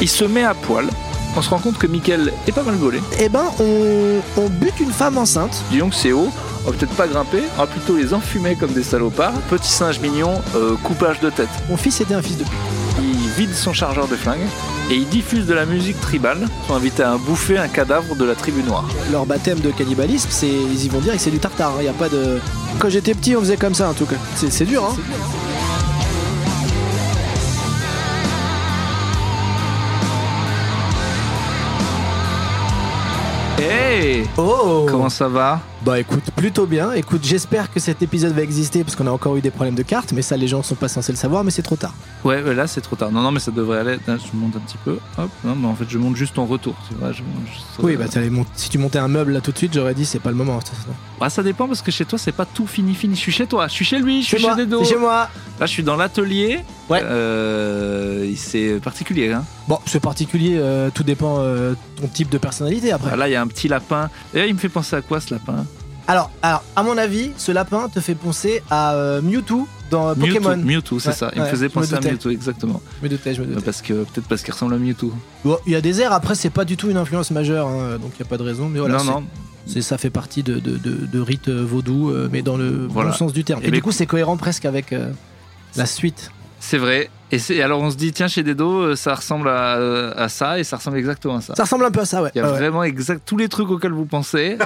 Il se met à poil. On se rend compte que Mickaël est pas mal gaulé. Eh ben, on, on bute une femme enceinte. Disons que c'est haut. On va peut-être pas grimper, on va plutôt les enfumer comme des salopards. Petit singe mignon, euh, coupage de tête. Mon fils était un fils de pute. Il vide son chargeur de flingue et il diffuse de la musique tribale. Ils sont invités à bouffer un cadavre de la tribu noire. Leur baptême de cannibalisme, c'est ils y vont dire que c'est du tartare. Il y a pas de. Quand j'étais petit, on faisait comme ça en tout cas. C'est c'est dur, hein. Hey Oh Comment ça va Bah écoute, plutôt bien. Écoute, j'espère que cet épisode va exister parce qu'on a encore eu des problèmes de cartes, mais ça les gens sont pas censés le savoir, mais c'est trop tard. Ouais, ouais, là c'est trop tard. Non, non, mais ça devrait aller. Là, je monte un petit peu. Hop, non, mais en fait, je monte juste en retour. Tu vois, je monte juste, Oui, euh, bah t'allais mont- si tu montais un meuble là tout de suite, j'aurais dit c'est pas le moment. bah, ça dépend parce que chez toi, c'est pas tout fini, fini. Je suis chez toi, je suis chez lui, je suis Chez chez moi, Dedo. chez moi. Là, je suis dans l'atelier. Ouais. Euh, c'est particulier. Hein. Bon, c'est particulier, euh, tout dépend euh, ton type de personnalité après. Là, il y a un petit lapin. Et il me fait penser à quoi ce lapin Alors, alors, à mon avis, ce lapin te fait penser à euh, Mewtwo dans euh, Pokémon. Mewtwo, Mewtwo, c'est Ouais, ça. Il me ouais, faisait je me penser à doutais. Mewtwo, exactement. Je me doutais, je me doutais. Parce que peut-être parce qu'il ressemble à Mewtwo. Bon, il y a des airs, après, c'est pas du tout une influence majeure, hein, donc il n'y a pas de raison. Mais voilà, non, c'est- non. c'est- ça fait partie de, de, de- de rites euh, vaudous, euh, mais dans le Voilà. bon sens du terme. Eh Et, ben, du coup, c'est cohérent presque avec euh, la suite. C'est vrai. Et c'est- alors on se dit, tiens, chez Dedo, euh, ça ressemble à, euh, à ça et ça ressemble exactement à ça. Ça ressemble un peu à ça, ouais. Ah Il y a Ouais, ouais. vraiment exact tous les trucs auxquels vous pensez,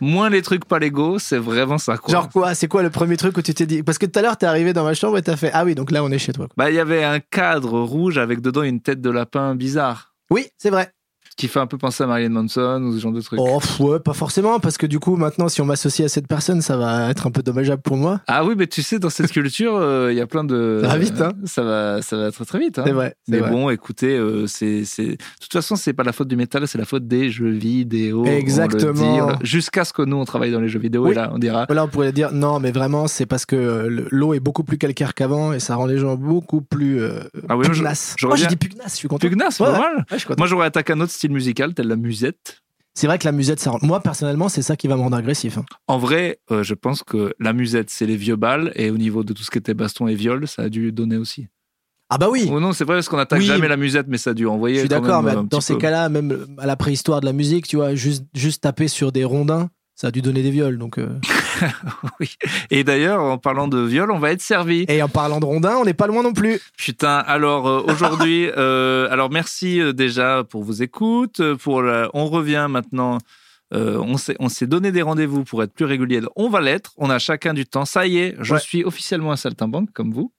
moins les trucs pas légaux, c'est vraiment ça. Quoi. Genre quoi C'est quoi le premier truc où tu t'es dit Parce que tout à l'heure, t'es arrivé dans ma chambre et t'as fait Ah oui, donc là, on est chez toi. quoi. Bah, il y avait un cadre rouge avec dedans une tête de lapin bizarre Oui, c'est vrai. qui fait un peu penser à Marilyn Manson ou ce genre de truc. Oh, pff, ouais, pas forcément, parce que du coup, maintenant, si on m'associe à cette personne, ça va être un peu dommageable pour moi. Ah oui, mais tu sais, dans cette culture, euh, il y a plein de. Ça va vite, hein. Ça va, ça va très très vite. hein. C'est vrai. c'est Mais vrai. bon, écoutez, euh, c'est, c'est... de toute façon, c'est pas la faute du métal, c'est la faute des jeux vidéo. on le dit, Exactement. on le- Jusqu'à ce que nous, on travaille dans les jeux vidéo, Oui. et là, on dira. Voilà, on pourrait dire non, mais vraiment, c'est parce que euh, le- l'eau est beaucoup plus calcaire qu'avant et ça rend les gens beaucoup plus euh, Ah oui, moi, je- pugnaces. je Moi, j'ai reviens- dit pugnace, je suis content. Pugnace, Ouais, pas mal. Ouais, je suis content. Moi, j'aurais attaqué un autre style musical, tel la musette. C'est vrai que la musette, ça rend... moi personnellement, c'est ça qui va me rendre agressif. hein. En vrai, euh, je pense que la musette, c'est les vieux balles, et au niveau de tout ce qui était baston et viol, ça a dû donner aussi. Ah bah oui, Ou non, c'est vrai, parce qu'on attaque Oui. jamais la musette, mais ça a dû envoyer. je suis quand d'accord, même, mais euh, un dans petit ces peu. cas-là, même euh, à la préhistoire de la musique, tu vois, juste, juste taper sur des rondins, ça a dû donner des viols. Donc, euh. Et d'ailleurs, en parlant de viol, on va être servi. Et en parlant de rondins, on n'est pas loin non plus. Putain, alors euh, aujourd'hui, euh, alors merci euh, déjà pour vos écoutes. euh, Pour la- On revient maintenant. euh, on s'est on s'est donné des rendez-vous pour être plus réguliers. On va l'être. On a chacun du temps. Ça y est, je Ouais. suis officiellement un saltimbanque comme vous.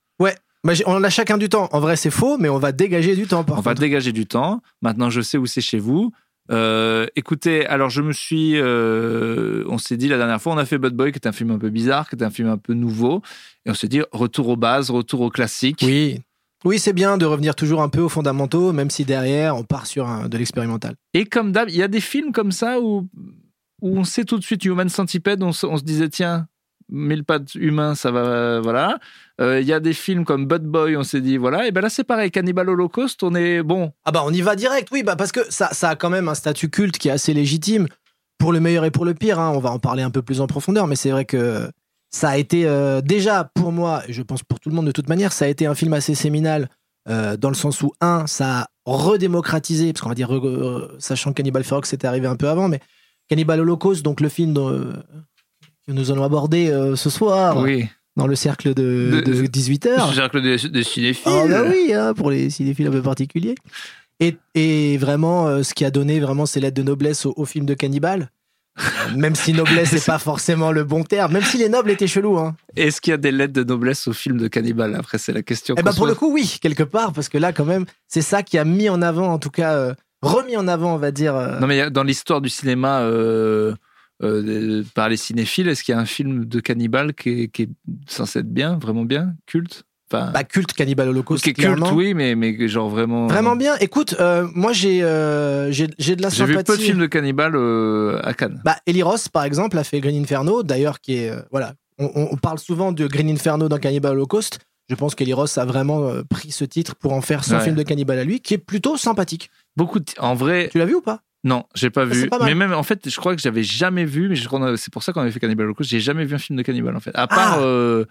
Bah, j'ai- on a chacun du temps. En vrai, c'est faux, mais on va dégager du temps. Par on va contre. dégager du temps. Maintenant, je sais où c'est chez vous. Euh, écoutez, alors je me suis, euh, on s'est dit la dernière fois, on a fait Bad Boy, qui est un film un peu bizarre, qui est un film un peu nouveau, et on s'est dit retour aux bases, retour au classique. Oui. Oui, c'est bien de revenir toujours un peu aux fondamentaux, même si derrière, on part sur un- de l'expérimental. Et comme d'hab, il y a des films comme ça où, où on sait tout de suite Human Centipede, on, se- on se disait tiens, mille pattes humains, ça va, voilà. Euh, Il y a des films comme Bad Boy, on s'est dit voilà. Et ben là c'est pareil, Cannibal Holocaust, on est bon. Ah bah on y va direct, oui, bah parce que ça, ça a quand même un statut culte qui est assez légitime, pour le meilleur et pour le pire, hein. on va en parler un peu plus en profondeur, mais c'est vrai que ça a été euh, déjà pour moi, et je pense pour tout le monde de toute manière, ça a été un film assez séminal, euh, dans le sens où, un, ça a redémocratisé, parce qu'on va dire, re- re- sachant que Cannibal Ferox c'était arrivé un peu avant, mais Cannibal Holocaust, donc le film dont, euh, que nous allons aborder euh, ce soir, oui. dans le cercle de, De- de 18h. Jacques le des, des cinéphiles. Ah bah oui, hein, pour les cinéphiles un peu particuliers. Et, et vraiment, euh, ce qui a donné vraiment ses lettres de noblesse au, au film de Cannibal. Euh, Même si noblesse n'est pas forcément le bon terme, même si les nobles étaient chelous. Hein. Est-ce qu'il y a des lettres de noblesse au film de Cannibal Après, c'est la question. Et qu'on bah se pour le pose. coup, oui, quelque part, parce que là, quand même, c'est ça qui a mis en avant, en tout cas, euh, remis en avant, on va dire. euh, Non, mais il y a- dans l'histoire du cinéma euh, euh, par les cinéphiles, est-ce qu'il y a un film de Cannibal qui est, qui est censé être bien, vraiment bien, culte enfin, bah, culte Cannibal Holocaust, qui est culte, clairement. oui, mais, mais genre vraiment. Vraiment bien. Écoute, euh, moi, j'ai euh, j'ai j'ai de la J'ai sympathie. vu peu de films de Cannibal euh, à Cannes. Bah, Eli Ross, par exemple, a fait Green Inferno, d'ailleurs, qui est. euh, voilà. On, on- on parle souvent de Green Inferno dans Cannibal Holocaust. Je pense qu'Eli Ross a vraiment euh, pris ce titre pour en faire son Ouais. film de cannibale à lui, qui est plutôt sympathique. Beaucoup de- En vrai, Tu l'as vu ou pas non, j'ai pas c'est vu. pas mal. mais même, en fait, je crois que j'avais jamais vu, mais je crois qu'on a- c'est pour ça Ah. qu'on avait fait Cannibal Holocaust, j'ai jamais vu un film de Cannibal, en fait. À part euh,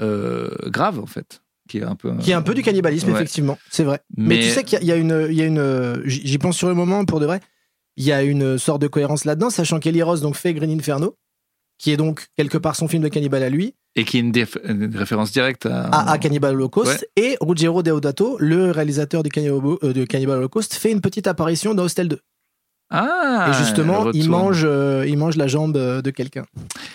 euh, Grave, en fait. qui est un peu. Qui est un peu du cannibalisme, Ouais. effectivement, c'est vrai. Mais, tu sais qu'il y a- il y, a une, il y a une, j'y j'y pense sur le moment pour de vrai. Il y a une sorte de cohérence là-dedans, sachant qu'Eli Ross donc fait Green Inferno, qui est donc quelque part son film de cannibale à lui, et qui est une, déf- une référence directe à. à, à Cannibal Holocaust, et Ruggero Deodato, le réalisateur du Cannibal, euh, de Cannibal Holocaust, fait une petite apparition dans Hostel 2. Ah, et justement, le il retour. mange, euh, il mange la jambe euh, de quelqu'un,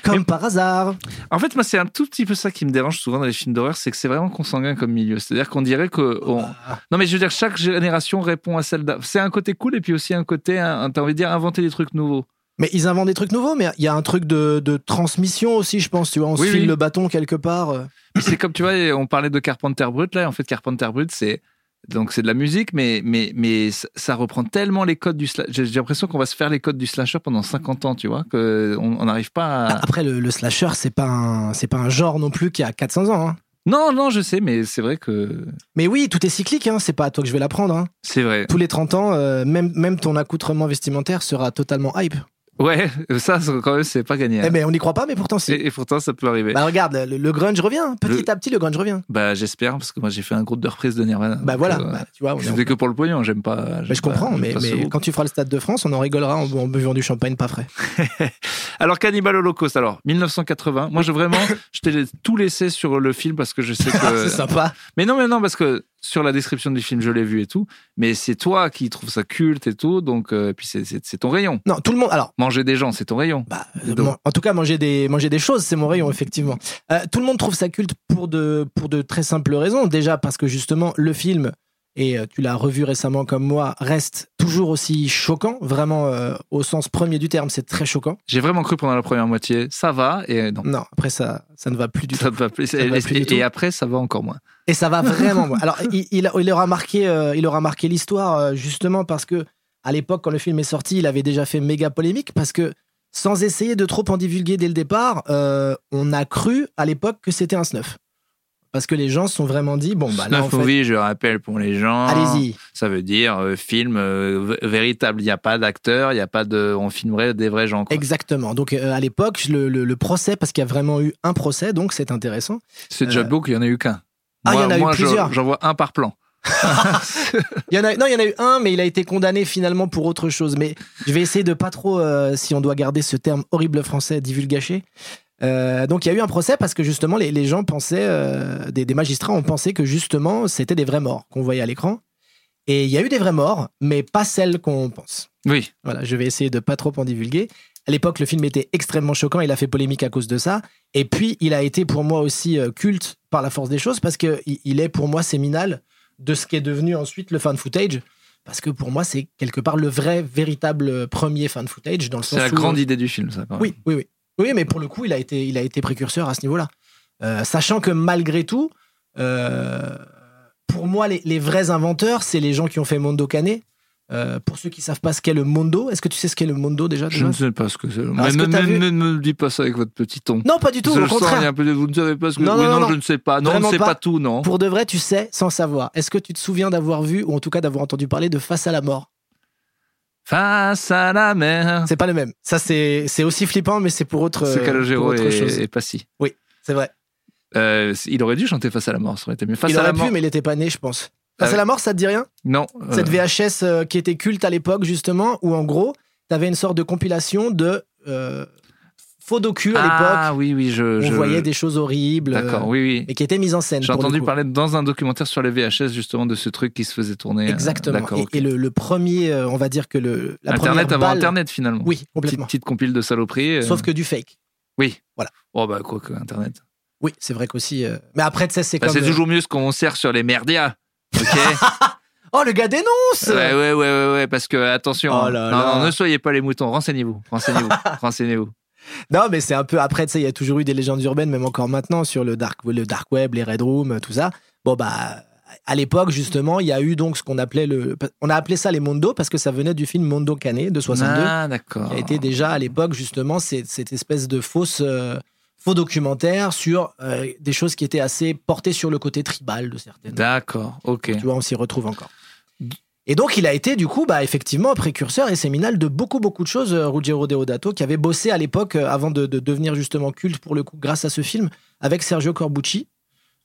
comme Mais- par hasard. En fait, moi, c'est un tout petit peu ça qui me dérange souvent dans les films d'horreur, c'est que c'est vraiment consanguin comme milieu. C'est-à-dire qu'on dirait que. on- Non, mais je veux dire, chaque génération répond à celle d'avant. C'est un côté cool et puis aussi un côté, un- t'as envie de dire, inventer des trucs nouveaux. Mais ils inventent des trucs nouveaux, mais il y a un truc de, de transmission aussi, je pense. Tu vois, on Oui, se file oui. le bâton quelque part. euh. Mais c'est comme, tu vois, on parlait de Carpenter Brut, là. En fait, Carpenter Brut, c'est. Donc, c'est de la musique, mais, mais, mais ça- ça reprend tellement les codes du slasher. J'ai j'ai l'impression qu'on va se faire les codes du slasher pendant 50 ans, tu vois, qu'on n'arrive pas à. Après, le, le slasher, c'est pas un, c'est pas un genre non plus qui a 400 ans. hein. Non, non, je sais, mais c'est vrai que. Mais oui, tout est cyclique. Hein. C'est pas à toi que je vais l'apprendre. Hein. C'est vrai. Tous les 30 ans, euh, même, même ton accoutrement vestimentaire sera totalement hype. Ouais, ça, c'est- quand même, c'est pas gagné. hein. Eh ben, on n'y croit pas, mais pourtant si. Et, et pourtant, ça peut arriver. Bah, Bah regarde, le, le grunge revient. hein. Petit Le- à petit, le grunge revient. j'espère, parce que moi, j'ai fait un groupe de reprises de Nirvana. Bah Donc, voilà. euh, bah, tu vois, on est- C'était que pour le pognon, j'aime pas. Bah, j'aime je pas- comprends, j'aime mais, pas ce mais groupe. quand tu feras le Stade de France, on en rigolera en, en buvant du champagne pas frais. Alors, Cannibal Holocaust, alors, 1980. Moi, je vraiment, je t'ai tout laissé sur le film parce que je sais c'est que. sympa. mais non, mais non, parce que sur la description du film, je l'ai vu et tout. Mais c'est toi qui trouves ça culte et tout. Donc, euh, puis c'est- c'est c'est ton rayon. Non, tout le monde. Alors, Manger des gens, c'est ton rayon. Bah, Dis euh, donc. man- en tout cas, manger des, manger des choses, c'est mon rayon, effectivement. Euh, tout le monde trouve ça culte pour de, pour de très simples raisons. Déjà, parce que justement, le film, et euh, tu l'as revu récemment comme moi, reste toujours aussi choquant, vraiment euh, au sens premier du terme, c'est très choquant. J'ai vraiment cru pendant la première moitié, ça va, et euh, non. Non, après, ça, ça ne va plus du tout. Ça va plus. Mm. Ça va et, plus du et- tout. et après, ça va encore moins. Et ça va vraiment. loin. Alors, il, il, il aura marqué, euh, il aura marqué l'histoire euh, justement parce que à l'époque, quand le film est sorti, il avait déjà fait méga polémique parce que sans essayer de trop en divulguer dès le départ, euh, on a cru à l'époque que c'était un snuff parce que les gens se sont vraiment dit bon bah là en Snuff fait, movie, ah, je rappelle pour les gens. allez-y. Ça veut dire euh, film euh, v- véritable. Il n'y a pas d'acteur, il n'y a pas de. On filmerait des vrais gens. quoi. Exactement. Donc euh, à l'époque, le, le- le procès, parce qu'il y a vraiment eu un procès, donc c'est intéressant. C'est déjà Euh, beau qu'il n'y en ait eu qu'un. Ah, il y Moi- en a eu moi, je- plusieurs. J'en vois un par plan. Il y en a, non, il y en a eu un, mais il a été condamné finalement pour autre chose. Mais je vais essayer de pas trop, euh, si on doit garder ce terme horrible français, divulgaché. Euh, donc il y a eu un procès parce que justement les, les gens pensaient, euh, des, des magistrats ont pensé que justement c'était des vrais morts qu'on voyait à l'écran. Et il y a eu des vrais morts, mais pas celles qu'on pense. Oui. Voilà, je vais essayer de pas trop en divulguer. À l'époque, le film était extrêmement choquant, il a fait polémique à cause de ça. Et puis, il a été pour moi aussi euh, culte par la force des choses parce qu'il il est pour moi séminal de ce qui est devenu ensuite le fan footage. Parce que pour moi, c'est quelque part le vrai, véritable euh, premier fan footage dans le C'est sens la où- grande idée du film, ça. quand même. oui, oui, oui. Oui, mais pour le coup, il a été, il a été précurseur à ce niveau-là. Euh, sachant que malgré tout, euh, pour moi, les, les vrais inventeurs, c'est les gens qui ont fait Mondo Canet. Euh, pour ceux qui savent pas ce qu'est le Mondo, est-ce que tu sais ce qu'est le Mondo déjà Je Thomas ne sais pas ce que c'est. Ah, est-ce Mais que ne t'as vu- ne- ne me dis pas ça avec votre petit ton. Non, pas du tout, Je au le sens, il y a contraire. un peu de- Vous ne savez pas ce que Non, Oui, non, non, je ne sais pas. Non, on Vraiment ne sait pas. pas tout, non. Pour de vrai, tu sais sans savoir. Est-ce que tu te souviens d'avoir vu, ou en tout cas d'avoir entendu parler de Face à la mort Face à la mer. C'est pas le même. Ça, c'est c'est aussi flippant, mais c'est pour autre, Ah. C'est pour Calogero autre chose. et, et Passy. C'est vrai. Euh, il aurait dû chanter Face à la mort, ça aurait été mieux. Face Il à la aurait mort. pu, mais il était pas né, je pense. Face Ah à la mort, ça te dit rien Non. cette euh, VHS euh, qui était culte à l'époque justement où en gros t'avais une sorte de compilation de euh, faux docu à l'époque Ah oui, oui, je. on je- voyait des choses horribles D'accord, euh, oui, oui. mais qui étaient mises en scène J'ai pour le entendu coup. parler dans un documentaire sur les VHS justement de ce truc qui se faisait tourner. euh, exactement d'accord, et, ok. et le, le premier euh, on va dire que le la Internet première avant balle- Internet finalement. oui Petite, complètement petite compile de saloperies. euh, sauf que du fake Oui. Voilà. Oh bah quoi que Internet. oui c'est vrai qu'aussi euh, mais après tu sais c'est Bah, comme c'est euh, toujours mieux ce qu'on sert sur les merdias. Ok. oh le gars dénonce ouais, ouais, ouais, ouais, ouais, parce que attention. Oh hein. là non, là. non, ne soyez pas les moutons. Renseignez-vous. Renseignez-vous. renseignez-vous. Non, mais c'est un peu après, tu sais, il y a toujours eu des légendes urbaines, même encore maintenant, sur le dark, le dark web, les red rooms, tout ça. Bon, bah, à l'époque, justement, il y a eu donc ce qu'on appelait le. On a appelé ça les Mondo parce que ça venait du film Mondo Canet de 62, Ah d'accord. qui a été déjà à l'époque, justement, c'est- cette espèce de fausse. euh, faux documentaire sur euh, des choses qui étaient assez portées sur le côté tribal de certaines. D'accord. Ok. Tu vois, on s'y retrouve encore. Et donc, il a été, du coup, bah, effectivement, précurseur et séminal de beaucoup, beaucoup de choses, euh, Ruggero Deodato, qui avait bossé à l'époque, euh, avant de, de devenir justement culte, pour le coup, grâce à ce film, avec Sergio Corbucci.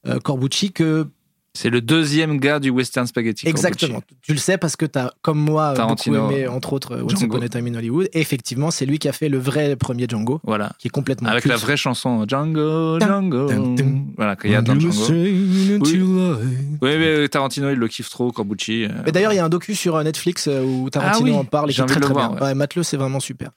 Euh, Corbucci, que C'est le deuxième gars du Western Spaghetti. Exactement. Tu le sais parce que tu as, comme moi, euh, beaucoup Tarantino, aimé, entre autres, euh, Once Django. Upon a Time in Hollywood. Et effectivement, c'est lui qui a fait le vrai premier Django, Corbucci. Voilà. qui est complètement Avec culte. la vraie chanson Django, Tum, Django. tum, tum. Voilà, qu'il y a dans You Django. say that Oui. you lie. Oui, mais Tarantino, il le kiffe trop, Corbucci. Euh, Mais d'ailleurs, il y a un docu sur euh, Netflix euh, où Tarantino Ah oui, en parle et qui j'ai est envie très de très le bien. voir, Ouais. Mateleux, c'est vraiment super.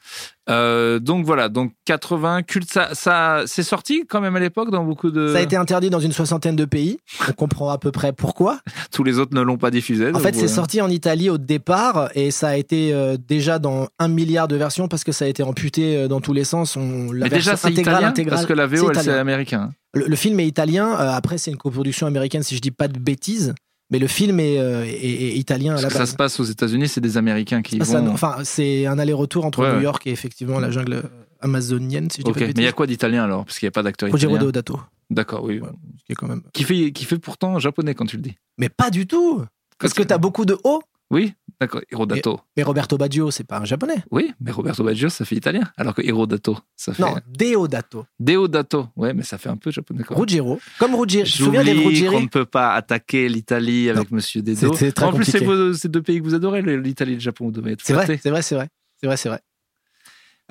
euh, donc voilà, donc 80, culte, ça, ça c'est sorti quand même à l'époque dans beaucoup de. Ça a été interdit dans une soixantaine de pays. On comprend à peu près pourquoi. Tous les autres ne l'ont pas diffusé. En donc fait, c'est voilà. sorti en Italie au départ et ça a été euh, déjà dans un milliard de versions parce que ça a été amputé euh, dans tous les sens. On, la Mais déjà, version c'est intégrale, italien intégrale. parce que la c'est VO, elle, c'est italien. américain. Le, le film est italien. euh, après, c'est une coproduction américaine, si je dis pas de bêtises. Mais le film est, euh, est- est italien à Parce la que ça base. se passe aux États-Unis, c'est des Américains qui Ah, ça, non, vont. enfin, c'est un aller-retour entre Ouais, New ouais. York et effectivement la jungle euh, amazonienne, si je dis Ok, pas mais de il y a bêtises. quoi d'italien alors Parce qu'il n'y a pas d'acteur Rogero italien. Deodato, D'accord, oui. Ouais. qui est quand même. Qui fait, qui fait pourtant japonais quand tu le dis. Mais pas du tout. Parce que t'as beaucoup de O. Oui, d'accord. Hirodato. Mais Roberto Baggio, c'est pas un japonais. Oui, mais Roberto Baggio, ça fait italien. Alors que Hirodato, ça fait. Non, Deodato. Deodato. Ouais, comme ça fait un peu japonais quand même. Ruggiero. Comme Ruggiero. Tu te souviens des J'oublie qu'on ne Ruggieri peut pas attaquer l'Italie avec Monsieur Dedo. C'était très en plus, c'est compliqué. vos- c'est deux pays que vous adorez, le- l'Italie et le Japon. Vous devez être C'est vrai, flattés. c'est vrai, c'est vrai. C'est vrai, c'est vrai.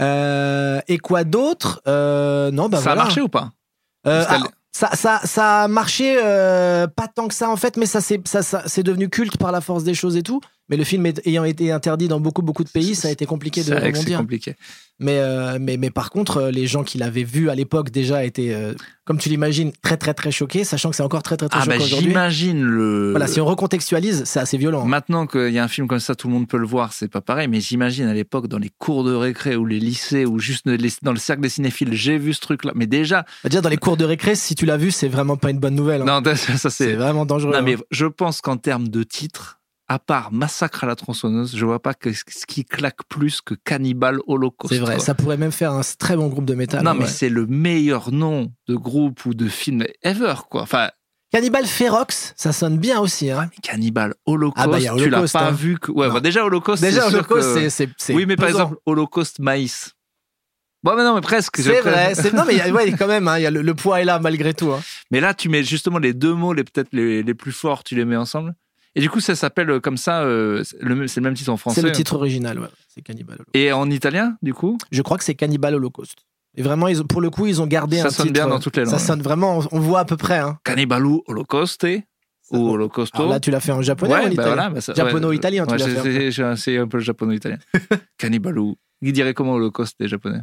Euh, et quoi d'autre Euh, Non, bah ça voilà. a marché ou pas Euh, Parce ah, ça, ça, ça a marché euh, pas tant que ça en fait, mais ça c'est ça, ça- c'est devenu culte par la force des choses et tout. Mais le film est- ayant été interdit dans beaucoup beaucoup de pays, ça a été compliqué de C'est vrai que C'est rebondir. compliqué. Mais, euh, mais, mais par contre, euh, les gens qui l'avaient vu à l'époque déjà étaient, euh, comme tu l'imagines, très très très choqués, sachant que c'est encore très très très Ah, choqué bah aujourd'hui. j'imagine le. Voilà, si on recontextualise, c'est assez violent. Maintenant qu'il y a un film comme ça, tout le monde peut le voir, c'est pas pareil, mais j'imagine à l'époque dans les cours de récré ou les lycées ou juste les- dans le cercle des cinéphiles, j'ai vu ce truc-là. Mais déjà, Bah, Déjà dans les cours de récré, si tu l'as vu, c'est vraiment pas une bonne nouvelle. non, hein. ça ça, c'est c'est. vraiment dangereux. Non, mais hein. je pense qu'en termes de titre, à part Massacre à la tronçonneuse, je vois pas que ce ce qui claque plus que Cannibal Holocaust. C'est vrai, quoi. ça pourrait même faire un très bon groupe de métal. non, hein, mais ouais. c'est le meilleur nom de groupe ou de film ever, quoi. Enfin, Cannibal Ferox, ça sonne bien aussi. hein. Cannibal Holocaust, Ah bah, il y a tu l'as Holocaust, pas hein. vu que. Ouais, Non. bah, déjà Holocaust, Déjà, c'est sûr Holocaust, que- c'est- c'est. c'est Oui, mais par pesant. exemple, Holocauste maïs. Bon, mais non, mais presque. je C'est vrai. presse. c'est- Non, mais il y a- ouais, quand même, hein, il y a le, le poids est là malgré tout. hein. Mais là, tu mets justement les deux mots, les peut-être les, les plus forts, tu les mets ensemble. Et du coup, ça s'appelle euh, comme ça, euh, c'est le, même- c'est le même titre en français. hein. C'est le titre original, ouais. c'est Cannibal Holocaust. Et en italien, du coup Je crois que c'est Cannibal Holocaust. Et vraiment, ils ont- pour le coup, ils ont gardé Ça un sonne titre, bien dans euh, toutes les hein. Ça langues. sonne vraiment, on- on voit à peu près. hein. Cannibalou Holocauste Ça- ou Holocausto. Alors là, tu l'as fait en japonais ou en ouais, bah italien voilà, bah ça- Japono-italien, tu ouais, l'as c'est- fait un peu. c'est- C'est un- c'est un peu le japono-italien. Cannibalou. Il dirait comment Holocauste des japonais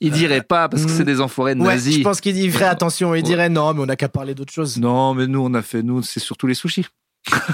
Il Euh, dirait pas parce que hmm. c'est des enfoirés Ouais, nazis. je pense qu'il y ferait Ouais. attention. Il Ouais. dirait non, mais on n'a qu'à parler d'autre chose. Non, mais nous, on a fait, nous, c'est surtout les sushis.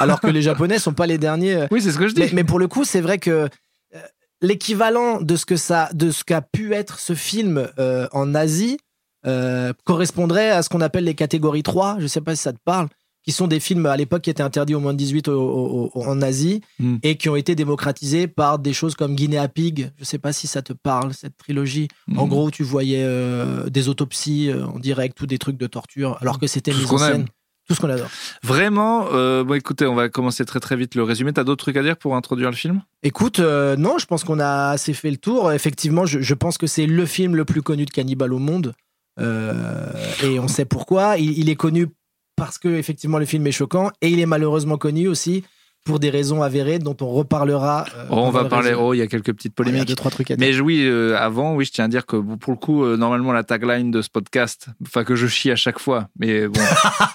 Alors que les Japonais sont pas les derniers. euh, Oui, c'est ce que je dis. Mais, mais pour le coup, c'est vrai que euh, l'équivalent de ce que ça, de ce qu'a pu être ce film euh, en Asie euh, correspondrait à ce qu'on appelle les catégories 3. Je sais pas si ça te parle, qui sont des films à l'époque qui étaient interdits au moins de 18 au- au- au- en Asie Mm. et qui ont été démocratisés par des choses comme Guinea Pig. Je sais pas si ça te parle cette trilogie. En Mm. gros, tu voyais euh, des autopsies euh, en direct ou des trucs de torture, alors que c'était Tout ce mis en qu'on aime. scène. Tout ce qu'on adore. Vraiment, euh, bon, écoutez, on va commencer très très vite le résumé. T'as d'autres trucs à dire pour introduire le film Écoute, euh, non, je pense qu'on a assez fait le tour. Effectivement, je, je pense que c'est le film le plus connu de Cannibal au monde. Euh, et on sait pourquoi. Il, il est connu parce que, effectivement, le film est choquant. Et il est malheureusement connu aussi pour des raisons avérées dont on reparlera. euh, Oh, On pendant va le parler. résumé. Oh, il y a quelques petites Il y a polémiques. deux, trois trucs à dire. Mais je- oui, euh, avant, oui, je tiens à dire que bon, pour le coup, euh, normalement, la tagline de ce podcast, enfin que je chie à chaque fois, mais bon,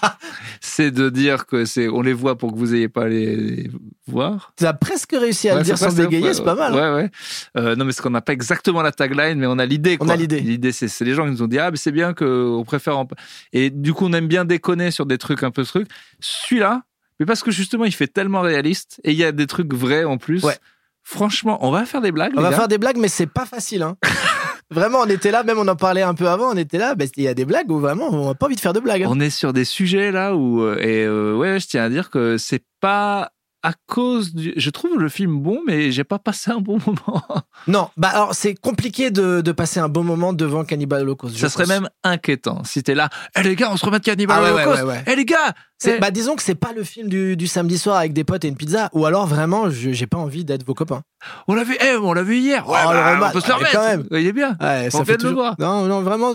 c'est de dire que c'est, on les voit pour que vous ayez pas à les voir. Tu as presque réussi à Ouais, le dire c'est sans presque- bégayer, c'est pas mal. hein. Ouais, ouais. Euh, non, mais c'est qu'on n'a pas exactement la tagline, mais on a l'idée. On quoi. a l'idée. L'idée, c'est c'est les gens qui nous ont dit Ah, mais c'est bien qu'on préfère. en- Et du coup, on aime bien déconner sur des trucs un peu trucs. Celui-là, mais parce que justement, il fait tellement réaliste et il y a des trucs vrais en plus. Ouais. Franchement, on va faire des blagues. On les va gars. faire des blagues, mais c'est pas facile. hein. vraiment, on était là, même on en parlait un peu avant, on était là. ben, Il y a des blagues où vraiment on n'a pas envie de faire de blagues. hein. On est sur des sujets là où. euh, Et euh, ouais, je tiens à dire que c'est pas à cause du. Je trouve le film bon, mais j'ai pas passé un bon moment. Non, bah alors c'est compliqué de, de passer un bon moment devant Cannibal Holocaust. je Ça serait pense. même inquiétant si t'es là. Eh les gars, on se remet de Cannibal Ah ouais, ouais, Holocaust. ouais, ouais. Eh les gars, C'est- eh, Bah disons que c'est pas le film du, du samedi soir avec des potes et une pizza, ou alors vraiment, je- j'ai pas envie d'être vos copains. on l'a vu, eh, on l'a vu hier. Oh, Ouais, le bah, remat- on peut se le Ah, mais remettre. quand même. Il est bien. Ouais, On vient de le voir. Non, non, vraiment,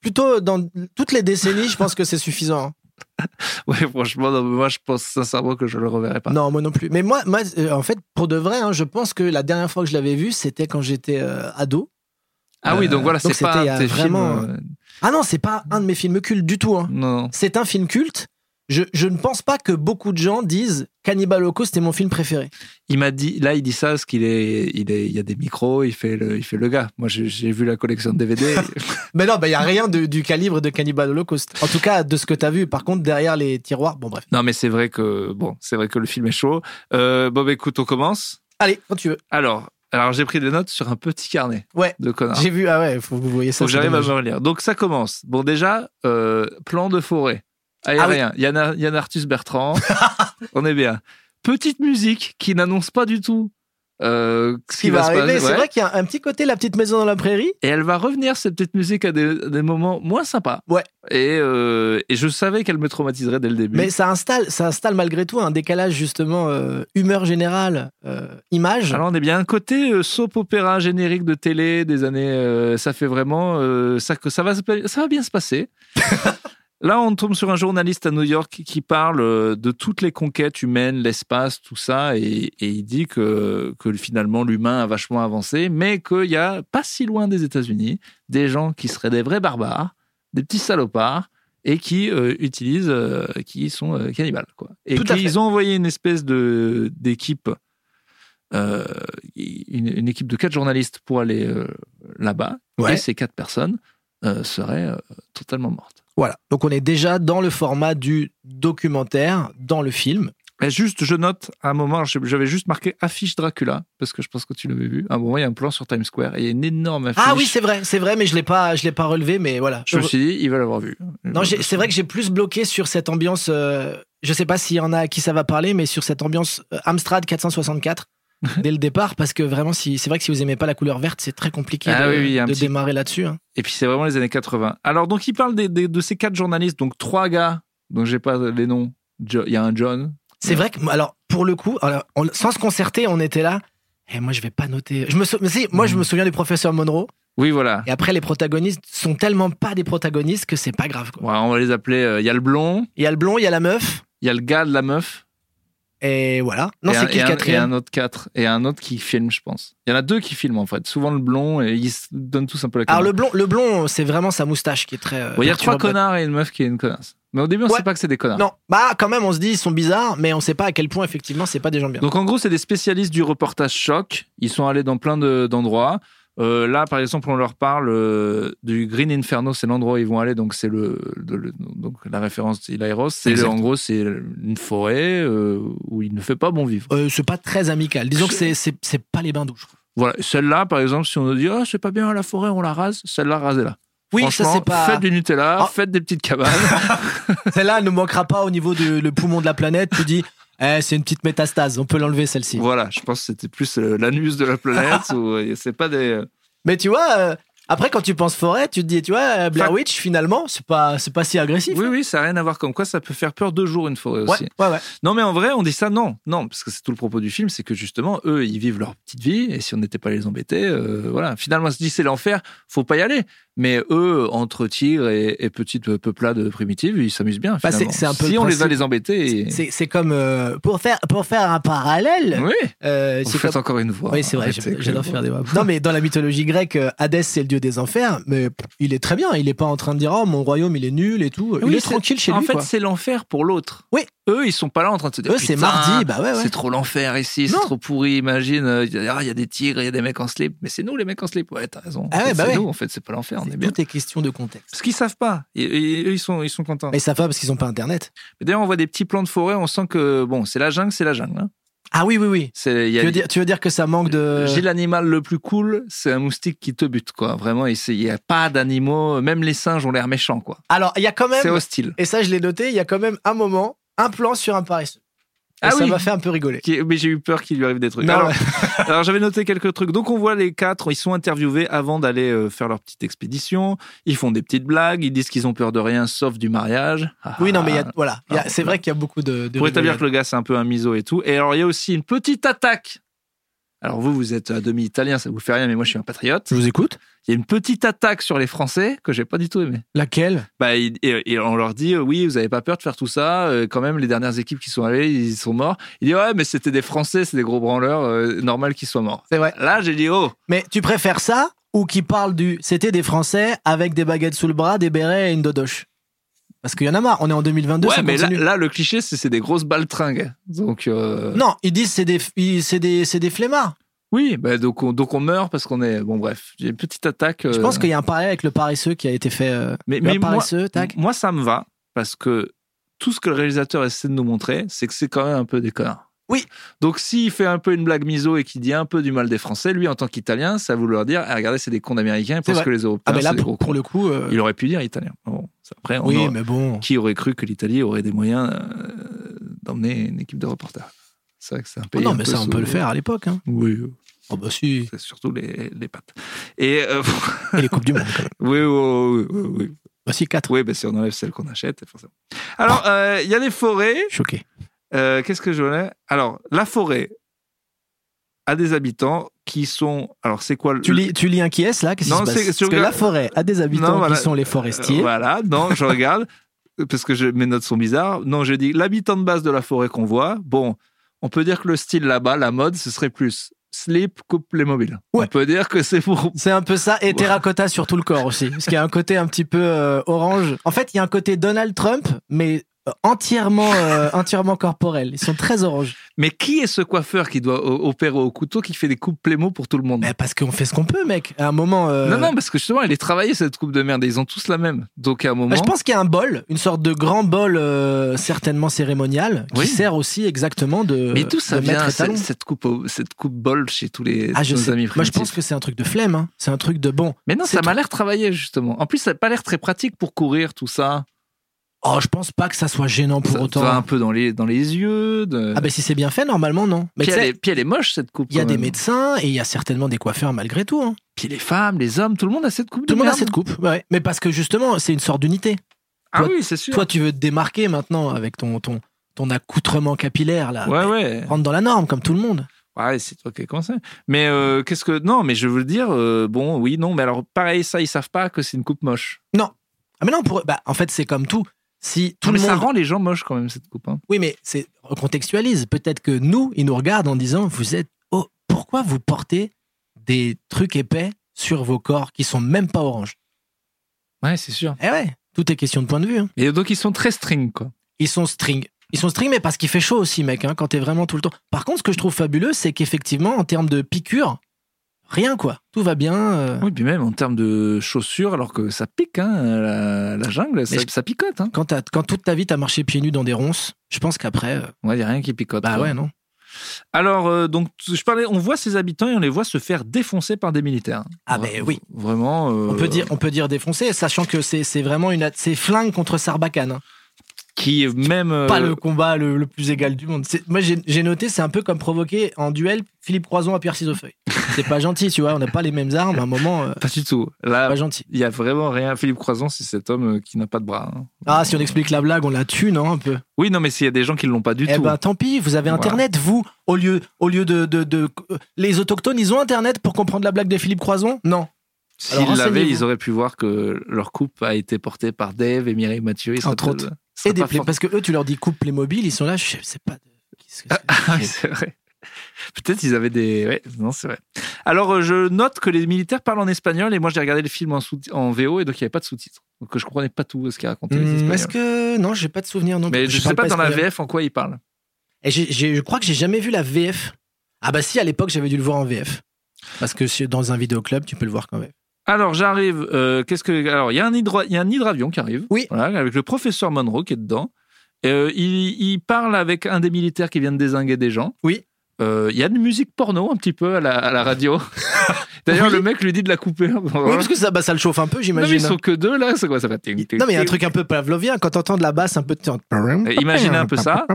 plutôt dans toutes les décennies, je pense que c'est suffisant. hein. ouais, franchement, non, mais moi, je pense sincèrement que je le reverrai pas. Non, moi non plus. Mais moi, moi euh, en fait, pour de vrai, hein, je pense que la dernière fois que je l'avais vu, c'était quand j'étais euh, ado. Ah oui, donc voilà, donc c'est pas c'était, euh, un de tes vraiment, films, euh, Ah non, c'est pas un de mes films cultes du tout. hein. Non, non. C'est un film culte. Je, je ne pense pas que beaucoup de gens disent Cannibal Holocaust est mon film préféré. Il m'a dit, là, il dit ça parce qu'il est, il est, il y a des micros, il fait le, il fait le gars. Moi, j'ai- j'ai vu la collection de DVD. Mais non, il n'y a rien de- du calibre de Cannibal Holocaust. En tout cas, de ce que tu as vu. Par contre, derrière les tiroirs, bon bref. non, mais c'est vrai que, bon, c'est vrai que le film est chaud. Euh, Bob, écoute, on commence. Allez, quand tu veux. Alors, alors j'ai pris des notes sur un petit carnet Ouais. de connards. J'ai vu, ah ouais, faut que vous voyez ça. Faut que c'est j'arrive à dommage. me relire. Donc, ça commence. Bon, déjà, euh, plan de forêt. Aérien. Ah Yann, Ar- Yann Arthus Bertrand. on est bien. Petite musique qui n'annonce pas du tout. euh, ce Ce qui va, se arriver, passer. c'est Ouais. vrai qu'il y a un petit côté la petite maison dans la prairie. Et elle va revenir, cette petite musique, à des, des moments moins sympas. Ouais. Et, euh, et je savais qu'elle me traumatiserait dès le début. Mais ça installe, ça installe malgré tout un décalage justement euh, humeur générale, euh, image. Alors on est bien un côté euh, soap opéra générique de télé des années. euh, ça fait vraiment euh, ça que ça va se pa- ça va bien se passer. Là, on tombe sur un journaliste à New York qui parle euh, de toutes les conquêtes humaines, l'espace, tout ça, et, et il dit que, que finalement l'humain a vachement avancé, mais qu'il y a pas si loin des États-Unis des gens qui seraient des vrais barbares, des petits salopards, et qui euh, utilisent, euh, qui sont euh, cannibales, quoi. Et Tout à qu'ils fait. ont envoyé une espèce de d'équipe euh, une, une équipe de quatre journalistes pour aller euh, là-bas. Ouais. Et ces quatre personnes euh, seraient euh, totalement mortes. Voilà. Donc on est déjà dans le format du documentaire, dans le film. Et juste, je note à un moment, je- j'avais juste marqué affiche Dracula, parce que je pense que tu l'avais vu. À un moment, il y a un plan sur Times Square et il y a une énorme affiche. Ah oui, c'est vrai, c'est vrai, mais je l'ai pas, je l'ai pas relevé, mais voilà. Je me suis dit, ils veulent l'avoir vu. Non, j'ai- c'est vrai que j'ai plus bloqué sur cette ambiance. euh, je sais pas s'il y en a à qui ça va parler, mais sur cette ambiance euh, Amstrad 464 dès le départ, parce que vraiment, si, c'est vrai que si vous aimez pas la couleur verte, c'est très compliqué Ah de, oui, oui, il y a un de petit- démarrer là-dessus. hein. Et puis c'est vraiment les années 80. Alors donc il parle des- des- de ces quatre journalistes, donc trois gars dont j'ai pas les noms. Jo- Il y a un John. C'est vrai que, alors, pour le coup, alors, on- sans se concerter, on était là. Et moi, je vais pas noter. Je me sou- mais si, moi, je Mhm. me souviens du professeur Monroe. Oui voilà. Et après, les protagonistes sont tellement pas des protagonistes que c'est pas grave. quoi. Ouais, on va les appeler. euh, Il y a le blond, Il y a le blond, il y a la meuf. il y a le gars de la meuf. Et voilà. Non, Et un- c'est qui et un- le Et quatrième un autre 4. Et un autre qui filme, je pense. Il y en a deux qui filment, en fait. Souvent le blond, et ils se donnent tous un peu la Alors, le commande. blond, le blond, c'est vraiment sa moustache qui est très. euh, Bon, il y a trois perturbante. connards et une meuf qui est une connasse. Mais au début, on Ouais. sait pas que c'est des connards. Non, bah, quand même, on se dit, ils sont bizarres, mais on sait pas à quel point, effectivement, c'est pas des gens bien. Donc en gros, c'est des spécialistes du reportage choc. Ils sont allés dans plein de- d'endroits. Euh, là, par exemple, on leur parle euh, du Green Inferno, c'est l'endroit où ils vont aller. Donc c'est le, le- le- donc la référence de Ilairos. C'est le- Exact. en gros, c'est une forêt euh, où il ne fait pas bon vivre. Euh, c'est pas très amical. Disons que c'est- c'est c'est pas les bains d'eau, je trouve. Voilà. Celle-là, par exemple, si on nous dit oh c'est pas bien la forêt, on la rase. Celle-là, rasez-la. Oui, ça, Franchement, c'est pas. Faites du Nutella, Ah. faites des petites cabanes. Celle-là, elle ne manquera pas au niveau du le poumon de la planète. Tu dis, eh, c'est une petite métastase, on peut l'enlever celle-ci. voilà, je pense que c'était plus euh, l'anus de la planète ou euh, c'est pas des. Mais tu vois, euh, après, quand tu penses forêt, tu te dis, tu vois, euh, Blair Fact. Witch, finalement, c'est pas, c'est pas si agressif. Oui, oui, ça n'a rien à voir comme quoi ça peut faire peur deux jours une forêt ouais, aussi. ouais, ouais. Non, mais en vrai, on dit ça non, non, parce que c'est tout le propos du film, c'est que justement, eux, ils vivent leur petite vie et si on n'était pas les embêter, euh, voilà. Finalement, on se dit c'est l'enfer, faut pas y aller. Mais eux, entre tigres et, et petites peuplades primitives, ils s'amusent bien. Bah, c'est- finalement. c'est un peu si le on les a principe. les embêter. et- C'est, c'est comme, euh, pour, faire, pour faire un parallèle, Oui, euh, vous c'est faites comme- encore une voix. Oui, c'est vrai, Arrêtez, j'aime- j'adore Clément. faire des voix. Non, mais dans la mythologie grecque, euh, Hadès, c'est le dieu des enfers, mais pff, il est très bien. Il est pas en train de dire, oh, mon royaume, il est nul et tout. Oui, il est c'est- tranquille chez en lui, fait, quoi. c'est l'enfer pour l'autre. Oui. Eux, ils sont pas là en train de se dire. Eux, c'est Putain, mardi, bah ouais, ouais. C'est trop l'enfer ici, c'est Non. trop pourri. Imagine, euh, il y a- ah, il y a des tigres, il y a des mecs en slip. Mais c'est nous les mecs en slip. Ouais, t'as raison. En Ah ouais, fait, bah c'est ouais. nous, en fait, c'est pas l'enfer, on est C'est bien. Tout est question de contexte. Parce qu'ils savent pas. Et- et- et eux, ils sont, ils sont contents. Mais ça va parce qu'ils ont pas Internet. D'ailleurs, on voit des petits plans de forêt, on sent que, bon, c'est la jungle, c'est la jungle. hein. Ah oui, oui, oui. C'est, il y a Tu veux, dire, tu veux dire que euh, ça manque de. J'ai l'animal le plus cool, c'est un moustique qui te bute, quoi. Vraiment, il n'y a pas d'animaux, même les singes ont l'air méchants, quoi. Alors, il y a quand C'est même. hostile. Et ça, je l'ai noté, il y a quand même un moment, un plan sur un paresseux. Et Ah ça oui. m'a fait un peu rigoler. Qui- Mais j'ai eu peur qu'il lui arrive des trucs. Non, Alors, ouais. Alors j'avais noté quelques trucs. Donc on voit les quatre, ils sont interviewés avant d'aller euh, faire leur petite expédition. Ils font des petites blagues, ils disent qu'ils ont peur de rien sauf du mariage. Ah, Oui, non, mais il y ah. a- voilà. Il y a- Ah. c'est vrai qu'il y a beaucoup de. de Pour établir rigolades. que le gars c'est un peu un miso et tout. Et alors il y a aussi une petite attaque Alors vous, vous êtes à demi italien, ça vous fait rien, mais moi je suis un patriote. Je vous écoute. Il y a une petite attaque sur les Français que j'ai pas du tout aimé. Laquelle Bah, il- et, et on leur dit euh, oui, vous avez pas peur de faire tout ça. euh, Quand même, les dernières équipes qui sont allées, ils sont morts. Il dit ouais, mais c'était des Français, c'est des gros branleurs, euh, normal qu'ils soient morts. C'est vrai. Là, j'ai dit oh, Mais tu préfères ça ou qui parle du c'était des Français avec des baguettes sous le bras, des bérets et une dodoche Parce qu'il y en a marre, on est en 2022, ouais, ça mais là, continue. là, le cliché, c'est c'est des grosses baltringues. Donc euh, Non, ils disent c'est des, ils- c'est des, c'est des flemmards. oui, bah, donc on, donc on meurt parce qu'on est bon bref. J'ai une petite attaque. Je euh, pense qu'il y a un parallèle avec le paresseux qui a été fait. euh, mais, le mais moi, paresseux, tac. moi, ça me va parce que tout ce que le réalisateur essaie de nous montrer, c'est que c'est quand même un peu des connards. Oui. Donc s'il fait un peu une blague miso et qu'il dit un peu du mal des Français, lui en tant qu'Italien, ça veut vouloir dire, ah, regardez, c'est des cons d'Américains, ils C'est pensent vrai. que les Européens, Ah, mais là, c'est des pour, gros cons. pour le coup. euh, Il aurait pu dire italien. Bon, ça, après, on oui, aurait- mais bon. qui aurait cru que l'Italie aurait des moyens euh, d'emmener une équipe de reporters C'est vrai que c'est un pays. Oh non, un mais peu ça, on sous- peut le faire à l'époque. Hein. Oui, Oh, bah si. c'est surtout les, les pattes. Et euh, Et les Coupes du Monde, quand même. oui, oui, oui, oui, oui. Bah si, 4. Oui, ben, si on enlève celle qu'on achète, forcément. Alors, Bah. euh, il y a des forêts. Choqué. Euh, Qu'est-ce que je voulais Alors, la forêt a des habitants qui sont. Alors, c'est quoi le. Euh, Tu lis, tu lis un qui est là Qu'est-ce qui Non, se passe c'est- Parce sur- que la forêt a des habitants Non, voilà. qui sont les Euh, forestiers. voilà, non, je regarde, parce que je- mes notes sont bizarres. Non, je dis l'habitant de base de la forêt qu'on voit. Bon, on peut dire que le style là-bas, la mode, ce serait plus slip, coupe les mobiles. Ouais. On peut dire que c'est pour. C'est un peu ça, et terracotta sur tout le corps aussi. Parce qu'il y a un côté un petit peu euh, orange. En fait, il y a un côté Donald Trump, mais euh, entièrement, euh, entièrement corporel. Ils sont très oranges. Mais qui est ce coiffeur qui doit o- opérer au couteau qui fait des coupes plémo pour tout le monde Mais parce qu'on fait ce qu'on peut, mec. À un moment. euh, Non, non, parce que justement, elle est travaillée cette coupe de merde. et Ils ont tous la même. Donc à un moment. bah, je pense qu'il y a un bol, une sorte de grand bol euh, certainement cérémonial, qui Oui. sert aussi exactement de. mais d'où ça de Euh, maître vient étalon. cette, cette coupe, au- cette coupe bol chez tous les Ah, je nos sais. amis Moi, je primitifs pense que c'est un truc de flemme. hein. C'est un truc de bon. Mais non, c'est ça m'a l'air travaillé justement. En plus, ça n'a pas l'air très pratique pour courir tout ça. Oh, je pense pas que ça soit gênant pour ça autant. va un peu dans les dans les yeux. de- Ah, bah si c'est bien fait, normalement, non. puis, Mais tu elle sais, est, puis elle est moche cette coupe. il y a quand des même. médecins et il y a certainement des coiffeurs malgré tout. hein. Puis les femmes, les hommes, tout le monde a cette coupe. de Tout le monde a merde. cette coupe. ouais. Mais parce que justement, c'est une sorte d'unité. Ah Toi- oui, c'est sûr. Toi, tu veux te démarquer maintenant avec ton, ton, ton accoutrement capillaire, là. ouais, ouais. Rentre dans la norme, comme tout le monde. Ouais, c'est toi qui as commencé. Mais euh, qu'est-ce que non Mais je veux dire, euh, bon, oui, non, mais alors pareil, ça, ils savent pas que c'est une coupe moche. Ah, mais non, pour... bah, en fait, c'est comme tout. Si tout Non, mais le ça monde. rend les gens moches quand même cette coupe. hein. Oui, mais c'est recontextualise. Peut-être que nous, ils nous regardent en disant Vous êtes. Oh, pourquoi vous portez des trucs épais sur vos corps qui sont même pas orange Ouais, c'est sûr. Eh ouais, tout est question de point de vue. hein. Et donc ils sont très string quoi. Ils sont string. Ils sont string, mais parce qu'il fait chaud aussi, mec, hein, quand t'es vraiment tout le temps. Par contre, ce que je trouve fabuleux, c'est qu'effectivement, en termes de piqûres, rien quoi. Tout va bien. euh, Oui, puis même en termes de chaussures, alors que ça pique, hein, la, la jungle, ça, je- ça picote. Hein. Quand, t'as- quand toute ta vie, t'as marché pieds nus dans des ronces, je pense qu'après. euh, On va dire rien qui picote. bah quoi. ouais, non. Alors, euh, donc, je parlais, on voit ces habitants et on les voit se faire défoncer par des militaires. Ah, Vra- ben oui. Vraiment. euh, On peut, dire, on peut dire défoncé, sachant que c'est c'est vraiment une. C'est flingue contre Sarbacane. hein. Qui est même. euh, Pas le combat le, le plus égal du monde. C'est- Moi, j'ai j'ai noté, c'est un peu comme provoquer en duel Philippe Croison à Pierre Ciseaux-Feuille. C'est pas gentil, tu vois. On n'a pas les mêmes armes. À un moment, euh, Pas du tout. Là, pas gentil. il y a vraiment rien. Philippe Croison, c'est cet homme euh, qui n'a pas de bras. hein. Ah, si on explique la blague, on la tue, non Un peu. Oui, non, mais s'il y a des gens qui ne l'ont pas du Eh tout. ben tant pis, vous avez Voilà. internet, vous, au lieu, au lieu de, de, de- Les autochtones, ils ont internet pour comprendre la blague de Philippe Croison Non. S'ils alors, l'avaient, renseignez-vous. ils auraient pu voir que leur coupe a été portée par Dave et Mireille Mathieu. Ils seraient Entre peut-être- autres. ils seraient Et des pas play- forcément- Parce que eux, tu leur dis coupe les mobiles, ils sont là, je sais pas. de- qu'est-ce que c'est Ah oui, c'est vrai. Peut-être ils avaient des. Ouais, non, c'est vrai. Alors, euh, je note que les militaires parlent en espagnol et moi j'ai regardé le film en, sous- en VO et donc il n'y avait pas de sous-titres. Donc je comprenais pas tout ce qu'ils racontaient. les Hmm, Espagnols. Est-ce que. Non, j'ai pas de souvenir. Non, Mais je ne parle sais pas dans la espagnol. VF en quoi ils parlent. Et j'ai- j'ai- je crois que j'ai jamais vu la VF. Ah bah si, à l'époque, j'avais dû le voir en VF. Parce que si- dans un vidéoclub, tu peux le voir quand même. Alors, j'arrive. euh, Qu'est-ce que. Alors, il y, a un hydro- il y a un hydravion qui arrive. Oui. Voilà, avec le professeur Monroe qui est dedans. Euh, il, il parle avec un des militaires qui vient de désinguer des gens. Oui. Euh, Il y a de la musique porno un petit peu à la, à la radio. D'ailleurs, Oui. le mec lui dit de la couper. Oui, parce que ça, bah, ça le chauffe un peu, Non, mais ils j'imagine. sont que deux là, c'est quoi ça va Non, mais il y a un truc un peu pavlovien. Quand t'entends de la basse un peu. Euh, Imaginez hein. un peu ça,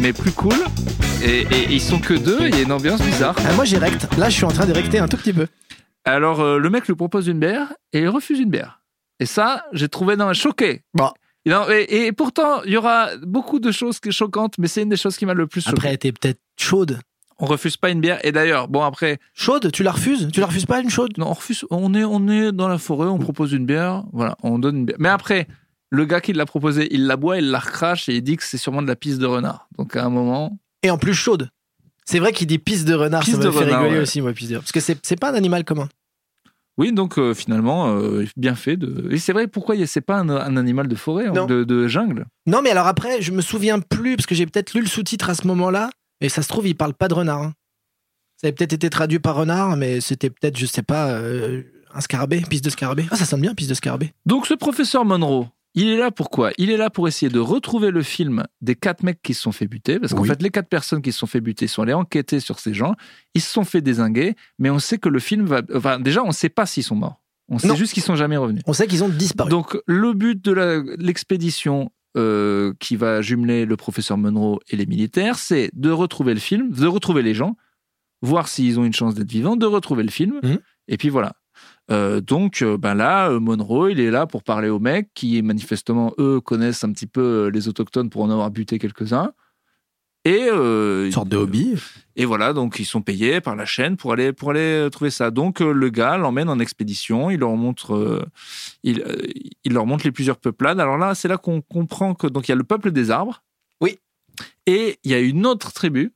mais plus cool. Et, et ils sont que deux, il y a une ambiance bizarre. Ah, moi, j'ai recte. Là, je suis en train de recter un tout petit peu. Alors euh, le mec lui propose une bière et il refuse une bière. Et ça, j'ai trouvé non, choqué. Bon. Et non, et, et pourtant, il y aura beaucoup de choses qui- choquantes, mais c'est une des choses qui m'a le plus choqué. Après, elle était peut-être chaude. On refuse pas une bière. Et d'ailleurs, bon après, Chaude, tu la refuses Tu la refuses pas une chaude non, on refuse. On est, on est dans la forêt, Mm. on propose une bière. Voilà, on donne une bière. Mais après, le gars qui l'a proposé, il la boit, il la recrache et il dit que c'est sûrement de la pisse de renard. Donc à un moment, Et en plus chaude. C'est vrai qu'il dit pisse de renard, Pisse ça me de fait renard, rigoler ouais. aussi, moi, pisse de renard. Parce que c'est c'est pas un animal commun. oui, donc euh, finalement, euh, bien fait de. Et c'est vrai, pourquoi il y a- c'est pas un, un animal de forêt, hein, Non. de, de jungle Non, mais alors après, je me souviens plus, parce que j'ai peut-être lu le sous-titre à ce moment-là, et ça se trouve, il parle pas de renard. hein. Ça avait peut-être été traduit par renard, mais c'était peut-être, je sais pas, euh, un scarabée, pisse de scarabée. Ah, ça sonne bien, pisse de scarabée. Donc ce professeur Monroe, il est là pourquoi Il est là pour essayer de retrouver le film des quatre mecs qui se sont fait buter, parce qu'en Oui. fait les quatre personnes qui se sont fait buter sont allées enquêter sur ces gens, ils se sont fait désinguer, mais on sait que le film va... Enfin déjà on ne sait pas s'ils sont morts, on sait Non. juste qu'ils sont jamais revenus. On sait qu'ils ont disparu. Donc le but de la- l'expédition euh, qui va jumeler le professeur Monroe et les militaires, c'est de retrouver le film, de retrouver les gens, voir s'ils ont une chance d'être vivants, de retrouver le film, Mhm. et puis voilà. Euh, donc euh, ben là, euh, Monroe, il est là pour parler aux mecs qui manifestement eux connaissent un petit peu euh, les autochtones pour en avoir buté quelques-uns. Et euh, Une sorte de hobby. et voilà, donc ils sont payés par la chaîne pour aller, pour aller euh, trouver ça. Donc euh, le gars l'emmène en expédition, il leur montre, euh, il, euh, il leur montre les plusieurs peuplades. Alors là, c'est là qu'on comprend que donc il y a le peuple des arbres. Oui. Et il y a une autre tribu.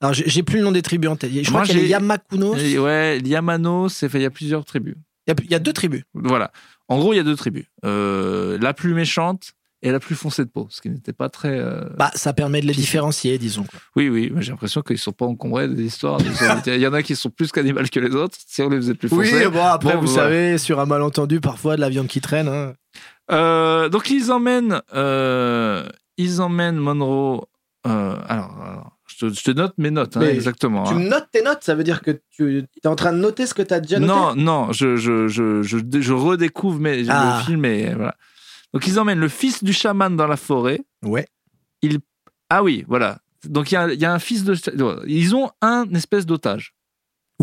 Alors, j'ai- j'ai plus le nom des tribus en tête. Je Moi, crois qu'il y a les j'ai- Yamakunos. Et Ouais, il y a Manos, c'est- enfin, il y a plusieurs tribus. Il y a- il y a deux tribus. Voilà. En gros, il y a deux tribus. Euh, la plus méchante et la plus foncée de peau, ce qui n'était pas très. euh, Bah, ça permet de les différencier, disons. quoi. Oui, oui, mais j'ai l'impression qu'ils sont pas encombrés des histoires. des histoires. Il y en a qui sont plus cannibales que les autres. Si on les faisait plus foncés. bon, après, Bon, vous voilà. savez, sur un malentendu, parfois, de la viande qui traîne. hein. Euh, donc ils emmènent, euh, ils emmènent Monroe. euh, alors, alors, je, te, je te note mes notes hein, Mais exactement. Tu hein. me notes tes notes, ça veut dire que tu es en train de noter ce que tu as déjà noté Non, non, je, je, je, je, je redécouvre mes, Ah. le film et voilà. Donc ils emmènent le fils du chaman dans la forêt. Ouais. Ah oui, voilà. Donc il y a, il y a un fils de. Ils ont un espèce d'otage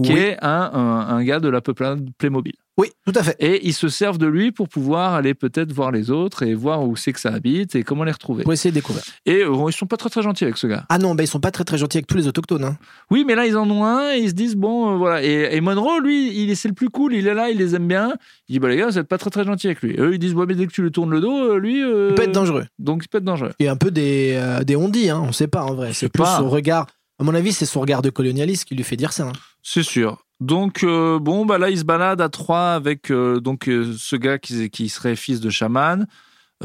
qui Oui. est un, un, un gars de la peuplade Playmobil. oui, tout à fait. Et ils se servent de lui pour pouvoir aller peut-être voir les autres et voir où c'est que ça habite et comment les retrouver. Pour essayer de découvrir. Et euh, ils sont pas très très gentils avec ce gars. Ah non, bah, ils sont pas très très gentils avec tous les autochtones. hein. Oui, mais là, ils en ont un et ils se disent, bon, euh, voilà. Et, et Monroe, lui, il est- c'est le plus cool, il est là, il les aime bien. Il dit, bah les gars, vous êtes pas très très gentils avec lui. Et eux, ils disent, ouais, mais dès que tu lui tournes le dos, euh, lui. euh, Il peut être dangereux. Donc, il peut être dangereux. Et un peu des, euh, des ondis, hein, on sait pas en vrai. Je C'est sais plus pas. son regard. À mon avis, c'est son regard de colonialiste qui lui fait dire ça. hein. C'est sûr. Donc, euh, bon, bah là, ils se baladent à trois avec euh, donc, euh, ce gars qui, qui serait fils de chaman.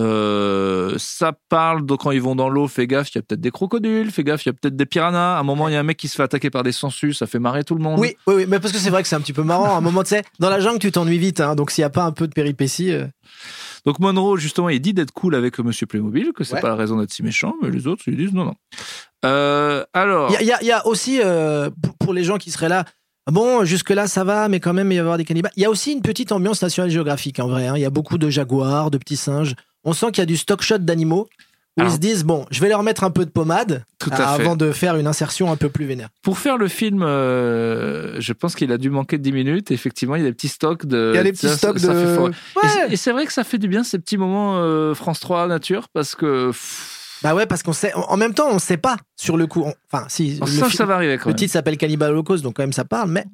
Euh, ça parle, donc quand ils vont dans l'eau, fais gaffe, il y a peut-être des crocodiles, fais gaffe, il y a peut-être des piranhas. À un moment, il y a un mec qui se fait attaquer par des sangsues, ça fait marrer tout le monde. Oui, oui, oui, mais parce que c'est vrai que c'est un petit peu marrant. À un moment, tu sais, dans la jungle, tu t'ennuies vite. hein, donc s'il n'y a pas un peu de péripéties. euh, Donc Monroe, justement, il dit d'être cool avec Monsieur Playmobil, que c'est Ouais. pas la raison d'être si méchant, mais les autres, ils disent non, non. Euh, alors, Il y a- il y, a- il y a aussi, euh, pour, pour les gens qui seraient là, bon, jusque-là, ça va, mais quand même, il va y avoir des cannibales. Il y a aussi une petite ambiance nationale géographique, en vrai. hein. Il y a beaucoup de jaguars, de petits singes. On sent qu'il y a du stock shot d'animaux. Où Alors- ils se disent, bon, je vais leur mettre un peu de pommade Ah. tout euh, à fait. avant de faire une insertion un peu plus vénère. Pour faire le film, euh, je pense qu'il a dû manquer de 10 minutes. Effectivement, il y a des petits stocks de. Il y a des petits ça- stocks Euh, ça de. fait fort. Et c'est- Ouais. Et c'est vrai que ça fait du bien ces petits moments euh, France 3 nature, parce que. pff, Bah ouais, parce qu'on sait. En en même temps, on sait pas sur le coup. On- Enfin, si. on le sent que fi- Oh, ça va arriver quand le même. titre s'appelle Cannibal Holocaust, donc quand même ça parle, mais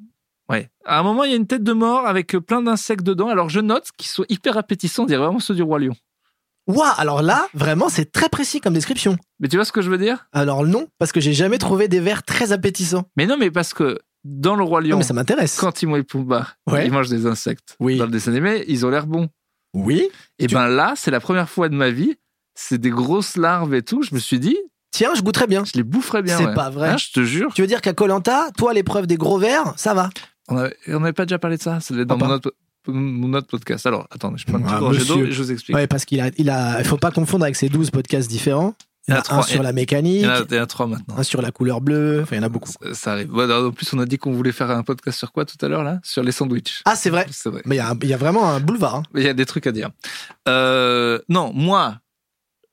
Ouais. À un moment, il y a une tête de mort avec euh, plein d'insectes dedans. Alors je note qu'ils sont hyper appétissants, on dirait vraiment ceux du Roi Lion. waouh Alors là, vraiment, c'est très précis comme description. Mais tu vois ce que je veux dire Alors non, parce que j'ai jamais trouvé des vers très appétissants. Mais non, mais parce que dans le Roi Non, Lion. mais ça m'intéresse. quand Timon et Pumba, Ouais. ils mangent des insectes. Oui. Dans le dessin animé, ils ont l'air bons. Oui. Et Tu- ben là, c'est la première fois de ma vie, c'est des grosses larves et tout. Je me suis dit, Tiens, je goûterais bien. je les boufferais bien. C'est ouais. pas vrai. Hein, je te jure. Tu veux dire qu'à Colanta, toi, l'épreuve des gros vers, ça va On avait, on avait pas déjà parlé de ça Ça devait être dans Pas mon autre, mon autre podcast. Alors, attendez, je prends une Ah, petite gorgée d'eau monsieur. et je vous explique. Ouais, parce qu'il a, il a, il faut pas confondre avec ces 12 podcasts différents. Il y en a un trois. sur la Il mécanique, y en a, il y en a trois maintenant. un sur la couleur bleue. Enfin, il y en a beaucoup. Ça, ça arrive. Bon, alors, en plus, on a dit qu'on voulait faire un podcast sur quoi tout à l'heure là Sur les sandwichs. Ah, c'est vrai. C'est vrai. Mais il y, a un- il y a vraiment un boulevard. hein. Il y a des trucs à dire. Euh, non, moi,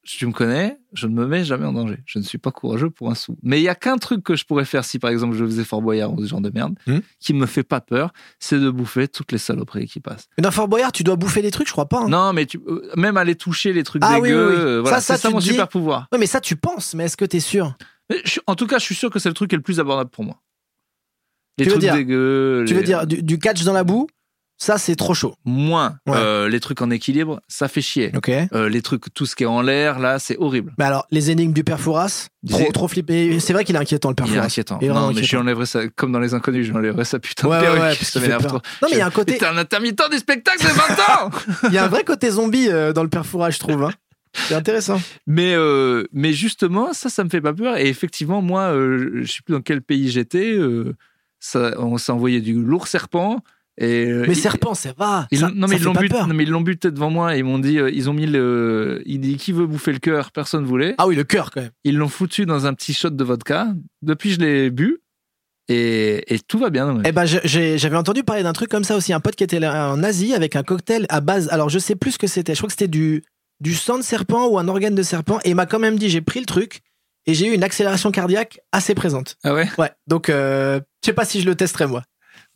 tu me connais, je ne me mets jamais en danger. Je ne suis pas courageux pour un sou. Mais il y a qu'un truc que je pourrais faire si, par exemple, je faisais Fort Boyard ou ce genre de merde, Hmm. qui me fait pas peur, c'est de bouffer toutes les saloperies qui passent. Mais dans Fort Boyard, tu dois bouffer des trucs, je crois pas. hein. Non, mais tu, euh, même aller toucher les trucs Ah oui, dégueux, oui, oui. euh, Ça, voilà, ça, c'est ça tu mon te dis- super pouvoir. Ouais, mais ça, tu penses, mais est-ce que t'es sûr Mais je suis- en tout cas, je suis sûr que c'est le truc qui est le plus abordable pour moi. Les Tu veux trucs dire- dégueux. Tu les- veux dire, du, du catch dans la boue, ça c'est trop chaud. Moins. Ouais. Euh, les trucs en équilibre, ça fait chier. Ok. Mais Euh, les trucs, tout ce qui est en l'air, là, c'est horrible. alors, les énigmes du père Fouras, trop, Disais- trop flippé. C'est vrai qu'il est inquiétant le père Il est Fouras. inquiétant. Il est non, vraiment mais je inquiétant. l'enlèverai ça, comme dans Les Inconnus, je l'enlèverai ça putain Ouais, de ouais, perruque. ouais, parce ça qu'il fait m'énerve trop. peur. Non, mais il y a un côté, T'es un intermittent du spectacle de 20 ans il y a un vrai côté zombie euh, dans le père Fouras, je trouve. hein. C'est intéressant. Mais, euh, mais justement, ça, ça me fait pas peur. Et effectivement, moi, euh, je sais plus dans quel pays j'étais. euh, ça, on s'est envoyé du lourd serpent. Et, euh, Mais il- serpent, ça va. ils ça, l'ont- non, ça mais ils fait l'ont pas buté, peur. non, mais ils l'ont buté devant moi et ils m'ont dit, euh, ils ont mis le, il dit qui veut bouffer le cœur, personne voulait. Ah oui, le cœur quand même. Ils l'ont foutu dans un petit shot de vodka. Depuis, je l'ai bu et, et tout va bien. non, mais- Eh ben, je- j'ai- j'avais entendu parler d'un truc comme ça aussi. Un pote qui était là en Asie avec un cocktail à base. Alors, je sais plus ce que c'était. Je crois que c'était du, du sang de serpent ou un organe de serpent. Et il m'a quand même dit j'ai pris le truc et j'ai eu une accélération cardiaque assez présente. Ah ouais. Ouais. Donc, euh, je sais pas si je le testerai moi.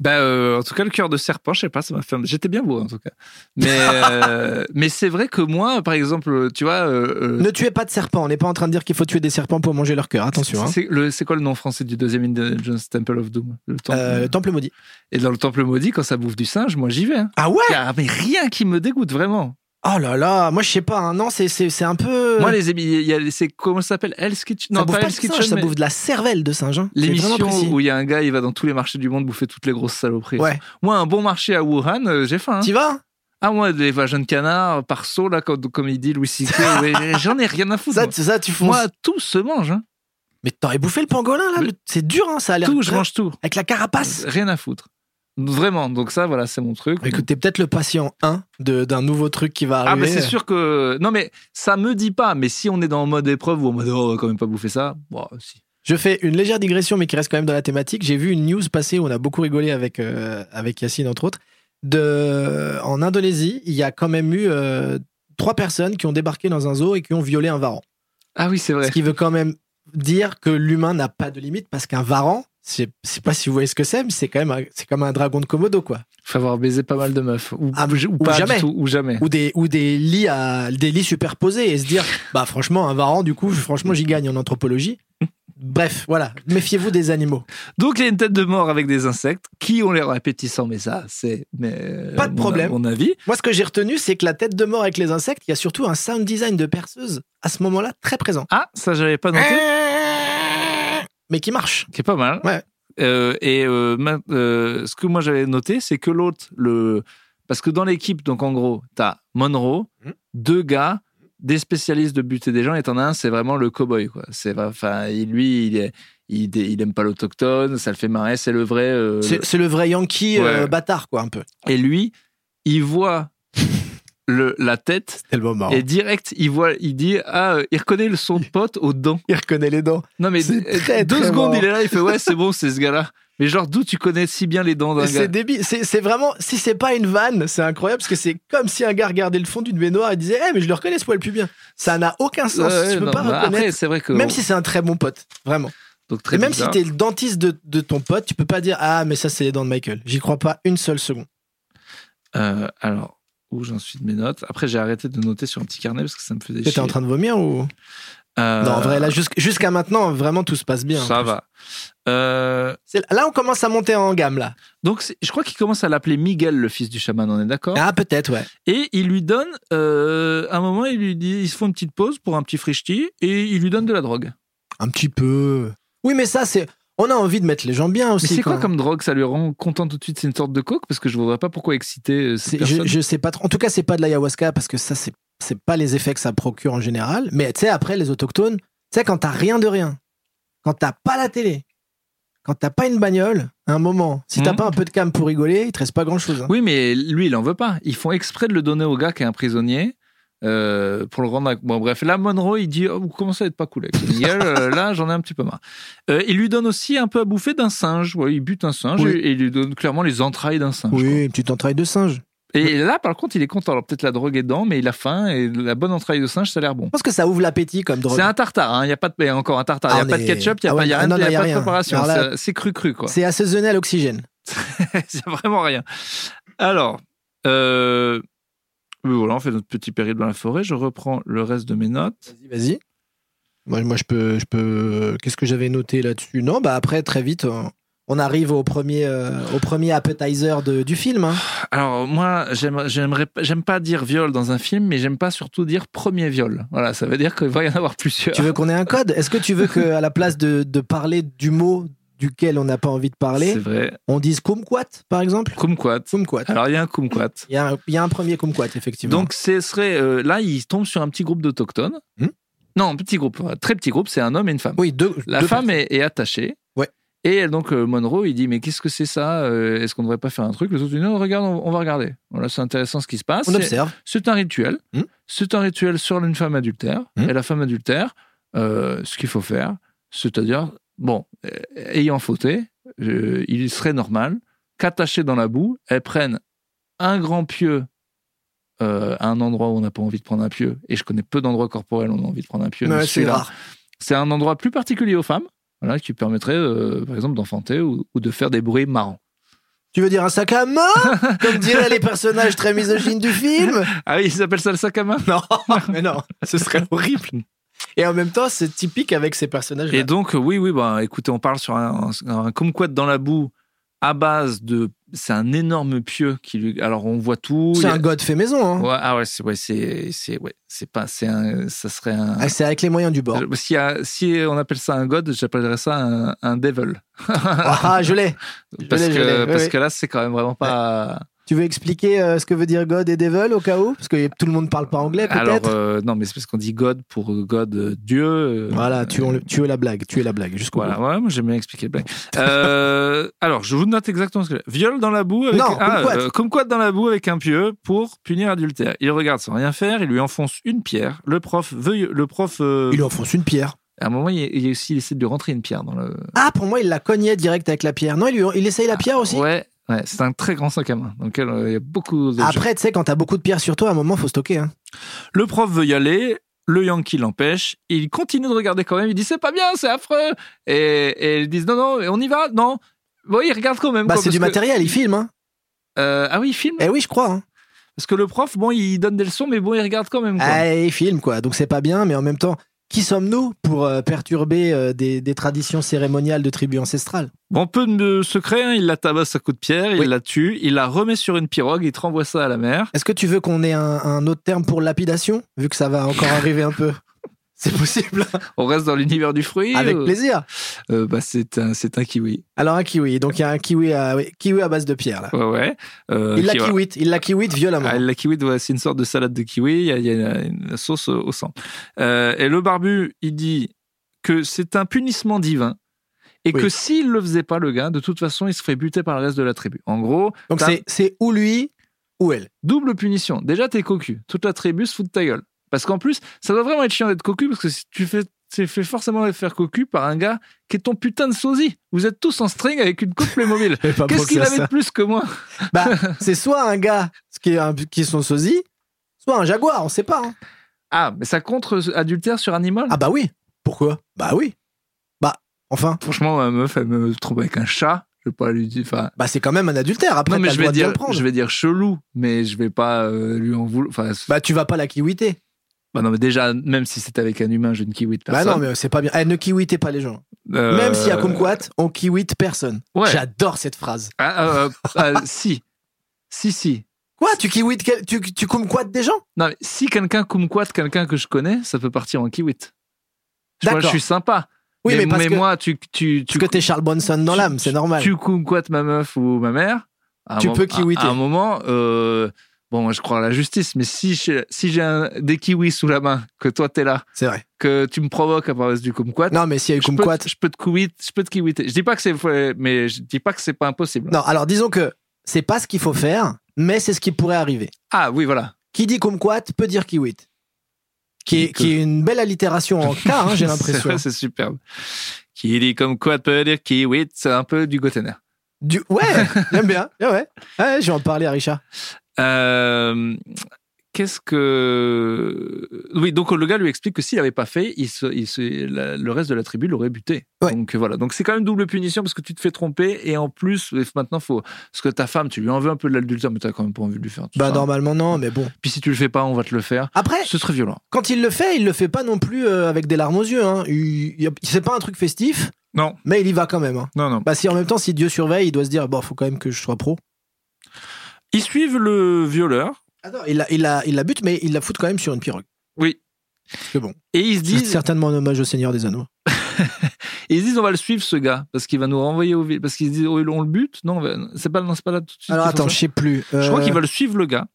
Bah, euh, en tout cas, le cœur de serpent, je sais pas, ça m'a fait. un- J'étais bien beau en tout cas. Mais euh, mais c'est vrai que moi, par exemple, tu vois. euh, euh, Ne tuez pas de serpent. On n'est pas en train de dire qu'il faut tuer des serpents pour manger leur cœur. Attention. hein. C'est le- c'est quoi le nom français du deuxième Indiana Jones Temple of Doom Le temple. Euh, temple maudit. Et dans le temple maudit, quand ça bouffe du singe, moi j'y vais. hein. Ah ouais Y a- mais rien qui me dégoûte vraiment. Oh là là. Moi, je sais pas. hein. Non, c'est- c'est c'est un peu. Moi, les émi- il y a- c'est comment ça s'appelle Hell's Kitchen. Euh. ça Non, bouffe pas pas de Hell's singe, Kitchen. ça mais bouffe de la cervelle de singe. hein. C'est vraiment L'émission précis. où il y a un gars, il va dans tous les marchés du monde bouffer toutes les grosses saloperies. Ouais. Moi, un bon marché à Wuhan, euh, j'ai faim. hein. T'y vas Ah, moi, des vagins de canard, par saut, là, comme, comme il dit Louis C.K. ouais, J'en ai rien à foutre. ça, moi. tu- ça, tu fonces. moi, tout se mange. hein. Mais t'aurais bouffé le pangolin là Mais- le- C'est dur, hein, ça a l'air. Ah, Tout, je très- mange Euh, tout. Avec la carapace Bah, Rien à foutre. Vraiment. Donc, ça, voilà, c'est mon truc. Écoute, t'es peut-être le patient 1 de- d'un nouveau truc qui va Ah arriver. bah c'est sûr que non mais ça me dit pas mais si on est dans mode épreuve ou en mode oh, on va quand même pas bouffer ça bon, si. Je fais une légère digression, mais qui reste quand même dans la thématique. J'ai vu une news passer où on a beaucoup rigolé avec, euh, avec Yacine, entre autres. De... En Indonésie, il y a quand même eu euh, trois personnes qui ont débarqué dans un zoo et qui ont violé un varan. ah oui c'est vrai Ce qui veut quand même dire que l'humain n'a pas de limite parce qu'un varan, je je sais pas si vous voyez ce que c'est, mais c'est quand même un- c'est comme un dragon de Komodo, quoi. faut avoir baisé pas mal de meufs ou, Ah, ou j- ou pas jamais. du tout ou jamais ou des ou des lits à des lits superposés et se dire bah franchement un varan du coup je- franchement j'y gagne en anthropologie bref voilà méfiez-vous des animaux donc il y a une tête de mort avec des insectes qui ont l'air appétissants mais ça c'est mais Pas de mon- problème. mon avis moi ce que j'ai retenu c'est que la tête de mort avec les insectes il y a surtout un sound design de perceuse à ce moment-là très présent ah ça j'avais pas noté mais qui marche qui est pas mal Ouais. Euh, et euh, ma- euh, ce que moi j'avais noté c'est que l'autre le parce que dans l'équipe donc en gros t'as Monroe Mhm. deux gars des spécialistes de buter des gens et t'en as un c'est vraiment le cowboy quoi c'est enfin il- lui il est il, dé- il aime pas l'autochtone ça le fait marrer c'est le vrai euh, c'est c'est le vrai yankee Ouais. euh, bâtard quoi un peu et lui il voit le, la tête c'est le moment et direct il voit il dit ah euh, il reconnaît le son de pote aux dents il reconnaît les dents non mais C'est euh, très, deux très secondes marrant. il est là il fait ouais c'est bon c'est ce gars là mais genre d'où tu connais si bien les dents d'un gars c'est débile c'est c'est vraiment si c'est pas une vanne c'est incroyable parce que c'est comme si un gars regardait le fond d'une baignoire et disait Eh, mais je le reconnais ce poil pubien ça n'a aucun sens Ouais, tu peux non, pas bah reconnaître Après, c'est vrai que. Même si c'est un très bon pote, vraiment. donc très Et même si bizarre. t'es le dentiste de, de ton pote, tu peux pas dire Ah, mais ça, c'est les dents de Michael. J'y crois pas une seule seconde. Euh, alors, où j'en suis de mes notes Après, j'ai arrêté de noter sur un petit carnet parce que ça me faisait T'étais chier. en train de vomir ou Euh, Non, en vrai, là, jusqu'- jusqu'à maintenant, vraiment, tout se passe bien. Ça va. Euh, C'est- Là, on commence à monter en gamme, là. donc, c'est- je crois qu'il commence à l'appeler Miguel, le fils du chaman, on est d'accord Ah, peut-être, ouais. Et il lui donne, euh, à un moment, il lui dit, ils se font une petite pause pour un petit frishti et il lui donne de la drogue. Un petit peu. Oui, mais ça, c'est. On a envie de mettre les gens bien aussi. Mais c'est quoi quand- comme drogue Ça lui rend content tout de suite C'est une sorte de coke Parce que je ne vois pas pourquoi exciter euh, cette C'est- je, personne. je sais pas trop. En tout cas, c'est pas de l'ayahuasca parce que ça, c'est c'est pas les effets que ça procure en général. Mais tu sais, après, les autochtones, tu sais, quand t'as rien de rien, quand t'as pas la télé, quand t'as pas une bagnole, à un moment, si t'as Mhm. pas un peu de cam pour rigoler, il te reste pas hein. grand chose. Oui, mais lui, il en veut pas. Ils font exprès de le donner au gars qui est un prisonnier. euh, pour le rendre. à- Bon, bref, là, Monroe, il dit oh, Vous commencez à être pas cool avec ce Miguel, euh, là, j'en ai un petit peu marre. Euh, il lui donne aussi un peu à bouffer d'un singe. Ouais, il bute un singe Oui. et il lui donne clairement les entrailles d'un singe. Oui, une petite entraille de singe. quoi. Et là, par contre, il est content. Alors, peut-être la drogue est dedans, mais il a faim et la bonne entraille de singe, ça a l'air bon. Je pense que ça ouvre l'appétit comme drogue. C'est un tartare, hein. il y a pas de, il y a encore un tartare, il Ah, n'y a on pas de est- ketchup, il n'y a, Ah pas- ouais, il y a rien, non, il y non, a il y a pas de rien. préparation, Alors là- C'est- c'est cru-cru quoi. C'est assaisonné à l'oxygène. C'est vraiment rien. Alors, euh, oui, voilà, on fait notre petit périple dans la forêt. Je reprends le reste de mes notes. Vas-y, vas-y. Moi, moi je peux. Je peux... Qu'est-ce que j'avais noté là-dessus Non, bah après, très vite, on, on arrive au premier, euh, au premier appetizer de- du film. hein. Alors moi, j'aime- j'aimerais, pas- j'aime pas dire viol dans un film, mais j'aime pas surtout dire premier viol. Voilà, ça veut dire qu'il va y en avoir plusieurs. Tu veux qu'on ait un code Est-ce que tu veux qu'à la place de, de parler du mot duquel on n'a pas envie de C'est parler, vrai. on dise kumquat, par exemple Kumquat. Kumquat. Alors il y a un kumquat. Il y, a un- il y a un premier kumquat, effectivement. Donc ce serait euh, là, il tombe sur un petit groupe d'autochtones. Hmm. Non, petit groupe, euh, très petit groupe. C'est un homme et une femme. oui, deux. La deux femme est, est attachée. Ouais. Et elle, donc euh, Monroe, il dit mais qu'est-ce que c'est ça Euh, Est-ce qu'on ne devrait pas faire un truc Les autres disent non, regarde, on, on va regarder. Voilà, c'est intéressant ce qui se passe. On C'est- observe. C'est un rituel. Hmm. C'est un rituel sur une femme adultère. Hmm. Et la femme adultère, euh, ce qu'il faut faire, c'est-à-dire, bon, euh, ayant fauté, euh, il serait normal qu'attachée dans la boue, elle prenne un grand pieu euh, à un endroit où on n'a pas envie de prendre un pieu. Et je connais peu d'endroits corporels où on a envie de prendre un pieu. mais Ouais, c'est celui-là, rare. c'est un endroit plus particulier aux femmes, voilà, qui permettrait, euh, par exemple, d'enfanter ou, ou de faire des bruits marrants. Tu veux dire un sac à main Comme diraient les personnages très misogynes du film Ah oui, ils appellent ça le sac à main Non, mais non, ce serait horrible. Et en même temps, c'est typique avec ces personnages-là. Et donc, euh, oui, oui, bah, écoutez, on parle sur un, un, un kumquat dans la boue à base de. C'est un énorme pieu qui lui. Alors, on voit tout. il C'est y a- un god fait maison. hein. Ouais, ah ouais, c'est. Ouais, c'est, c'est, ouais, c'est pas. C'est un, ça serait un. Ah, c'est avec les moyens du bord. Euh, s'il y a- si on appelle ça un god, j'appellerais ça un, un devil. Ah, je l'ai. Je Parce, l'ai, je l'ai, que, ouais, parce ouais. que là, c'est quand même vraiment pas. Tu veux expliquer euh, ce que veut dire God et Devil au cas où Parce que tout le monde parle pas anglais, Alors, peut-être. euh, non, mais c'est parce qu'on dit god pour god, euh, Dieu. euh, Voilà, tu, on le- tu es la blague, tu es la blague jusqu'au Voilà, ouais, moi j'aime bien expliquer les blagues. Euh, alors, je vous note exactement ce que Viol dans la boue avec Non, ah, kumquat. euh, kumquat dans la boue avec un pieu pour punir adultère. Il regarde sans rien faire, il lui enfonce une pierre. Le prof veut le prof euh, bout. Il lui enfonce une pierre. à un moment il, il aussi il essaie de lui rentrer une pierre dans le Ah, pour moi, il la cognait direct avec la pierre. Non, il, lui, il essaye la pierre aussi Ah, Ouais, ouais, c'est un très grand sac à main dans lequel euh, il y a beaucoup de Après, tu sais, quand t'as beaucoup de pierres sur toi, à un moment, faut stocker. hein. Le prof veut y aller, le Yankee l'empêche, il continue de regarder quand même, il dit c'est pas bien, c'est affreux et, et ils disent non non, on y va, non. Bon, il regarde quand même. Bah, quoi, c'est parce du que- matériel, il filme. Hein. Euh, ah oui, il filme. Eh oui, je crois. hein. Parce que le prof, bon, il donne des leçons, mais bon, il regarde quand même. Quoi. Ah, il filme, quoi. Donc, c'est pas bien, mais en même temps, qui sommes-nous pour euh, perturber euh, des, des traditions cérémoniales de tribus ancestrales Bon, peu de secret, hein, il la tabasse à coups de pierre, Oui. il la tue, il la remet sur une pirogue, il te renvoie ça à la mer. Est-ce que tu veux qu'on ait un, un autre terme pour lapidation, vu que ça va encore arriver un peu C'est possible On reste dans l'univers du fruit. Avec euh, plaisir. euh, bah, c'est un, c'est un kiwi. Alors un kiwi, donc il y a un kiwi à, oui, kiwi à base de pierre là. Ouais, ouais. Euh, Il l'a qui- voilà. kiwit, il l'a kiwit violemment. Ah, la kiwi, ouais, c'est une sorte de salade de kiwi, il y a, il y a une sauce au au sang. Euh, et le barbu, il dit que c'est un punissement divin. Et Oui. que s'il le faisait pas, le gars, de toute façon, il se ferait buter par le reste de la tribu. En gros, donc t'as- c'est- c'est ou lui ou elle. Double punition. Déjà, t'es cocu. Toute la tribu se fout de ta gueule. Parce qu'en plus, ça doit vraiment être chiant d'être cocu parce que si tu fais, t'es fait forcément faire cocu par un gars qui est ton putain de sosie. Vous êtes tous en string avec une coupe Playmobil. Qu'est-ce qu'il avait de plus que moi Bah, c'est soit un gars ce qui est, un, qui est son sosie, soit un jaguar, on sait pas. hein. Ah, mais ça contre adultère sur animal Ah bah oui. Pourquoi Bah oui. Bah enfin, Franchement, ma meuf, elle me trompe avec un chat. Je vais pas lui dire. Enfin, bah c'est quand même un adultère. Après non, mais t'as je vais, le droit de bien dire, le prendre. je vais dire chelou, mais je vais pas euh, lui en vouloir. Enfin, c'est- Bah tu vas pas la kiwiter. bah non, mais déjà, même si c'était avec un humain, je ne kiwi de Bah personne. non mais c'est pas bien. Eh, ne kiwitez pas les gens. Euh, Même s'il y a kumquat, on kiwite personne. Ouais. J'adore cette phrase. Ah, euh, euh, si. Si, si. Quoi Tu kiwites quel- tu tu kumquates des gens Non, mais si quelqu'un kumquat quelqu'un que je connais, ça peut partir en kiwit. Je- Moi, je D'accord. suis sympa. Oui, mais, mais, parce mais que moi, tu, tu, tu, Parce que t'es Charles Bronson dans tu- l'âme, c'est normal. tu kumquates ma meuf ou ma mère. à un Tu mom- peux à- kiwiter. À, un moment, euh, bon, moi, je crois à la justice, mais si j'ai, si j'ai un- des kiwis sous la main, que toi, t'es là, C'est vrai. que tu me provoques à base du kumquat, Non, mais s'il y a eu je, peux, kumquat. te- je peux te kiwit, je peux te kiwiter. Je dis pas que c'est, vrai, mais je dis pas que c'est pas impossible. Non, alors disons que c'est pas ce qu'il faut faire, mais c'est ce qui pourrait arriver. Ah oui, voilà. Qui dit kumquat peut dire kiwit. Qui est, Qui- qui est une belle allitération en K, hein, j'ai C'est, l'impression. vrai, c'est superbe. Qui dit comme quoi peut dire kiwit, c'est un peu du Gotenner. Du... Ouais, j'aime bien. Ouais, ouais. Ouais, je vais en parler à Richard. Euh, qu'est-ce que. Oui, donc le gars lui explique que s'il n'avait pas fait, il se, il se- la- le reste de la tribu l'aurait buté. Ouais. Donc voilà. Donc c'est quand même double punition parce que tu te fais tromper et en plus, maintenant, faut. Parce que ta femme, tu lui en veux un peu de l'adultère, mais t'as quand même pas envie de lui faire tout Bah, ça. normalement, non, mais bon. Puis si tu le fais pas, on va te le faire. Après, C'est très violent. quand il le fait, il le fait pas non plus euh, avec des larmes aux yeux. Hein. Il- il- C'est pas un truc festif, Non, mais il y va quand même. hein. non, non. Bah, si en même temps, si Dieu surveille, il doit se dire bon, faut quand même que je sois pro. Ils suivent le violeur. Attends, il la, il, la, il la bute, mais il la fout quand même sur une pirogue. Oui. Parce que bon, Et ils se c'est disent, certainement un hommage au Seigneur des Anneaux. et ils se disent, on va le suivre ce gars parce qu'il va nous renvoyer au ville. Parce qu'ils se disent, oh, on le bute Non, on va- c'est pas, non, c'est pas là tout de suite. Alors qu'ils font attends, ça. je sais plus. Je crois Euh, qu'ils veulent suivre le gars.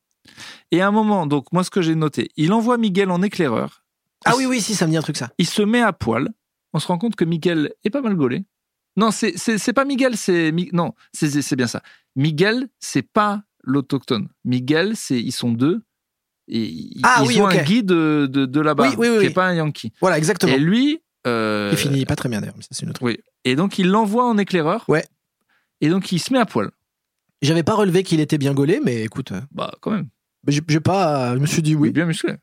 Et à un moment, donc moi, ce que j'ai noté, il envoie Miguel en éclaireur. Ah oui, oui, si, ça me dit un truc ça. Il se met à poil. On se rend compte que Miguel est pas mal gaulé. Non, c'est- c'est c'est pas Miguel, c'est Mi- non, c'est- c'est c'est bien ça. Miguel, c'est pas l'autochtone. Miguel, c'est ils sont deux. Et ils Ah ils oui, ont ok. un guide de, de, de là-bas Oui, oui, oui, qui est oui. pas un Yankee. Voilà, exactement. Et lui, euh, Il finit pas très bien d'ailleurs, mais ça c'est une autre. et donc il l'envoie en éclaireur. Ouais. Et donc il se met à poil. J'avais pas relevé qu'il était bien gaulé, mais écoute, euh, Bah quand même. j'ai j'ai pas, je me suis dit Il est oui. bien musclé.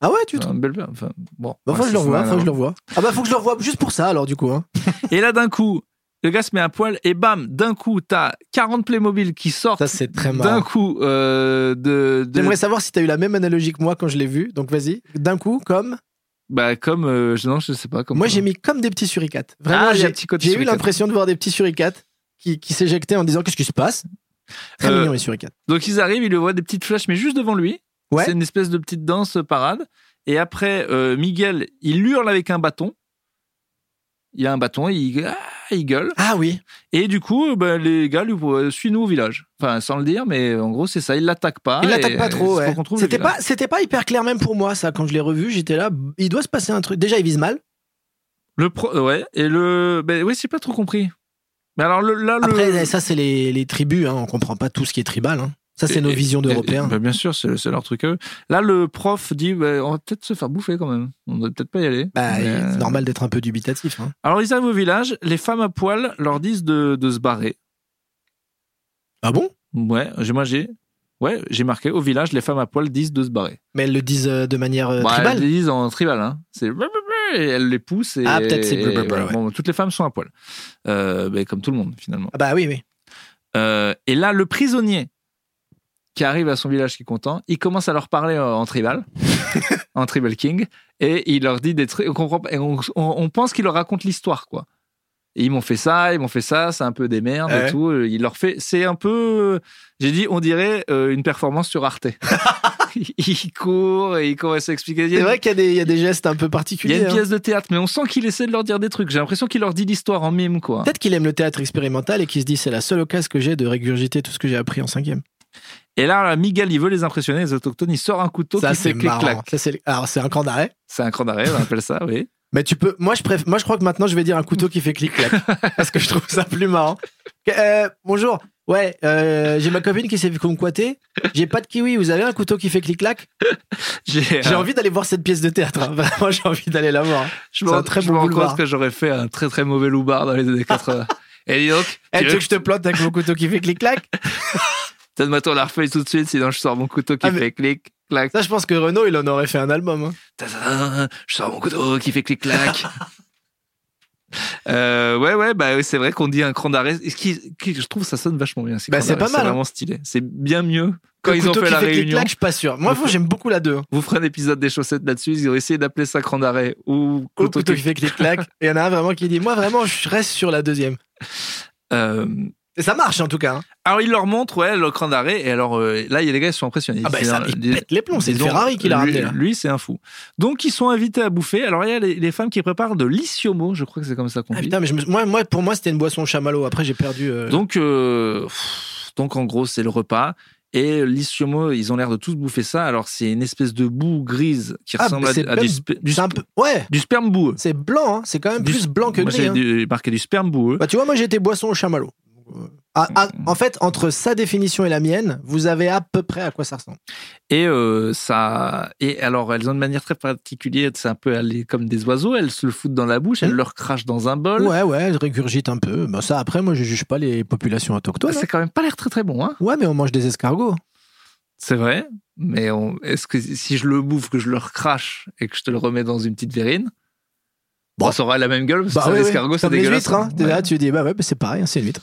Ah ouais, tu te. Enfin, belle paire. Enfin, bon. Bah, faut que Ouais, ça, ça je le n'a revoie, rien à faut que voir. je le revoie. Ah bah faut que je le revoie juste pour ça alors du coup. Hein. Et là, d'un coup, le gars se met à poil et bam, d'un coup, t'as 40 Playmobil qui sortent Ça c'est très d'un marrant. coup euh, de, de- J'aimerais savoir si t'as eu la même analogie que moi quand je l'ai vu. Donc vas-y, d'un coup comme. bah comme euh, je- non je sais pas comme moi j'ai mis comme des petits suricates. Vraiment, Ah, il y a j'ai un petit côté j'ai eu suricate. l'impression de voir des petits suricates qui, qui s'éjectaient en disant qu'est-ce qui se passe. Très Euh, mignon les suricates. donc ils arrivent ils lui voient des petites flèches mais juste devant lui Ouais. c'est une espèce de petite danse parade et après euh, Miguel il hurle avec un bâton il a un bâton il, ah, il gueule Ah oui. et du coup euh, ben, les gars lui euh, suis-nous au village enfin sans le dire mais en gros c'est ça il l'attaque pas Il Ah, et- l'attaque pas trop. faut ouais. qu'on trouve le C'était village. pas, c'était pas hyper clair même pour moi ça. Quand je l'ai revu, j'étais là. Il doit se passer un truc. Déjà, il vise mal. Le pro, ouais, et le, ben oui, j'ai pas trop compris. Mais alors le, là, le. Après, ça c'est les, les tribus. Hein. On comprend pas tout ce qui est tribal. hein. Ça c'est Et- nos et- visions et- d'Européens. ben, bien sûr, c'est c'est leur truc à eux. Là, le prof dit, ben, on va peut-être se faire bouffer quand même. On doit peut-être pas y aller. Bah, Mais, euh, C'est normal d'être un peu dubitatif. hein. Alors ils arrivent au village, les femmes à poil leur disent de, de se barrer. Ah bon Ouais, j'ai- moi j'ai. Ouais, j'ai marqué au village, les femmes à poil disent de se barrer. Mais elles le disent euh, de manière euh, Bah, tribale. elles le disent en tribal, hein. C'est et elles les poussent et. Ah, peut-être c'est et blablabla, ouais. Bon, toutes les femmes sont à poil. Euh, ben, comme tout le monde finalement. Ah bah oui, oui. Euh, et là, le prisonnier qui arrive à son village qui est content, il commence à leur parler euh, en tribal, en tribal king, et il leur dit des trucs. On, comprend pas- et on, on- on pense qu'il leur raconte l'histoire, quoi. Et ils m'ont fait ça, ils m'ont fait ça, c'est un peu des merdes Ouais. et tout. euh, Il leur fait, c'est un peu, euh, j'ai dit, on dirait euh, une performance sur Arte. il court et il commence à expliquer. Il y a C'est une- vrai qu'il y, a des- il y a des gestes un peu il y particuliers. a une hein. pièce de théâtre, mais on sent qu'il essaie de leur dire des trucs. J'ai l'impression qu'il leur dit l'histoire en mime, quoi. Peut-être qu'il aime le théâtre expérimental et qu'il se dit c'est la seule occasion que j'ai de régurgiter tout ce que j'ai appris en cinquième. Et là, là, Miguel, il veut les impressionner, les autochtones, il sort un couteau Ça qui fait c'est clic-clac. marrant. Ça, c'est- Alors c'est un camp d'arrêt. C'est un cran d'arrêt, on appelle ça, oui. Mais tu peux. Moi, je préf... Moi, je crois que maintenant, je vais dire un couteau qui fait clic-clac. parce que je trouve ça plus marrant. Euh, bonjour. Ouais, euh, j'ai ma copine qui s'est vu conquater. J'ai pas de kiwi. Vous avez un couteau qui fait clic-clac J'ai J'ai euh, envie d'aller voir cette pièce de théâtre. hein. Vraiment, j'ai envie d'aller la voir. hein. je c'est me un rends- très je bon me rends boulevard. compte que j'aurais fait un très très mauvais loupard dans les années 80. Et dis donc, tu Eh, tu veux veux que je te plante avec mon couteau qui fait clic-clac donne-moi ton larfeuille tout de suite, sinon je sors mon couteau qui Ah, mais- fait clic, clac. Ça, je pense que Renaud, il en aurait fait un album. hein. Tadam, Je sors mon couteau qui fait clic, clac. Euh, ouais, ouais, bah oui, c'est vrai qu'on dit un cran d'arrêt. Ce qui, qui- je trouve que ça sonne vachement bien. ces Bah, crans c'est pas d'arrêt. mal, C'est hein. vraiment stylé. C'est bien mieux. Quand Le ils ont couteau fait qui la réunion, clic-clac, je suis pas sûr. Moi, franchement, j'aime beaucoup la hein. 2. vous ferez un épisode des chaussettes là-dessus. Ils ont essayé d'appeler ça cran d'arrêt ou Le couteau, couteau qui qui fait clic-clac. Et il y en a un vraiment qui dit Moi, vraiment, je reste sur la deuxième. Euh, Et ça marche, en tout cas. hein. Alors, il leur montre, ouais, le cran d'arrêt. Et alors, euh, là, il y a des gars, ils sont impressionnés. Ah, bah, Ils- ça il ils- pète les plombs. C'est ils le ont- Ferrari qui l'a lui- ramené, là. Lui, c'est un fou. Donc, ils sont invités à bouffer. Alors, il y a les, les femmes qui préparent de l'issiomo. Je crois que c'est comme ça qu'on Ah, dit. putain, mais je me- moi, moi, pour moi, c'était une boisson chamallow. Après, j'ai perdu. euh, donc, euh, pff, donc, en gros, c'est le repas. Et l'issiomo, ils ont l'air de tous bouffer ça. Alors, c'est une espèce de boue grise qui Ah, ressemble mais à, c'est à du, même- spe- du c'est un sp- peu. Ouais, du sperme boueux. c'est blanc. hein. C'est quand même Du- plus blanc que Moi, gris. j'ai hein. du- marqué du sperme boueux. Bah, tu vois, moi, j'étais boisson au chamallow. Euh, ah, ah, Mmh. en fait, entre sa définition et la mienne, vous avez à peu près à quoi ça ressemble. Et euh, ça, et alors elles ont une manière très particulière, c'est un peu aller comme des oiseaux. Elles se le foutent dans la bouche, elles Mhm. leur crachent dans un bol. Ouais, ouais, elle régurgite un peu. Bah, ça, après, moi, je juge pas les populations autochtones. Ah, C'est quand même pas l'air très très bon, hein hein. Ouais, mais on mange des escargots. C'est vrai, mais on- est-ce que si je le bouffe, que je le recrache et que je te le remets dans une petite verrine, Bon. ça aura la même gueule parce que ça, Bah. ouais, ouais. l'escargot, c'est Bah, Comme les dégueulasse. huîtres, hein. Ouais. Là, tu dis, bah ouais, bah, c'est pareil, hein, c'est une huître.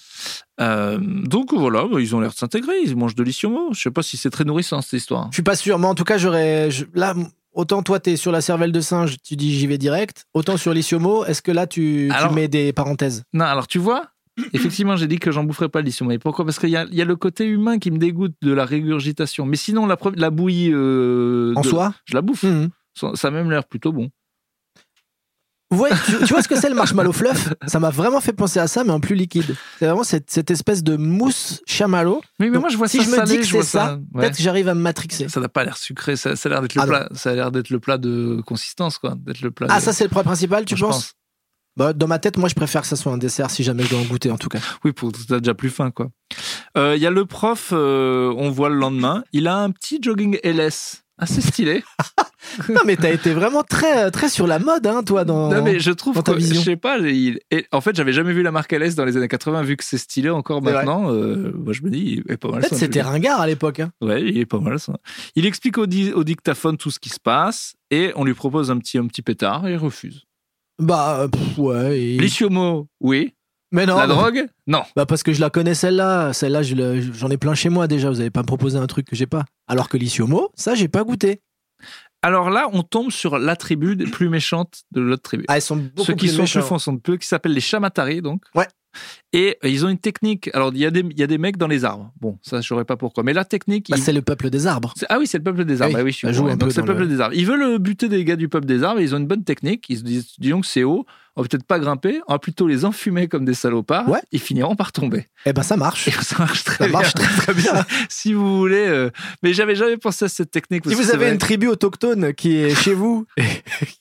Euh, donc voilà, bah, ils ont l'air de s'intégrer, ils mangent de l'issiomo. Je sais pas si c'est très nourrissant cette histoire. Je suis pas sûr, mais en tout cas, j'aurais. je- Là, autant toi, t'es sur la cervelle de singe, tu dis j'y vais direct. Autant sur l'issiomo, est-ce que là, tu, tu Alors- mets des parenthèses Non, alors tu vois, effectivement, j'ai dit que j'en boufferais pas l'issoum. Et pourquoi Parce qu'il y a, il y a le côté humain qui me dégoûte de la régurgitation. Mais sinon, la, pre- la bouillie. euh, En de- soi Je la bouffe. Mhm. Ça- Ça a même l'air plutôt bon. Ouais, tu, tu vois ce que c'est le marshmallow fluff Ça m'a vraiment fait penser à ça, mais en plus liquide. C'est vraiment cette, cette espèce de mousse chamallow. Mais, mais Donc, moi, je vois si ça je me salé, dis que vois c'est ça, ouais. Peut-être que j'arrive à me matrixer. Ça n'a pas l'air sucré, ça, ça a l'air d'être le Ah non. plat. Ça a l'air d'être le plat de consistance, quoi. D'être le plat. Ah, de- ça, c'est le point principal, tu je penses Bah, Dans ma tête, moi, je préfère que ça soit un dessert si jamais je dois en goûter, en tout cas. Oui, pour t'as déjà plus faim, quoi. Euh, Il y a le prof, euh, on voit le lendemain. Il a un petit jogging LS, assez stylé. Non, mais t'as été vraiment très, très sur la mode, hein, toi, dans. non, mais je trouve dans ta que, je vision. sais pas, il- et en fait, j'avais jamais vu la marque LS dans les années 80, vu que c'est stylé encore C'est vrai. maintenant. euh, moi, je me dis, il est pas mal. Peut-être son c'était jogging. ringard à l'époque. hein. Ouais, il est pas mal ça. Il explique au, di- au dictaphone tout ce qui se passe et on lui propose un petit, un petit pétard et il refuse. Bah, euh, pff, ouais. et- L'issiomo, oui. Mais non. la bah, drogue, non. Bah parce que je la connais celle-là, celle-là je la- j'en ai plein chez moi déjà, vous avez pas me proposé un truc que j'ai pas. Alors que l'issiomo, ça j'ai pas goûté. Alors là, on tombe sur l'attribut des plus méchante de l'autre tribu. Ah, elles sont beaucoup Ceux qui plus sont méchants. plus fonds sont peu, qui s'appellent les chamatari, donc. Ouais. Et euh, ils ont une technique. Alors, il y, a des- il y a des mecs dans les arbres. Bon, ça, je saurais pas pourquoi. Mais la technique. Bah, ils- c'est le peuple des arbres. c'est- Ah oui, c'est le peuple des arbres. Ah oui, Ah oui, je suis ça joue con, un ouais. peu Donc, c'est le dans peuple des arbres. Ils veulent euh, buter des gars du peuple des arbres. et Ils ont une bonne technique. Ils se disent, disons que c'est haut. On va peut-être pas grimper. On va plutôt les enfumer comme des salopards. Ouais. Ils finiront par tomber. Eh ben ça marche. Et ça marche très Ça bien. marche très très bien. Si vous voulez. euh, Mais j'avais jamais pensé à cette technique. si parce que vous c'est avez vrai. une tribu autochtone qui est chez vous et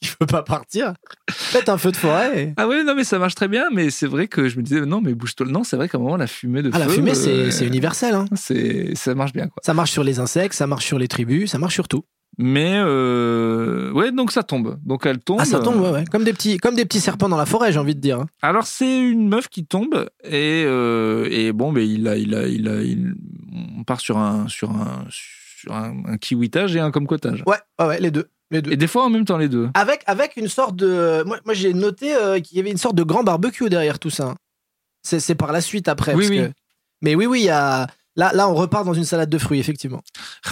qui veut pas partir, faites un feu de forêt. et- Ah oui, non, mais ça marche très bien, mais c'est vrai que je me disais, non, mais bouge-toi. Non, c'est vrai qu'à un moment, la fumée de Ah la feu, fumée euh, c'est c'est universel. hein. c'est- ça marche bien, quoi. Ça marche sur les insectes, ça marche sur les tribus, ça marche sur tout. Mais, euh, ouais, donc ça tombe. Donc elle tombe. Ah ça tombe ouais, ouais. comme des petits comme des petits serpents dans la forêt j'ai envie de dire. hein. Alors c'est une meuf qui tombe, et, euh, et bon, mais il a, il a, il a, il- on part sur un, sur un, sur un, un kiwitage et un comcotage. Ouais ouais, ouais les deux les deux. Et des fois en même temps, les deux. Avec, avec une sorte de. Moi, moi, j'ai noté euh, qu'il y avait une sorte de grand barbecue derrière tout ça. hein. C'est, c'est par la suite après. Oui, parce oui. que- Mais oui, oui, il y a. Là, là, on repart dans une salade de fruits, effectivement.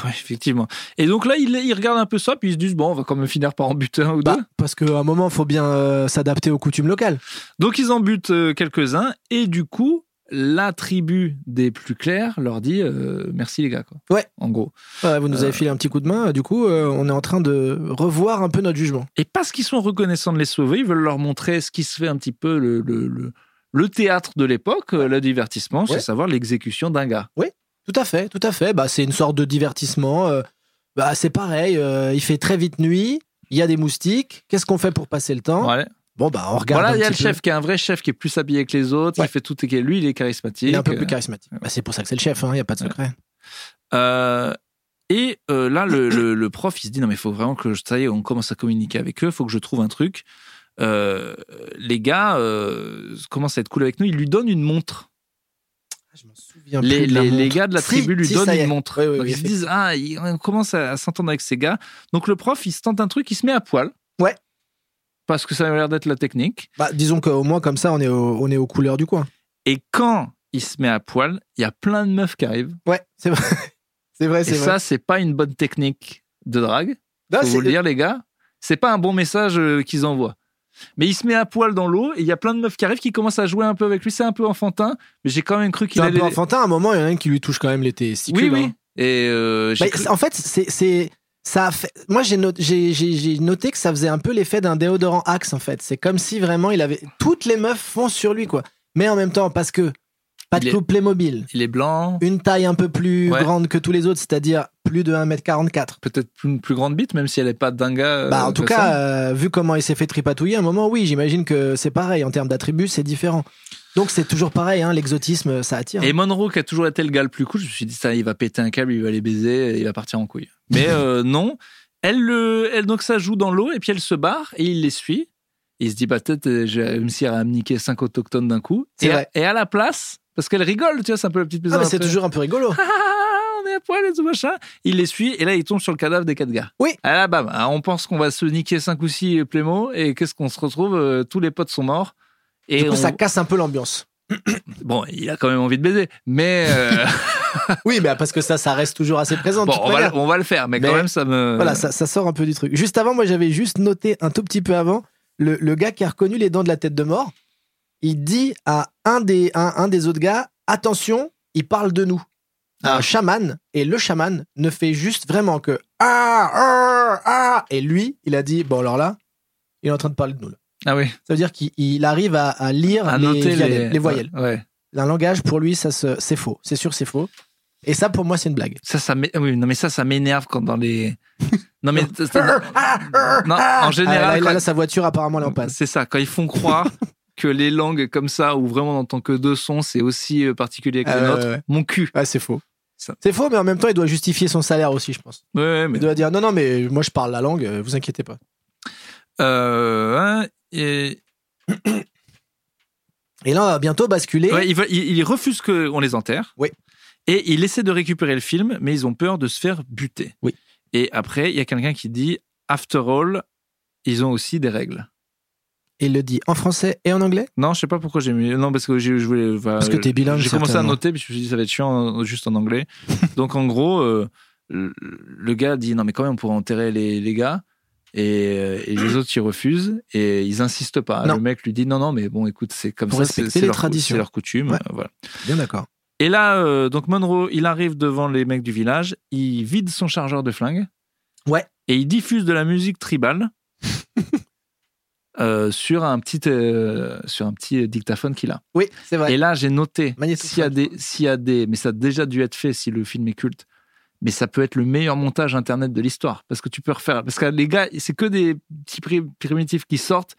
Ouais, effectivement. Et donc là, ils il regardent un peu ça, puis ils se disent, bon, on va quand même finir par en buter un ou deux. Bah, parce qu'à un moment, il faut bien euh, s'adapter aux coutumes locales. Donc ils en butent euh, quelques-uns et du coup la tribu des plus clairs leur dit euh, merci les gars quoi. Ouais. En gros. Ouais, vous nous Euh. avez filé un petit coup de main, euh, du coup, euh, on est en train de revoir un peu notre jugement. Et parce qu'ils sont reconnaissants de les sauver, ils veulent leur montrer ce qui se fait un petit peu le le, le- le théâtre de l'époque, euh, le divertissement, c'est Ouais. savoir l'exécution d'un gars. Tout à fait, tout à fait. Bah, c'est une sorte de divertissement. euh, bah, c'est pareil, euh, il fait très vite nuit, il y a des moustiques. Qu'est-ce qu'on fait pour passer le temps Voilà. Bon, bah, on regarde. Voilà, un il y a le petit peu. chef qui est un vrai chef qui est plus habillé que les autres, Ouais. il fait tout et lui il est charismatique. Il est un peu Euh, plus charismatique. Bah, c'est pour ça que c'est le chef, il n'y a pas de secret. Ah, Euh, et euh, là, le, le- le prof, il se dit non, mais il faut vraiment que je, ça y est, on commence à communiquer avec eux, il faut que je trouve un truc. Euh, les gars euh, commencent à être cool avec nous. Il lui donne une montre. Je m'en souviens Les, plus de la les- les montre. gars de la Si, tribu lui si, donnent ça y est. une montre. Oui, oui, Donc oui, ils se disent ah, il- on commence à, à s'entendre avec ces gars. Donc le prof, il se tente un truc, il se met à poil. Ouais. Parce que ça a l'air d'être la technique. Bah, disons qu'au moins, comme ça, on est, au- on est aux couleurs du coin. Et quand il se met à poil, il y a plein de meufs qui arrivent. Ouais, c'est vrai. c'est vrai, Et c'est ça, c'est pas une bonne technique de drague. vrai. Non, Faut vous le c'est- dire, les gars. C'est pas un bon message euh, qu'ils envoient. Mais il se met à poil dans l'eau et il y a plein de meufs qui arrivent qui commencent à jouer un peu avec lui. C'est un peu enfantin, mais j'ai quand même cru c'est qu'il un allait. peu enfantin. À un moment, il y en a un qui lui touche quand même les testicules. oui, oui. hein. Et euh, j'ai Bah, cru- c'est- en fait, c'est. c'est- Ça a fait... Moi, j'ai not- j'ai- j'ai- j'ai noté que ça faisait un peu l'effet d'un déodorant Axe, en fait. C'est comme si vraiment il avait. Toutes les meufs foncent sur lui, quoi. Mais en même temps, parce que. Pas Il de est- clou Playmobil. il est blanc, Une taille un peu plus Ouais. grande que tous les autres, c'est-à-dire plus de 1m44. peut-être une plus grande bite, même si elle est pas euh, dingue. Bah, en tout cas, euh, vu comment il s'est fait tripatouiller, à un moment, oui, j'imagine que c'est pareil. En termes d'attributs, c'est différent. Donc, c'est toujours pareil, hein, l'exotisme, ça attire. Ah, Et Monroe, qui a toujours été le gars le plus cool, je me suis dit, ça, il va péter un câble, il va les baiser, il va partir en couille. Mais euh, non, elle, le, elle, donc ça joue dans l'eau, et puis elle se barre, et il les suit. Il se dit, bah, peut-être, euh, je vais réussir à me niquer cinq autochtones d'un coup. C'est et, à- vrai. et à la place, parce qu'elle rigole, tu vois, c'est un peu la petite Ah, maison. mais c'est après. toujours un peu rigolo. Ah, on est à poil et tout machin. Il les suit et là, il tombe sur le cadavre des quatre gars. Oui. Ah là, bam, ah, on pense qu'on va se niquer 5 ou 6 plémo et qu'est-ce qu'on se retrouve Euh, Tous les potes sont morts. Et Du coup, on- ça casse un peu l'ambiance. Bon, il a quand même envie de baiser, mais euh, Oui, bah parce que ça, ça reste toujours assez présent. de bon, toute on va, manière. le- on va le faire, mais, Mais quand même, ça me. Voilà, ça, ça sort un peu du truc. Juste avant, moi, j'avais juste noté un tout petit peu avant le, le gars qui a reconnu les dents de la tête de mort. Il dit à un des, un, un des autres gars Attention, il parle de nous. Un Ah. chaman, et le chaman ne fait juste vraiment que Ah, ah, ah. Et lui, il a dit Bon, alors là, il est en train de parler de nous. là. Ah oui, Ça veut dire qu'il il arrive à, à lire à les, noter vianelles, les, Ah, les voyelles. Ouais, ouais. Un langage, pour lui, ça se- c'est faux. C'est sûr, c'est faux. Et ça, pour moi, c'est une blague. Ça, ça m'é- ah oui, non, mais ça, ça m'énerve quand dans les. Non, mais. non, en général. Ah, là, là, quand- là, sa voiture, apparemment, elle est en panne. C'est ça, quand ils font croire que les langues comme ça, où vraiment on n'entend que deux sons, c'est aussi euh, particulier que Ah, les ouais, nôtres. ouais, ouais. Mon cul. Ah, c'est faux. Ça- C'est faux, mais en même temps, il doit justifier son salaire aussi, je pense. Ouais, ouais, Il mais. doit dire non, non, mais moi je parle la langue, euh, vous inquiétez pas. Euh, hein, et... Et là, on va bientôt basculer. ouais, ils, veulent- ils- ils refusent qu'on les enterre. Oui. Et ils essaient de récupérer le film, mais ils ont peur de se faire buter. Oui. Et après, il y a quelqu'un qui dit After all, ils ont aussi des règles. Il le dit en français et en anglais Non, je sais pas pourquoi j'ai mis. Non, parce que j'ai- je voulais. enfin, Parce que t'es bilingue. J'ai commencé à certainement. noter, puis je me suis dit, ça va être chiant euh, juste en anglais. Donc, en gros, euh, le, le gars dit, non, mais quand même, on pourrait enterrer les, les gars. Et, euh, et les autres, ils refusent et ils insistent pas. Non. Le mec lui dit, non, non, mais bon, écoute, c'est comme Pour ça, c'est respecter c'est les leur, cou- traditions. c'est leur coutume. Ouais. euh, voilà. Bien d'accord. Et là, euh, donc Monroe, il arrive devant les mecs du village, il vide son chargeur de flingue. Ouais. Et il diffuse de la musique tribale. euh, sur un petit euh, sur un petit dictaphone qu'il a. Oui, c'est vrai. Et là, j'ai noté, Magnétosphère, s'il y, a des- s'il y a des. Mais ça a déjà dû être fait si le film est culte. Mais ça peut être le meilleur montage internet de l'histoire. Parce que tu peux refaire. Parce que les gars, c'est que des petits pri- primitifs qui sortent,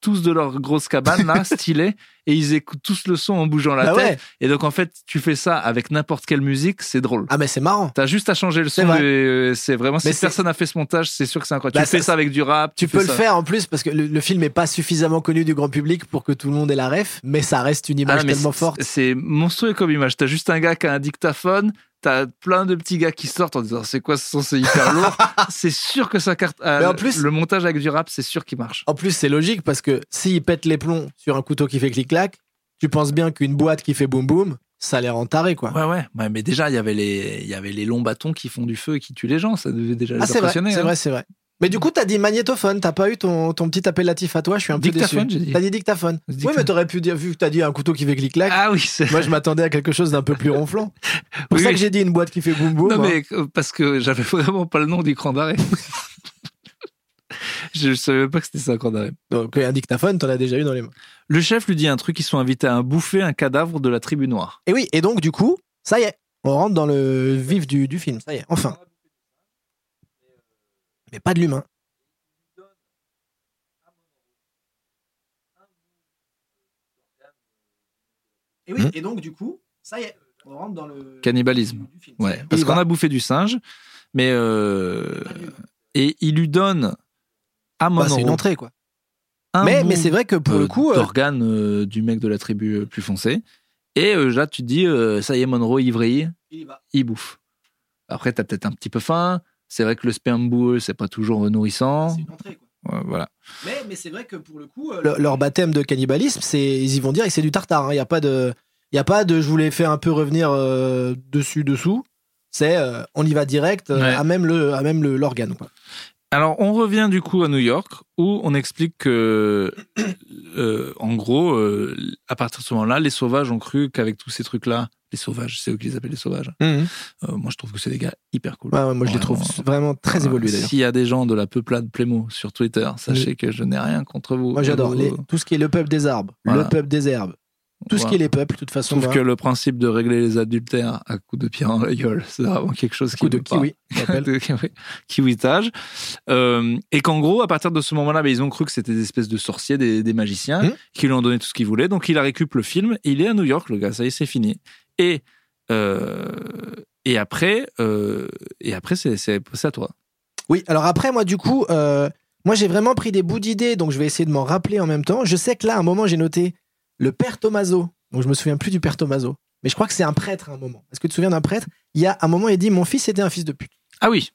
tous de leur grosse cabane, là, stylée, et ils écoutent tous le son en bougeant la Ah tête. ouais Et donc, en fait, tu fais ça avec n'importe quelle musique, c'est drôle. Ah, mais c'est marrant. T'as juste à changer le C'est son. vrai. et, euh, C'est vraiment. si Mais c'est- personne n'a fait ce montage, c'est sûr que c'est incroyable. Bah, tu fais ça- ça avec du rap. Tu fais peux le ça- faire en plus parce que le, le film n'est pas suffisamment connu du grand public pour que tout le monde ait la ref, mais ça reste une Ah, image mais tellement c'est- forte. C'est monstrueux comme image. T'as juste un gars qui a un dictaphone, t'as plein de petits gars qui sortent en disant c'est quoi ce son, c'est hyper lourd. c'est sûr que ça carte. euh, Mais en plus- le montage avec du rap, c'est sûr qu'il marche. En plus, c'est logique parce que s'ils pètent les plombs sur un couteau qui fait clic-clac, tu penses bien qu'une boîte qui fait boum-boum, ça les rend tarés, quoi. Ouais, ouais, ouais, mais déjà, il y avait les, il y avait les longs bâtons qui font du feu et qui tuent les gens. Ça devait déjà les Ah, c'est vrai, impressionner. c'est hein. vrai, c'est vrai. Mais du coup, t'as dit magnétophone, t'as pas eu ton, ton petit appellatif à toi, je suis un peu Dictaphone, déçu. j'ai dit. T'as dit dictaphone. Dictaphone. Oui, mais t'aurais pu dire, vu que t'as dit un couteau qui fait clic-clac, Ah oui, c'est. moi je m'attendais à quelque chose d'un peu plus ronflant. pour Oui, ça oui. que j'ai dit une boîte qui fait boum boum. Non, hein. mais euh, parce que j'avais vraiment pas le nom du cran d'arrêt. Je savais pas que c'était ça, un cran d'arrêt. Donc un dictaphone, t'en as déjà eu dans les mains. Le chef lui dit un truc ils sont invités à un bouffer un cadavre de la tribu noire. Et oui, et donc du coup, ça y est, on rentre dans le vif du, du film, ça y est, enfin. Mais pas de l'humain. Et oui, et donc du coup, ça y est, on rentre dans le Cannibalisme. Ouais, parce qu'on a bouffé du singe, mais euh, et il lui donne à mon Bah, c'est une euro entrée quoi. un mais bout, mais c'est vrai que pour euh, le coup, euh, d'organe euh, du mec de la tribu euh, plus foncée. Et euh, là, tu te dis, euh, ça y est, Monroe ivreillé, il bouffe. Après, t'as peut-être un petit peu faim. C'est vrai que le sperme boueux, c'est pas toujours nourrissant. Ouais, voilà. Mais, c'est vrai que pour le coup, euh, leur baptême de cannibalisme, c'est ils y vont dire que c'est du tartare. Il n'y a pas de, il y a pas de. Je voulais faire un peu revenir euh, dessus dessous. C'est euh, on y va direct euh, Ouais. à même le, à même le- l'organe. quoi. Alors, on revient du coup à New York, où on explique que, euh, en gros, euh, à partir de ce moment-là, les sauvages ont cru qu'avec tous ces trucs-là, les sauvages, c'est eux qui les appellent les sauvages. Euh, moi, je trouve que c'est des gars hyper cool. Ouais, ouais, moi, je les Ouais, trouve on- vraiment très Voilà. évolués d'ailleurs. S'il y a des gens de la peuplade Plémo sur Twitter, sachez que je n'ai rien contre vous. Moi, j'adore Vous- les- tout ce qui est le peuple des arbres, Euh, Voilà. le peuple des herbes, tout ce voilà. qui est les peuples. De toute Je façon, hein. trouve moi, que le principe de régler les adultères à coups de pierre en la gueule, c'est vraiment quelque chose qui coup de me parle. kiwi. je rappelle. de kiwi- kiwitage. Euh, et qu'en gros, à partir de ce moment-là, bah, ils ont cru que c'était des espèces de sorciers, des, des magiciens, Hmm. qui lui ont donné tout ce qu'ils voulaient. Donc il a récupéré le film, et il est à New York, le gars, ça y est, c'est fini. Et, euh, et après, euh, et après c'est c'est- c'est à toi. Oui, alors après, moi, du coup, euh, moi, j'ai vraiment pris des bouts d'idées, donc je vais essayer de m'en rappeler en même temps. Je sais que là, à un moment, j'ai noté le père Tomaso. Donc, je me souviens plus du père Tomaso. mais je crois que c'est un prêtre à un moment. Est-ce que tu te souviens d'un prêtre Il y a un moment, il dit Mon fils était un fils de pute. Ah oui.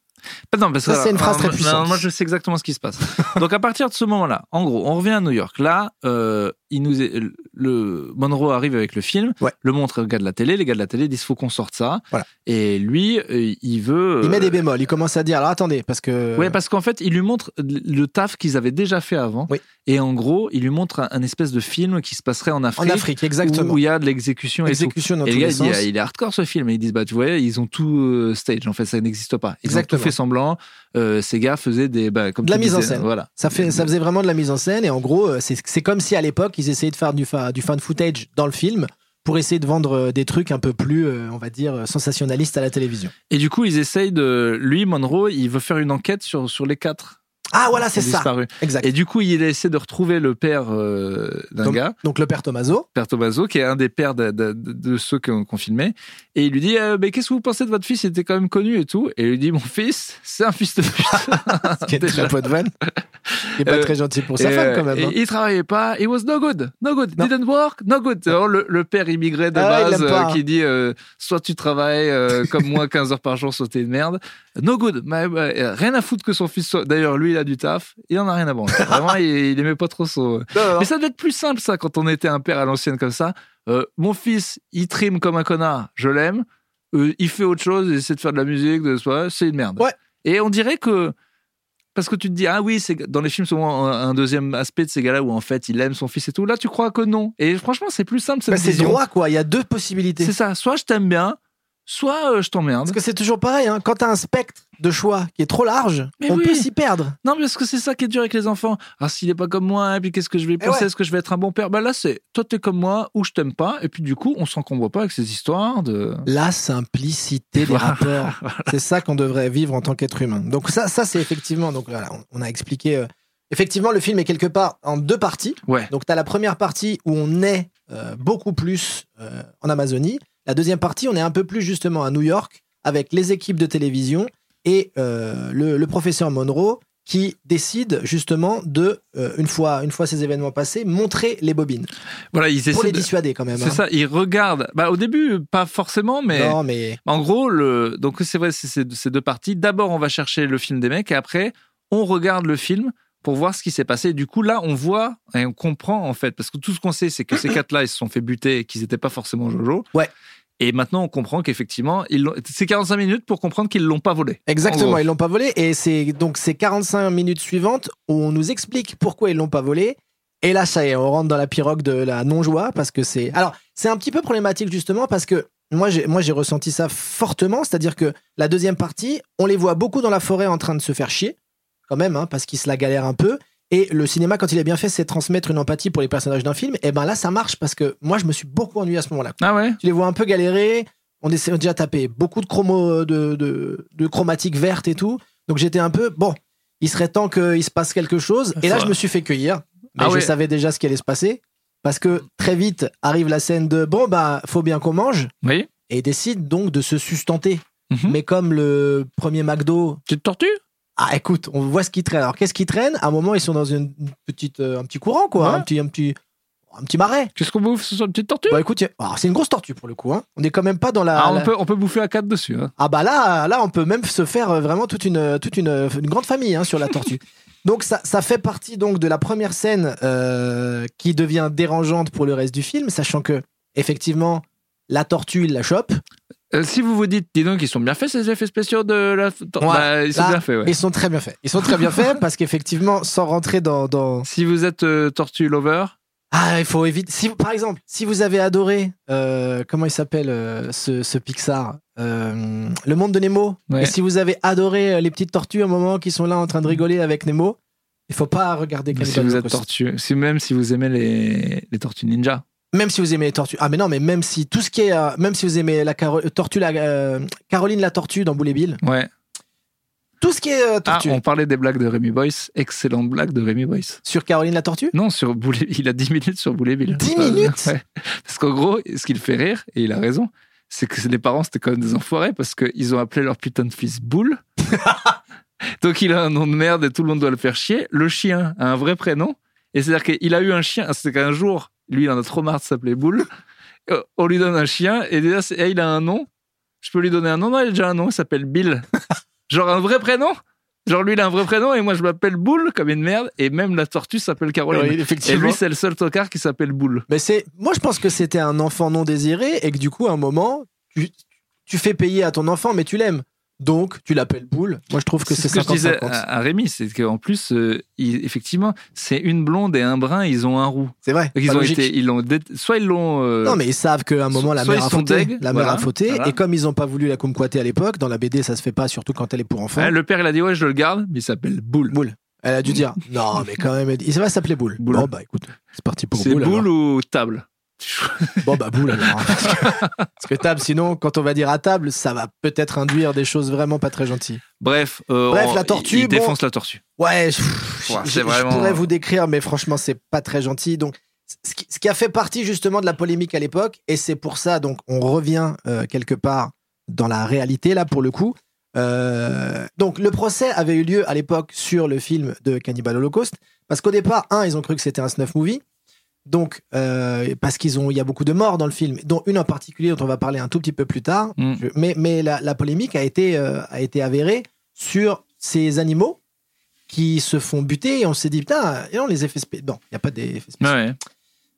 Pas- Non, parce que Ça, c'est une phrase alors, très non, non, puissante. moi, je sais exactement ce qui se passe. Donc, à partir de ce moment-là, en gros, on revient à New York. Là, euh, il nous est- le Monroe arrive avec le film, Ouais. le montre aux gars de la télé. Les gars de la télé disent faut qu'on sorte ça. Voilà. Et lui, euh, il veut. Il met euh, des bémols, il commence à dire Alors attendez, parce que. Ouais, parce qu'en fait, il lui montre le taf qu'ils avaient déjà fait avant. Oui. Et en gros, il lui montre un, un espèce de film qui se passerait en en Afrique, Afrique, exactement. où il y a de l'exécution et tout. Exécution dans Et tous les gars, les ils disent, sens. ah, il est hardcore ce film. Et ils disent, bah, tu vois, ils ont tout euh, stage. En fait, ça n'existe pas. Ils ont Exactement. tout fait semblant. Euh, ces gars faisaient des. Bah, comme De la tu mise en disais, scène. Voilà. Ça, fait, ça faisait vraiment de la mise en scène et en gros, euh, c'est c'est comme si à l'époque ils essayaient de faire du, fa- du fan footage dans le film pour essayer de vendre euh, des trucs un peu plus, euh, on va dire, euh, sensationnalistes à la télévision. Et du coup, ils essayent de. Lui, Monroe, il veut faire une enquête sur, sur les quatre. Ah voilà, qui c'est ont ça, disparu. exact. Et du coup, il essaie de retrouver le père euh, d'un Donc- gars, Donc le père Tomaso, Père Tobazo, qui est un des pères de, de- de- de ceux qu'on qu'on filmait. Et il lui dit euh, Mais qu'est-ce que vous pensez de votre fils Il était quand même connu et tout. Et il lui dit Mon fils, c'est un fils de pute. qui est Déjà. très pote van, qui est pas Euh, très gentil pour sa Et, femme euh, quand même. et hein. il travaillait pas. It was no good. No good. Non. Didn't work. No good. C'est vraiment le, le père immigré de Ah, il base euh, l'aime pas. qui dit euh, soit tu travailles euh, comme moi 15 heures par jour, soit t'es une merde. No good. Mais, euh, rien à foutre que son fils soit. D'ailleurs, lui, il a du taf. Il en a rien à branler. Vraiment, il, il aimait pas trop son. Mais ça devait être plus simple, ça, quand on était un père à l'ancienne comme ça. Euh, mon fils, il trime comme un connard. Je l'aime. Euh, il fait autre chose, il essaie de faire de la musique, de ouais, c'est une merde. Ouais. Et on dirait que parce que tu te dis ah oui, c'est dans les films souvent un, un deuxième aspect de ces gars-là où en fait il aime son fils et tout. Là, tu crois que non. Et franchement, c'est plus simple cette Bah, c'est vision. droit quoi, il y a deux possibilités. C'est ça. Soit je t'aime bien, soit euh, je t'emmerde. Parce que c'est toujours pareil, hein, quand t'as un spectre de choix qui est trop large, Mais on oui. peut s'y perdre. Non, mais parce que c'est ça qui est dur avec les enfants. Ah, s'il est pas comme moi, et puis qu'est-ce que je vais penser Eh ouais. Est-ce que je vais être un bon père Bah là, c'est toi t'es comme moi ou je t'aime pas. Et puis du coup, on s'encombre pas avec ces histoires de. La simplicité des Voilà. rapports. C'est ça qu'on devrait vivre en tant qu'être humain. Donc ça, ça c'est effectivement. Donc voilà, on, on a expliqué. euh, effectivement, le film est quelque part en deux parties. Ouais. Donc tu as la première partie où on est euh, beaucoup plus euh, en Amazonie. La deuxième partie, on est un peu plus justement à New York avec les équipes de télévision et euh, le, le professeur Monroe qui décide justement de, euh, une, fois, une fois ces événements passés, montrer les bobines Voilà, ils pour les essaient. de- dissuader quand même. C'est hein. ça. Ils regardent. Bah au début, pas forcément, mais. Non, mais En gros, le... donc c'est vrai, c'est c'est- c'est deux parties. D'abord, on va chercher le film des mecs, et après, on regarde le film pour voir ce qui s'est passé. Et du coup, là, on voit et on comprend en fait, parce que tout ce qu'on sait, c'est que ces quatre-là, ils se sont fait buter et qu'ils n'étaient pas forcément Jojo. Ouais. Et maintenant, on comprend qu'effectivement, ils l'ont- c'est 45 minutes pour comprendre qu'ils l'ont pas volé. En Exactement, gros. ils l'ont pas volé et c'est donc ces 45 minutes suivantes où on nous explique pourquoi ils l'ont pas volé. Et là, ça y est, on rentre dans la pirogue de la non-joie parce que c'est. Alors, c'est un petit peu problématique justement parce que moi, j'ai moi j'ai ressenti ça fortement, c'est-à-dire que la deuxième partie, on les voit beaucoup dans la forêt en train de se faire chier, quand même, hein, parce qu'ils se la galèrent un peu. Et le cinéma, quand il est bien fait, c'est transmettre une empathie pour les personnages d'un film. Et ben là, ça marche parce que moi, je me suis beaucoup ennuyé à ce moment-là. Ah ouais Tu les vois un peu galérer. On essaie on a déjà tapé beaucoup de, chromo, de, de, de chromatiques vertes et tout. Donc j'étais un peu, bon, il serait temps qu'il se passe quelque chose. Et là, Ça- je me suis fait cueillir. Mais Ah je ouais. savais déjà ce qui allait se passer. Parce que très vite arrive la scène de, bon, bah, faut bien qu'on mange. Oui. Et il décide donc de se sustenter. Mhm. Mais comme le premier McDo. Petite tortue Ah, écoute, on voit ce qui traîne. Alors, qu'est-ce qui traîne À un moment, ils sont dans une petite, euh, un petit courant, quoi. Ouais. Un, petit, un, petit, un petit marais. Qu'est-ce qu'on bouffe ce soir Une petite tortue Bah, écoute, y a- alors, c'est une grosse tortue pour le coup. hein. On est quand même pas dans la. ah, la- on, peut, on peut bouffer à quatre dessus. hein. ah bah là, là, on peut même se faire euh, vraiment toute une, euh, toute une, euh, une grande famille hein, sur la tortue. donc ça, ça fait partie donc de la première scène euh, qui devient dérangeante pour le reste du film, sachant que effectivement la tortue il la chope. Euh, si vous vous dites, dis donc, ils sont bien faits ces effets spéciaux de la. tor- Ouais, Bah, ils sont là, bien faits, ouais. Ils sont très bien faits. Ils sont très bien faits parce qu'effectivement, sans rentrer dans, dans Si vous êtes euh, tortue lover, ah il faut éviter. Si vous- par exemple, si vous avez adoré euh, comment il s'appelle euh, ce, ce Pixar, euh, Le Monde de Nemo, Ouais. et si vous avez adoré euh, les petites tortues à un moment qui sont là en train de rigoler avec Nemo. Il faut pas regarder Mais si Cannibal vous êtes Holocaust. tortue, si même si vous aimez les, les tortues ninja. Même si vous aimez les tortues. Ah, mais non, mais même si tout ce qui est. euh, même si vous aimez la Caro- euh, tortue, la, euh, Caroline la tortue dans Boulet Bill, Ouais. tout ce qui est euh, Ah, tortue. on parlait des blagues de Rémi Boyce. Excellente blague de Rémi Boyce. Sur Caroline la tortue Non, sur Boulet, il a 10 minutes sur Bouléville. 10 minutes Ouais. Parce qu'en gros, ce qui le fait rire, et il a raison, c'est que les parents, c'était quand même des enfoirés parce qu'ils ont appelé leur putain de fils Boule. Donc il a un nom de merde et tout le monde doit le faire chier. Le chien a un vrai prénom. Et c'est-à-dire qu'il a eu un chien, c'est qu'un jour, lui, il en a trop marre de s'appeler Boule. euh, on lui donne un chien et déjà, c'est- eh, il a un nom. Je peux lui donner un nom Non, il a déjà un nom, il s'appelle Bill. Genre un vrai prénom Genre lui, il a un vrai prénom et moi, je m'appelle Boule comme une merde. Et même la tortue s'appelle Caroline. Oui, et effectivement. lui, c'est le seul tocard qui s'appelle Boule. Mais c'est, moi, je pense que c'était un enfant non désiré et que du coup, à un moment, tu, tu fais payer à ton enfant, mais tu l'aimes. Donc, tu l'appelles boule. Moi, je trouve que c'est ce que je disais 50-50. à, à Rémi, c'est qu'en plus, euh, ils- effectivement, c'est une blonde et un brun, ils ont un roux. C'est vrai. euh, Donc, ils pas ont logique. été, ils l'ont dé- soit ils l'ont. euh, Non, mais ils savent qu'à un moment, la soit mère ils a sont fauté. deg, la voilà, mère a fauté. voilà. Et comme ils n'ont pas voulu la kumquater à l'époque, dans la BD, ça se fait pas, surtout quand elle est pour enfants. hein, le père, il a dit ouais, je le garde, mais il s'appelle Boule. Boule. Elle a dû dire non, mais quand même, elle- il va s'appeler boule. Boule. Bon, bah écoute, c'est parti pour C'est boule. alors. Boule ou table Bon, bah boule alors. hein. Parce que, parce que table, sinon, quand on va dire à table, ça va peut-être induire des choses vraiment pas très gentilles. Bref, euh, Bref, on- la tortue, Il, bon. défonce la tortue. Ouais, je, Ouais, je- c'est je vraiment- pourrais vous décrire, mais franchement, c'est pas très gentil. Donc, c- ce qui, ce qui a fait partie justement de la polémique à l'époque, et c'est pour ça, donc, on revient euh, quelque part dans la réalité, là, pour le coup. Euh, donc, le procès avait eu lieu à l'époque sur le film de Cannibal Holocaust, parce qu'au départ, un, ils ont cru que c'était un snuff movie. Donc, euh, parce qu'ils ont, il y a beaucoup de morts dans le film, dont une en particulier dont on va parler un tout petit peu plus tard. Mm. Je- mais mais la, la polémique a été, euh, a été avérée sur ces animaux qui se font buter et on s'est dit putain et on les effets spé- non il y a pas d'effets spéciaux Ouais.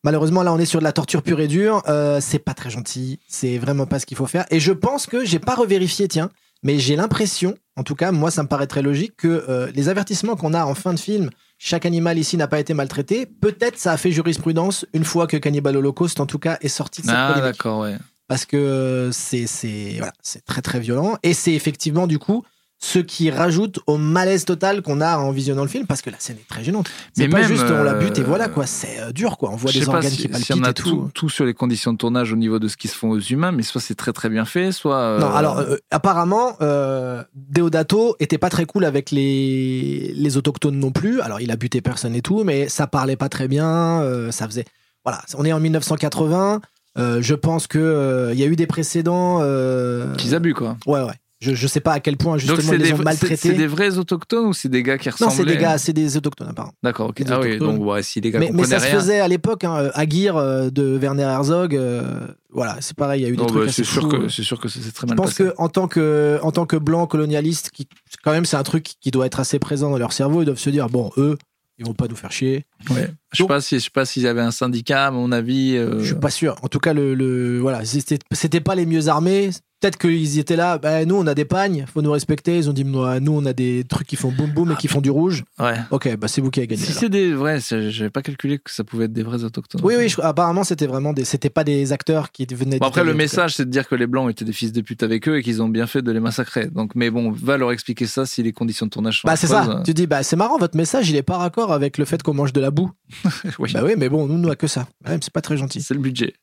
malheureusement là on est sur de la torture pure et dure Euh, c'est pas très gentil c'est vraiment pas ce qu'il faut faire et je pense que j'ai pas revérifié tiens mais j'ai l'impression en tout cas moi ça me paraît très logique que euh, les avertissements qu'on a en fin de film chaque animal ici n'a pas été maltraité peut-être ça a fait jurisprudence une fois que Cannibal Holocaust en tout cas est sorti de cette Ah polémique d'accord, ouais. parce que euh, c'est c'est voilà, c'est très très violent et c'est effectivement du coup ce qui rajoute au malaise total qu'on a en visionnant le film parce que la scène est très gênante. C'est Mais pas même, juste on la bute et euh, voilà quoi, c'est euh, dur quoi, on voit Je des sais pas organes si, qui si on palpitent a et tout. tout, tout sur les conditions de tournage au niveau de ce qui se font aux humains, mais soit c'est très très bien fait, soit. euh, Non, alors euh, apparemment euh, Deodato était pas très cool avec les les autochtones non plus. Alors il a buté personne et tout, mais ça parlait pas très bien, euh, ça faisait voilà, on est en 1980. euh, je pense que euh, il y a eu des précédents. euh, qu'ils abusent quoi. Ouais, ouais. Je, je sais pas à quel point justement Donc c'est ils les des, ont c'est- maltraités. c'est des vrais autochtones ou c'est des gars qui Non, ressemblaient c'est des gars, c'est des autochtones, apparemment. D'accord, ok. des Ah oui, autochtones. donc ouais, si les gars Mais, mais comprenaient ça se rien. faisait à l'époque, hein, euh, Aguirre euh, de Werner Herzog. euh, voilà, c'est pareil, il y a eu des Non, trucs bah, assez c'est sûr fous. euh. que c'est sûr que c'est très Je mal pense passé. que en tant que en tant que blanc colonialiste, qui quand même c'est un truc qui doit être assez présent dans leur cerveau. Ils doivent se dire bon, eux, ils vont pas nous faire chier. Je sais pas si je sais pas s'ils avaient un syndicat, à mon avis. euh, Je suis pas sûr. En tout cas, le, le- voilà, c'était c'était pas les mieux armés. Peut-être qu'ils étaient là. bah, nous, on a des pagnes, faut nous respecter. Ils ont dit Ouais, nous, on a des trucs qui font boum boum et qui font du rouge. Ouais. Ok, bah c'est vous qui avez gagné. Si alors. c'est des vrais, c'est- j'avais pas calculé que ça pouvait être des vrais autochtones. Oui, oui, je- apparemment, c'était vraiment des. C'était pas des acteurs qui venaient Bon, après, le d'Italie, en tout cas. message, c'est de dire que les Blancs étaient des fils de pute avec eux et qu'ils ont bien fait de les massacrer. Donc, mais bon, va leur expliquer ça si les conditions de tournage sont. Bah, c'est affreuses. ça. Tu dis, bah, c'est marrant, votre message, il est pas raccord avec le fait qu'on mange de la boue. Oui. Bah oui, mais bon, nous, on a que ça. Ouais, mais c'est pas très gentil. C'est le budget.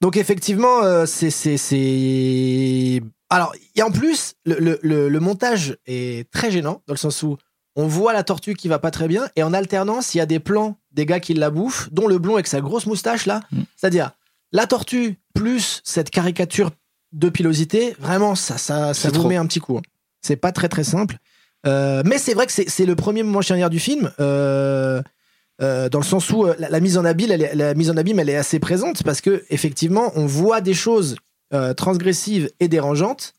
Donc, effectivement, euh, c'est- c'est. c'est- Alors, et en plus, le, le- le- le montage est très gênant, dans le sens où on voit la tortue qui va pas très bien, et en alternance, il y a des plans des gars qui la bouffent, dont le blond avec sa grosse moustache, là. Mm. C'est-à-dire, la tortue plus cette caricature de pilosité, vraiment, ça, ça, ça C'est vous trop. met un petit coup. hein. C'est pas très très simple. Euh, mais c'est vrai que c'est c'est le premier moment charnière du film, euh, euh, dans le sens où euh, la, la mise en abîme, elle est, la mise en abîme, elle est assez présente parce que effectivement, on voit des choses euh, transgressives et dérangeantes,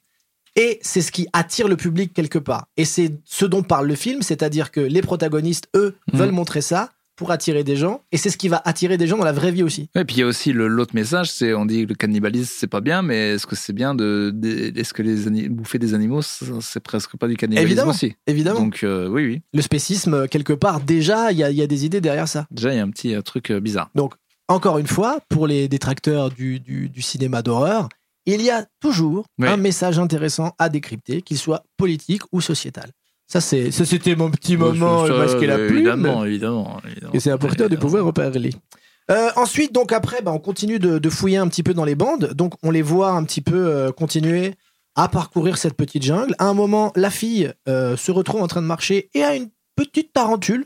et c'est ce qui attire le public quelque part. Et c'est ce dont parle le film, c'est-à-dire que les protagonistes, eux, Mhm. veulent montrer ça pour attirer des gens, et c'est ce qui va attirer des gens dans la vraie vie aussi. Et puis, il y a aussi le- l'autre message c'est on dit que le cannibalisme, c'est pas bien, mais est-ce que c'est bien de. de- est-ce que les ani- bouffer des animaux, ça, c'est presque pas du cannibalisme Évidemment. aussi Évidemment, Donc, euh, oui, oui. le spécisme, euh, quelque part, déjà, il y a- il y a des idées derrière ça. Déjà, il y a un petit euh, truc euh, bizarre. encore une fois, pour les détracteurs du, du- du cinéma d'horreur, il y a toujours Oui. un message intéressant à décrypter, qu'il soit politique ou sociétal. Ça, c'est, ça, c'était mon petit moment Ça, euh, masquer la euh, plume. Évidemment, évidemment. Et c'est important de évidemment. pouvoir en parler. Euh, ensuite, donc après, bah, on continue de, de fouiller un petit peu dans les bandes. Donc, on les voit un petit peu euh, continuer à parcourir cette petite jungle. À un moment, la fille euh, se retrouve en train de marcher et a une petite tarentule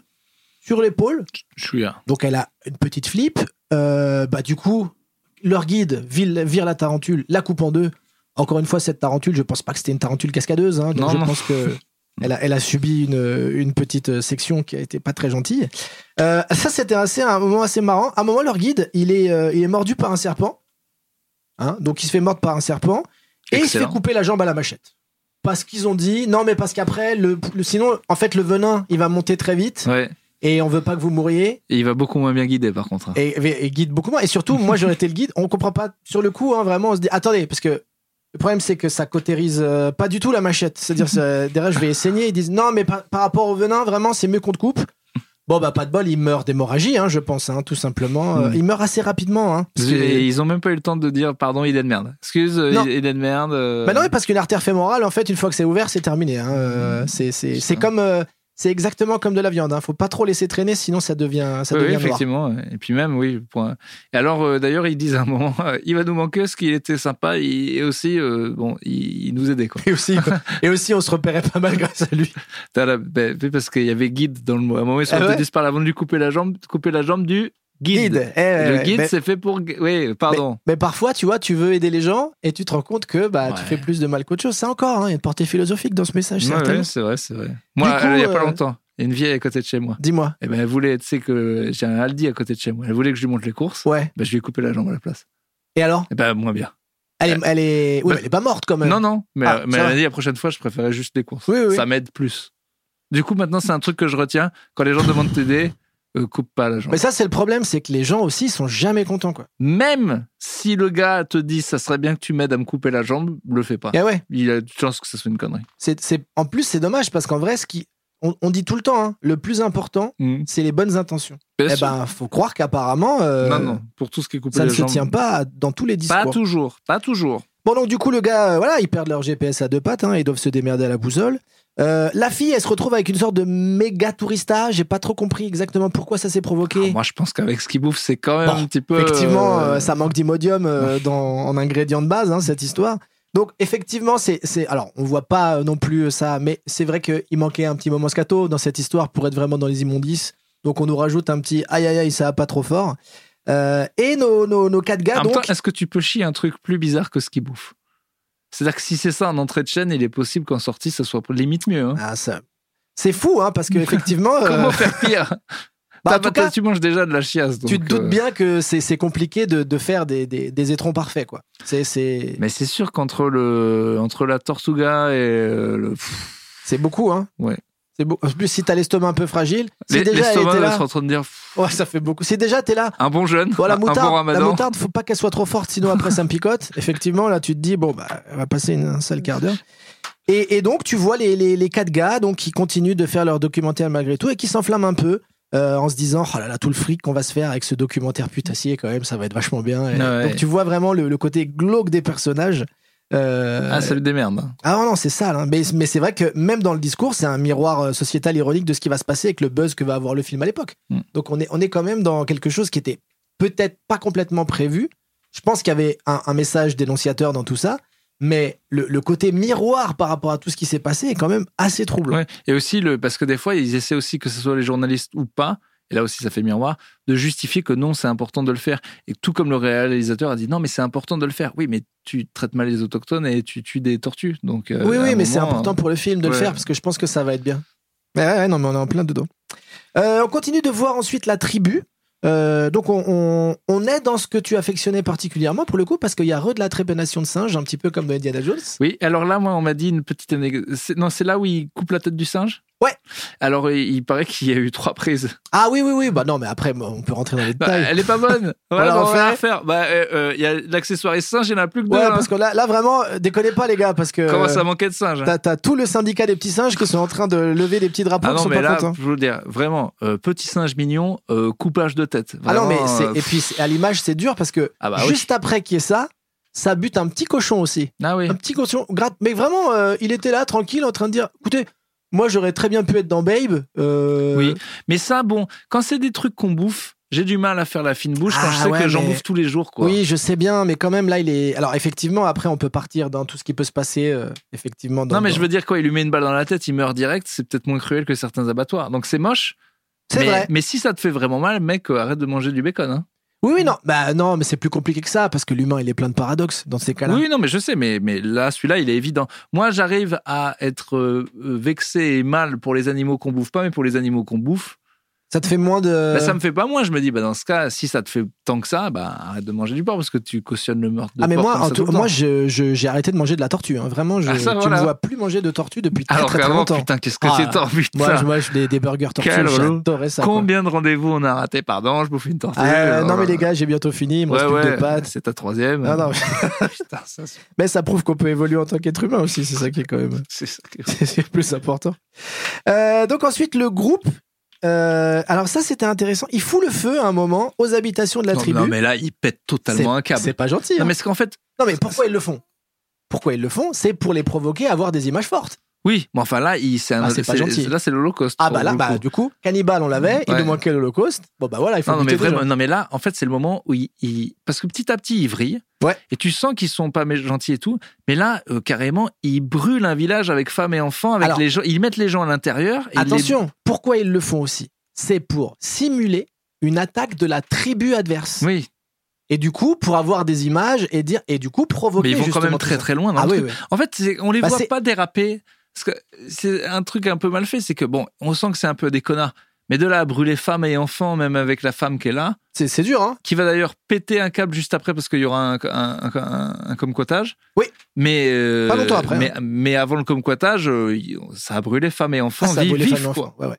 sur l'épaule. Je suis là. Donc elle a une petite flip. Euh, bah du coup, leur guide vire, vire la tarentule, la coupe en deux. Encore une fois, cette tarentule, je pense pas que c'était une tarentule cascadeuse. hein. donc Non, je non. pense que elle a, elle a subi une, une petite euh, section qui a été pas très gentille. Euh, ça, c'était assez un moment assez marrant. À un moment, leur guide, il est, euh, il est mordu par un serpent. hein, donc il se fait mordre par un serpent et il se fait Excellent. couper la jambe à la machette. Parce qu'ils ont dit non, mais parce qu'après, le, le- sinon, en fait, le venin, il va monter très vite Ouais. et on veut pas que vous mouriez. Et il va beaucoup moins bien guider, par contre. hein. Et, et- et guide beaucoup moins. Et surtout, moi, j'aurais été le guide. On comprend pas sur le coup, hein, vraiment. On se dit attendez, parce que le problème, c'est que ça cautérise euh, pas du tout la machette. C'est-à-dire, ça- derrière, je vais saigner. Ils disent non, mais par, par rapport au venin, vraiment, c'est mieux qu'on te coupe. Bon, bah, pas de bol, il meurt d'hémorragie, hein, je pense, hein, tout simplement. Euh, Mm. Il meurt assez rapidement. Hein, parce que- Et ils ont même pas eu le temps de dire pardon, il est de merde. Excuse, euh, Non. il est de merde. euh, Bah non, mais parce qu'une artère fémorale, en fait, une fois que c'est ouvert, c'est terminé. hein. Euh, Mmh. c'est- C'est c'est Putain. comme. euh, c'est exactement comme de la viande. Hein. Faut pas trop laisser traîner, sinon ça devient, ça oui, oui, devient noir. effectivement. ouais. Et puis même, oui. Point. Et alors, euh, d'ailleurs, ils disent à un moment, euh, il va nous manquer ce qu'il était sympa il- et aussi, euh, bon, il, il nous aidait quoi. Et aussi, quoi. et aussi, on se repérait pas mal grâce à lui. T'as la- ben, oui, parce qu'il y avait guide dans le mot. À un moment, ils se Ah ouais te disent par là, avant de lui couper la jambe, couper la jambe du guide. Guide. Eh, ouais, Le ouais. guide, mais, c'est fait pour. gu- Oui, pardon. mais parfois, tu vois, tu veux aider les gens et tu te rends compte que bah, tu Ouais. fais plus de mal qu'autre chose. Ça encore, hein, il y a une portée philosophique dans ce message, Ouais, certainement. ouais, c'est vrai, c'est vrai. Moi, coup, elle, il y a pas euh, longtemps, il y a une vieille à côté de chez moi. Dis-moi. Et ben, elle voulait, tu sais que j'ai un Aldi à côté de chez moi. Elle voulait que je lui monte les courses. Ouais. Ben, je lui ai coupé la jambe à la place. Et alors Et ben, moins bien. elle est, elle, est... Bah- Oui, mais elle est pas morte quand même. Non, non. Mais, euh, Ah, mais ça elle va. a dit la prochaine fois, je préférais juste les courses. Oui, oui. Ça m'aide plus. Du coup, maintenant, c'est un truc que je retiens. Quand les gens demandent de t'aider, euh, coupe pas la jambe. Mais ça, c'est le problème, c'est que les gens aussi sont jamais contents. Quoi. Même si le gars te dit, ça serait bien que tu m'aides à me couper la jambe, le fais pas. Et ouais. Il a de chance que ce soit une connerie. C'est, c'est- en plus, c'est dommage parce qu'en vrai, ce qui, on, on dit tout le temps, hein, le plus important, c'est les bonnes intentions. Bien eh sûr. ben, faut croire qu'apparemment, euh, non, non. Pour tout ce qui est couper ça la ne se jambe. tient pas à- dans tous les discours. Pas toujours. Pas toujours. Bon, donc du coup, le gars, euh, voilà, ils perdent leur GPS à deux pattes, hein, ils doivent se démerder à la boussole. Euh, la fille, elle se retrouve avec une sorte de méga tourista. J'ai pas trop compris exactement pourquoi ça s'est provoqué. Ah, moi, je pense qu'avec ce qu'il bouffe, c'est quand même Bon, un petit peu. Effectivement, euh, euh, ça manque d'imodium euh, dans, en ingrédient de base, hein, cette histoire. Donc, effectivement, c'est. c'est- Alors, on voit pas euh, non plus euh, ça, mais c'est vrai qu'il manquait un petit moment scato dans cette histoire pour être vraiment dans les immondices. Donc, on nous rajoute un petit aïe aïe aïe, ça va pas trop fort. Euh, et nos, nos, nos quatre gars, En même temps, donc. est-ce que tu peux chier un truc plus bizarre que ce qu'il bouffe C'est-à-dire que si c'est ça en entrée de chaîne, il est possible qu'en sortie, ça soit limite mieux. hein. Ah, ça- C'est fou, hein, parce que effectivement, euh, Comment faire pire bah, T'as en tout pas- cas, Tu manges déjà de la chiasse. tu te donc, doutes euh, bien que c'est c'est compliqué de, de faire des, des, des étrons parfaits, quoi. C'est- C'est Mais c'est sûr qu'entre le entre la tortuga et euh, le pff, c'est beaucoup, hein. Ouais. C'est beau. En plus, si t'as l'estomac un peu fragile, si les- déjà elle l'estomac était là, là, sont en train de dire pff, Ouais, ça fait beaucoup. Si déjà t'es là, un bon jeune, bon, la un bon moutarde, la ramadan. moutarde, faut pas qu'elle soit trop forte, sinon après ça me picote. Effectivement, là tu te dis bon bah on va passer une, un sale quart d'heure. Et, et donc tu vois les, les, les quatre gars donc qui continuent de faire leur documentaire malgré tout et qui s'enflamment un peu euh, en se disant oh là là tout le fric qu'on va se faire avec ce documentaire putassier quand même ça va être vachement bien. Et Ah Ouais. Donc tu vois vraiment le, le côté glauque des personnages. Euh, Ah, ça me démerde. hein. ah non, non, c'est ça. là. Mais, mais c'est vrai que même dans le discours, c'est un miroir euh, sociétal ironique de ce qui va se passer avec le buzz que va avoir le film à l'époque. Mm. Donc on est, on est quand même dans quelque chose qui était peut-être pas complètement prévu. Je pense qu'il y avait un, un message dénonciateur dans tout ça, mais le, le côté miroir par rapport à tout ce qui s'est passé est quand même assez troublant. Ouais. Et aussi le parce que des fois ils essaient aussi que ce soit les journalistes ou pas. Et là aussi ça fait miroir de justifier que non c'est important de le faire. Et tout comme le réalisateur a dit non mais c'est important de le faire. Oui mais tu traites mal les autochtones et tu tues des tortues donc. euh, oui, à un oui, mais c'est moment, important pour le film de le ouais. faire parce que je pense que ça va être bien. Ouais, ouais, non, mais on est en plein dedans. Euh, on continue de voir ensuite la tribu. Euh, donc on, on- on est dans ce que tu affectionnais particulièrement pour le coup parce qu'il y a re de la trépénation de singe un petit peu comme dans Indiana Jones. Oui, alors là, moi, on m'a dit une petite anecdote. C'est- Non, c'est là où il coupe la tête du singe Ouais. Alors, euh, il, il paraît qu'il y a eu trois prises. Ah oui oui oui bah non mais après moi, on peut rentrer dans les Bah, détails. elle est pas bonne. Voilà, voilà, on va refait. la refaire. Bah, euh, euh, il y a l'accessoiriste singe, il n'y en a plus que deux. Ouais hein. parce que là, là vraiment euh, déconnez pas les gars parce que Comment euh, ça manquait de singe hein. t'as, t'as tout le syndicat des petits singes qui sont en train de lever des petits drapeaux Ah qui non, sont mais pas là, contents. je veux dire, vraiment, euh, petit singe mignon, euh, coupage de tête. Ah non mais Vraiment, c'est euh, et puis c'est- à l'image c'est dur parce que Ah bah oui. juste après qu'il y ait ça ça bute un petit cochon aussi. Ah oui. un petit caution gratte. Mais vraiment, euh, il était là, tranquille, en train de dire écoutez, moi j'aurais très bien pu être dans Babe. euh, Oui. Mais ça, bon, quand c'est des trucs qu'on bouffe, j'ai du mal à faire la fine bouche quand Ah je sais ouais, que j'en mais- bouffe tous les jours, quoi. Oui, je sais bien, mais quand même, là, il est. Alors, effectivement, après, on peut partir dans tout ce qui peut se passer, euh, effectivement. Dans, Non, mais dans- je veux dire, quand il lui met une balle dans la tête, il meurt direct, c'est peut-être moins cruel que certains abattoirs. Donc c'est moche. C'est mais, vrai. mais si ça te fait vraiment mal, mec, euh, arrête de manger du bacon. hein. Oui, oui, non. Bah, non, mais c'est plus compliqué que ça, parce que l'humain, il est plein de paradoxes dans ces cas-là. Oui, non, mais je sais, mais, mais là, celui-là, il est évident. Moi, j'arrive à être euh, euh, vexé et mal pour les animaux qu'on bouffe pas, mais pour les animaux qu'on bouffe, Ça te fait moins de. Bah, ça me fait pas moins. Je me dis, bah, dans ce cas, si ça te fait tant que ça, bah, arrête de manger du porc parce que tu cautionnes le meurtre de ah mais porc moi, comme en ça tout- le temps. moi je- je- j'ai arrêté de manger de la tortue. hein. Vraiment, je, Ah, ça, tu voilà. me vois plus manger de tortue depuis très Alors très, très qu'avant, longtemps. putain, qu'est-ce que Ah, j'ai tordu de Moi, ça je, moi, je- des, des burgers tortues, Quel relou. j'adorais ça. quoi. Combien de rendez-vous on a raté Pardon, je bouffe une tortue. Euh, Oh non, là mais les là. gars, j'ai bientôt fini. Il me reste Ouais, plus que ouais, deux pattes. C'est ta troisième. Non, non, Putain, ça, c'est- mais ça prouve qu'on peut évoluer en tant qu'être humain aussi. C'est ça qui est quand même. c'est ça qui est- C'est le plus important. Euh, donc ensuite, le groupe. euh, alors ça, c'était intéressant. Il fout le feu à un moment aux habitations de la Non, tribu. non, mais là, il pète totalement un C'est câble. pas gentil. hein. Non, mais c'est qu'en fait, pourquoi ils le font Pourquoi ils le font C'est pour les provoquer à avoir des images fortes. oui, mais enfin là, il- c'est un- Ah, c'est pas gentil. Là, c'est l'Holocauste. Ah pour bah là, le bah, coup. du coup, cannibale, on l'avait. Il Ouais. nous manquait l'Holocauste. Bon bah voilà, il faut. Non, non, mais buter des vraiment, gens. non, mais là, en fait, c'est le moment où il, il- Parce que petit à petit, il vrille. Ouais. Et tu sens qu'ils sont pas mé- gentils et tout. Mais là, euh, carrément, ils brûlent un village avec femmes et enfants. Avec Alors- les gens, ils mettent les gens à l'intérieur. et ils les- Attention, pourquoi ils le font aussi C'est pour simuler une attaque de la tribu adverse. Oui, Et du coup, pour avoir des images et dire et du coup provoquer. mais ils vont quand justement même tout très ça. très loin. dans Ah le oui, truc. oui. En fait, c'est- on les Bah, c'est- voit pas déraper. Parce que c'est un truc un peu mal fait, c'est que bon, on sent que c'est un peu des connards. Mais de là à brûler femmes et enfants, même avec la femme qui est là, c'est c'est dur. Hein qui va d'ailleurs péter un câble juste après parce qu'il y aura un, un, un, un- un comquotage. Oui. Mais euh, Pas longtemps après, hein. Mais, mais avant le comquotage, euh, il- ça a brûlé femmes et enfants. Ah, ça vif, vaut les vif, femmes et quoi. enfants. Ouais, ouais.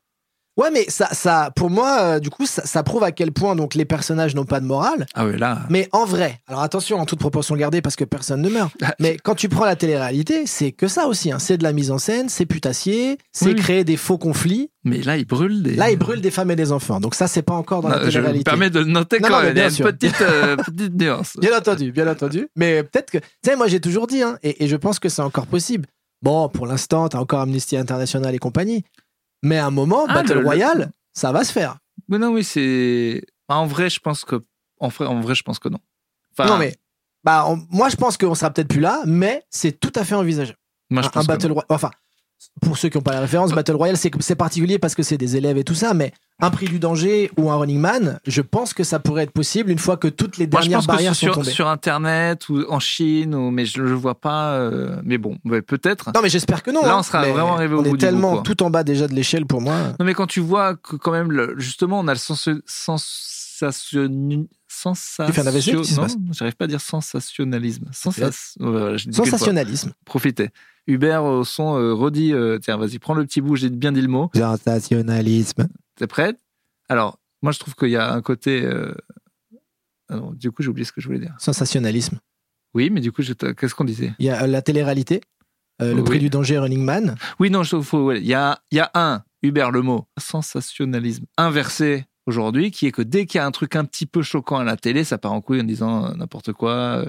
Ouais, mais ça, ça, pour moi, euh, du coup, ça, ça prouve à quel point donc les personnages n'ont pas de morale. Ah oui, là. Mais en vrai, alors attention, en toute proportion gardée, parce que personne ne meurt. Ah, Mais quand tu prends la télé-réalité, c'est que ça aussi. hein. C'est de la mise en scène, c'est putassier, c'est Oui. créer des faux conflits. Mais là, il brûle des. Là, ils brûlent des femmes et des enfants. Donc ça, c'est pas encore dans la Non, Bah, je me télé-réalité. permets de le noter Non, quand non, mais même. Il y a bien une sûr. petite, euh, petite nuance. Bien entendu, bien entendu. Mais peut-être que. Tu sais, moi, j'ai toujours dit, hein, et, et je pense que c'est encore possible. Bon, pour l'instant, t'as encore Amnesty International et compagnie. Mais à un moment, Ah, Battle le- le- Royale, ça va se faire. Mais non, oui, c'est. bah, En vrai, je pense que. En vrai, en vrai je pense que non. Enfin, non, mais. Bah, on- moi, je pense qu'on sera peut-être plus là, mais c'est tout à fait envisageable. moi, Ah, je un- pense un que Battle non. Bah. Royale. Enfin, pour ceux qui n'ont pas la référence, Battle Royale, c'est c'est particulier parce que c'est des élèves et tout ça, mais un prix du danger ou un running man, je pense que ça pourrait être possible une fois que toutes les Moi, je dernières pense que barrières sont sur, tombées. sur Internet ou en Chine, ou- mais je ne vois pas. euh, Mais bon, ouais, peut-être. Non, mais j'espère que non. Là, on hein, sera mais vraiment arrivé au on bout est du bout, tellement quoi. tout en bas déjà de l'échelle pour moi. Non, mais quand tu vois que, quand même, le- justement, on a le sens, sensation. Tu fais un AVC, qu'est-ce qui se non, passe j'arrive pas à dire sensationnalisme. là. Sensation. voilà, je dis qu'une fois. Sensationnalisme. Profitez. Hubert, au son, euh, redit. euh, tiens, vas-y, prends le petit bout, j'ai bien dit le mot. Sensationnalisme. T'es prête Alors, moi, je trouve qu'il y a un côté. euh, ah non, du coup, j'ai oublié ce que je voulais dire. Sensationnalisme. Oui, mais du coup, je t'a- qu'est-ce qu'on disait Il y a euh, la télé-réalité, euh, le Oui. prix du danger running man. Oui, non, je- faut- ouais, il y a, il y a un, Hubert, le mot, sensationnalisme inversé aujourd'hui, qui est que dès qu'il y a un truc un petit peu choquant à la télé, ça part en couille en disant euh, n'importe quoi. euh.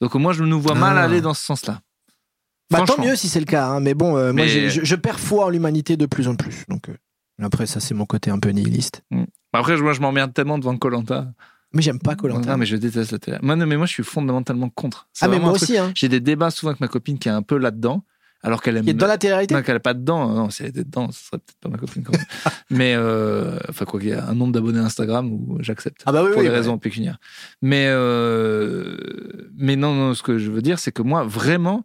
Donc moi, je nous vois mal Ah. aller dans ce sens-là. Bah, tant Franchement. mieux si c'est le cas, hein, mais bon, euh, moi Mais- j'ai- je, je perds foi en l'humanité de plus en plus. Donc euh, après, ça c'est mon côté un peu nihiliste. Après, je- moi, je m'emmerde tellement devant Colanta. Mais j'aime pas Non, Ah, Colanta. mais je déteste la télé. Moi, non, mais moi, je suis fondamentalement contre. C'est Ah mais vraiment moi un truc- aussi, hein. J'ai des débats souvent avec ma copine qui est un peu là-dedans, alors qu'elle aime. Qui est dans la télé-réalité Non, qu'elle n'est pas dedans. Non, si elle était dedans, ce serait peut-être pas ma copine quand même. Mais, euh, enfin, quoi qu'il y ait un nombre d'abonnés Instagram où j'accepte. Ah bah oui, pour oui, des bah. raisons pécuniaires. Mais, euh, mais non, non, ce que je veux dire, c'est que moi, vraiment,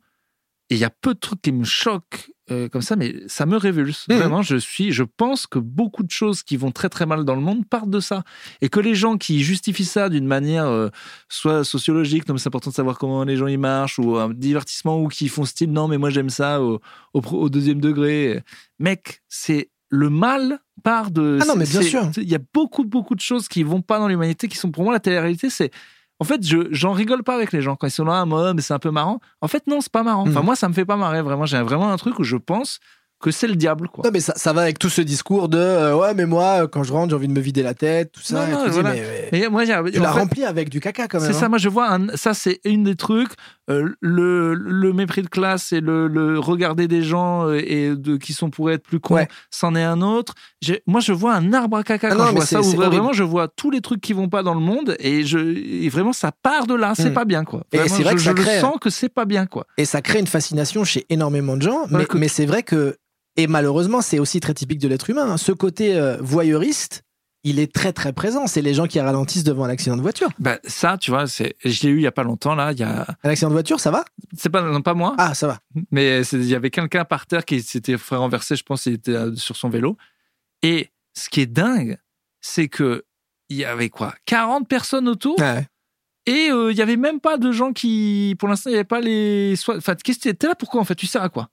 et il y a peu de trucs qui me choquent euh, comme ça, mais ça me révulse. Mhm. Vraiment, je suis, je pense que beaucoup de choses qui vont très très mal dans le monde partent de ça. Et que les gens qui justifient ça d'une manière euh, soit sociologique, non mais c'est important de savoir comment les gens y marchent, ou un divertissement, ou qui font style, non mais moi j'aime ça au, au pro- au deuxième degré. Mec, c'est le mal part de... Ah non, mais c'est- bien c'est- sûr. Il y a beaucoup beaucoup de choses qui vont pas dans l'humanité, qui sont pour moi la télé-réalité, c'est... En fait, je j'en rigole pas avec les gens quand ils sont là, moi, mais c'est un peu marrant. En fait, non, c'est pas marrant. Enfin, Mhm. moi, ça me fait pas marrer vraiment. J'ai vraiment un truc où je pense que c'est le diable, quoi. Non, mais ça, ça va avec tout ce discours de euh, ouais, mais moi, euh, quand je rentre, j'ai envie de me vider la tête, tout ça. Non, et non, tu dis, voilà. mais, mais Et moi, j'ai- tu en l'as fait, rempli avec du caca quand même. C'est ça, hein. moi je vois, un- ça c'est une des trucs, euh, le, le mépris de classe et le, le regarder des gens euh, et de, qui sont pourraient être plus cons, Ouais. c'en est un autre. J'ai- Moi je vois un arbre à caca Ah quand non, je mais vois c'est- ça, où c'est vra- horrible. vraiment je vois tous les trucs qui vont pas dans le monde et, je, et vraiment ça part de là, c'est Mm. pas bien quoi. Et Vraiment, c'est vrai je, que ça je le crée- sens que c'est pas bien quoi. Et ça crée une fascination chez énormément de gens. Voilà, mais Bah, écoute. mais c'est vrai que, et malheureusement, c'est aussi très typique de l'être humain. hein. Ce côté euh, voyeuriste, il est très très présent. C'est les gens qui ralentissent devant un accident de voiture. Bah, ça, tu vois, c'est- je l'ai eu il y a pas longtemps là, il y a... Un accident de voiture, ça va c'est pas, non, pas moi, Ah, ça va. Mais c'est- il y avait quelqu'un euh, par terre qui s'était fait renverser, je pense, il était euh, sur son vélo. Et ce qui est dingue, c'est que il y avait quoi 40 personnes autour Ouais. et euh, il y avait même pas de gens qui pour l'instant il y avait pas les soi- enfin qu'est-ce que t'es- t'es là pourquoi en fait tu sers à quoi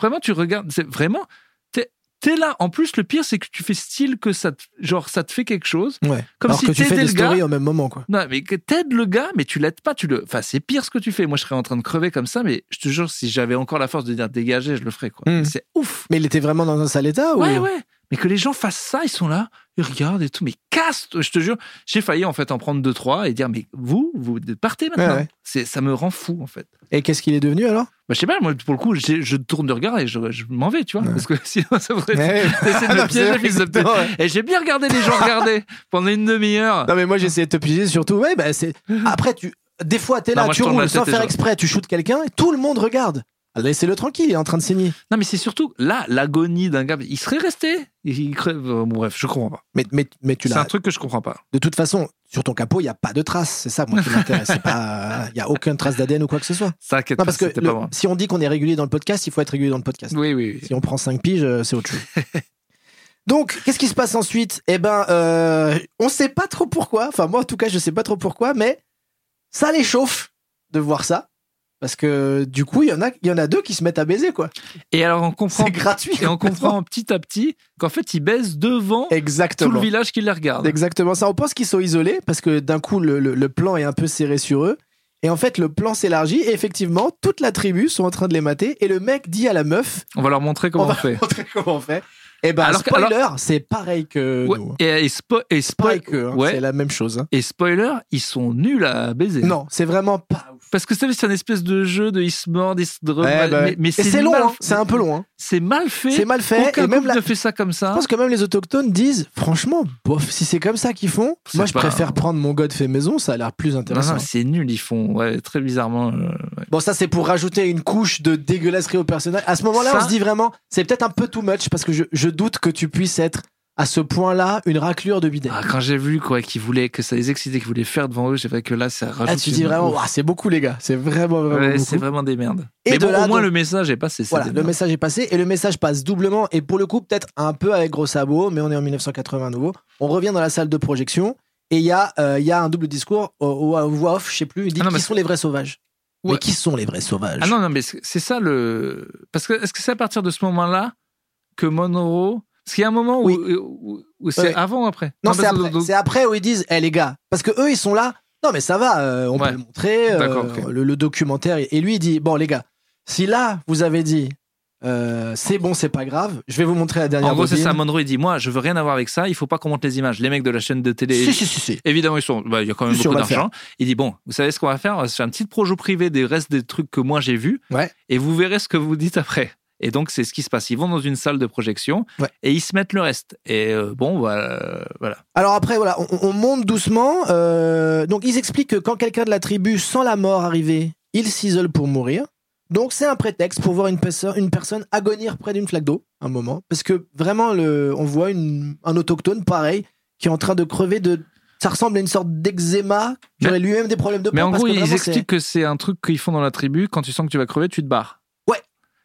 Vraiment tu regardes c'est vraiment t'es t'es là en plus le pire c'est que tu fais style que ça te- genre ça te fait quelque chose ouais. comme Alors si que tu fais t'aidais des le gars stories au même moment, quoi. non, mais que t'aides le gars, mais tu l'aides pas, tu le. Enfin, c'est pire ce que tu fais. Moi, je serais en train de crever comme ça, mais je te jure, si j'avais encore la force de dire dégagez, je le ferais, quoi. Mm. C'est ouf. Mais il était vraiment dans un sale état ou... Ouais, ouais. Mais que les gens fassent ça, ils sont là, ils regardent et tout, mais casse, je te jure. J'ai failli, en fait, en prendre deux, trois et dire, mais vous, vous partez maintenant. Ouais, ouais. C'est, ça me rend fou, en fait. Et qu'est-ce qu'il est devenu alors Bah, je sais pas, moi, pour le coup, j'ai- je tourne de regard et je, je m'en vais, tu vois, Ouais. parce que sinon, ça voudrait Ouais. essayer de Non, me piéger, c'est- fils de pute. Ouais. Et j'ai bien regardé les gens regarder pendant une demi-heure. Non mais moi j'essayais de te piéger surtout. Ouais, bah, c'est après tu des fois t'es Non, là, moi, je tu tourne la roules tête sans et faire je- exprès, tu shootes quelqu'un et tout le monde regarde. Ah, Laissez-le tranquille, il est en train de saigner. Non, mais c'est surtout là l'agonie d'un gars. Il serait resté. Il, il crève. Euh, bon, bref, je comprends pas. Mais, mais, mais tu C'est l'as. un truc que je comprends pas. De toute façon, sur ton capot, il n'y a pas de trace. C'est ça, moi, qui m'intéresse. C'est pas- Il n'y a aucune trace d'ADN ou quoi que ce soit. Ça, inquiète Non, pas, parce que c'était le- pas moi. si on dit qu'on est régulier dans le podcast, il faut être régulier dans le podcast. Oui, oui. oui. Si on prend 5 piges, euh, c'est autre chose. Donc, qu'est-ce qui se passe ensuite Eh ben, euh, on sait pas trop pourquoi. Enfin, moi, en tout cas, je sais pas trop pourquoi, mais ça les chauffe de voir ça. Parce que du coup, il y, en a- il y en a deux qui se mettent à baiser, quoi. Et alors, on comprend. C'est gratuit. Et on comprend petit à petit qu'en fait, il baisse devant tout le Exactement. village qui les regarde. Exactement ça. On pense qu'ils sont isolés parce que d'un coup, le, le- le plan est un peu serré sur eux. Et en fait, le plan s'élargit. Et effectivement, toute la tribu sont en train de les mater. Et le mec dit à la meuf On va leur montrer comment on, va fait. montrer comment on fait. Et ben, Alors que- spoiler, c'est pareil que Ouais, nous. hein. et, et spo- et spo- Pareil que, hein, ouais. c'est la même chose. hein. et spoiler, ils sont nuls à baiser. Non, c'est vraiment pas. Parce que c'est c'est un espèce de jeu de ils se mordent, ils se drôlent. Ouais, bah ouais. mais, mais Et c'est long, mal- hein, c'est un peu long. hein. C'est mal fait. C'est mal fait. Aucun et même couple hein. ne la- fait ça comme Je ça. pense que même les autochtones disent, franchement, bof, si c'est comme ça qu'ils font, C'est moi je pas- préfère prendre mon god fait maison, ça a l'air plus Non, intéressant. non, c'est nul, ils font ouais, très bizarrement. euh, Bon, ça, c'est pour rajouter une couche de dégueulasserie au personnage. À ce moment-là, Ça- on se dit vraiment, c'est peut-être un peu too much parce que je, je doute que tu puisses être à ce point-là une raclure de bidet. Ah, quand j'ai vu quoi qu'ils voulaient que ça les excitait, qu'ils voulaient faire devant eux, j'ai fait que là ça rajoute. Là, Ah, tu dis une- vraiment, Ouah, c'est beaucoup, les gars. C'est vraiment, vraiment. Ouais, beaucoup. c'est vraiment des merdes. Et Mais de bon, là, au moins donc- le message est passé. c'est Voilà, des le merdes. message est passé et le message passe doublement et pour le coup peut-être un peu avec gros sabots, mais on est en 1980 à nouveau. On revient dans la salle de projection et il y, a, euh, il y a un double discours au, au- à voix off, je sais plus, il dit Ah non, qui mais sont les vrais sauvages. Ouais. Mais qui sont les vrais sauvages Ah non, non, mais c'est c'est ça le. Parce que est-ce que c'est à partir de ce moment-là que Monroe. Parce qu'il y a un moment où, euh, Oui. où- où c'est Ouais. avant ou après Non, parce c'est que- après, donc- c'est après où ils disent, eh les gars, parce que eux ils sont là, non mais ça va, euh, on Ouais. peut le montrer, euh, D'accord, ok. le, le documentaire, et et lui il dit, bon les gars, si là vous avez dit, euh, c'est bon, c'est pas grave, je vais vous montrer la dernière En gros, c'est bobine. ça. Monroe, il dit Moi, je veux rien avoir avec ça, il faut pas qu'on monte les images. Les mecs de la chaîne de télé. Si, si, si, si. Évidemment, ils sont. bah, Il y a quand même Si, si, on beaucoup va le d'argent. Il dit bon, vous savez ce qu'on va faire On va se faire un petit projet privé des restes des trucs que moi j'ai vus. Ouais. Et vous verrez ce que vous dites après. Et donc c'est ce qui se passe. Ils vont dans une salle de projection Ouais. et ils se mettent le reste. Et euh, bon, voilà. voilà. Alors après, voilà, on, on monte doucement. euh, donc ils expliquent que quand quelqu'un de la tribu sent la mort arriver, il s'isole pour mourir. Donc c'est un prétexte pour voir une, perso- une personne agonir près d'une flaque d'eau, un moment. Parce que vraiment, le, on voit une- un autochtone pareil qui est en train de crever de... Ça ressemble à une sorte d'eczéma qui Mais- aurait lui-même des problèmes de peau. Mais en parce gros, que ils vraiment, c'est- expliquent que c'est un truc qu'ils font dans la tribu. Quand tu sens que tu vas crever, tu te barres. Ouais.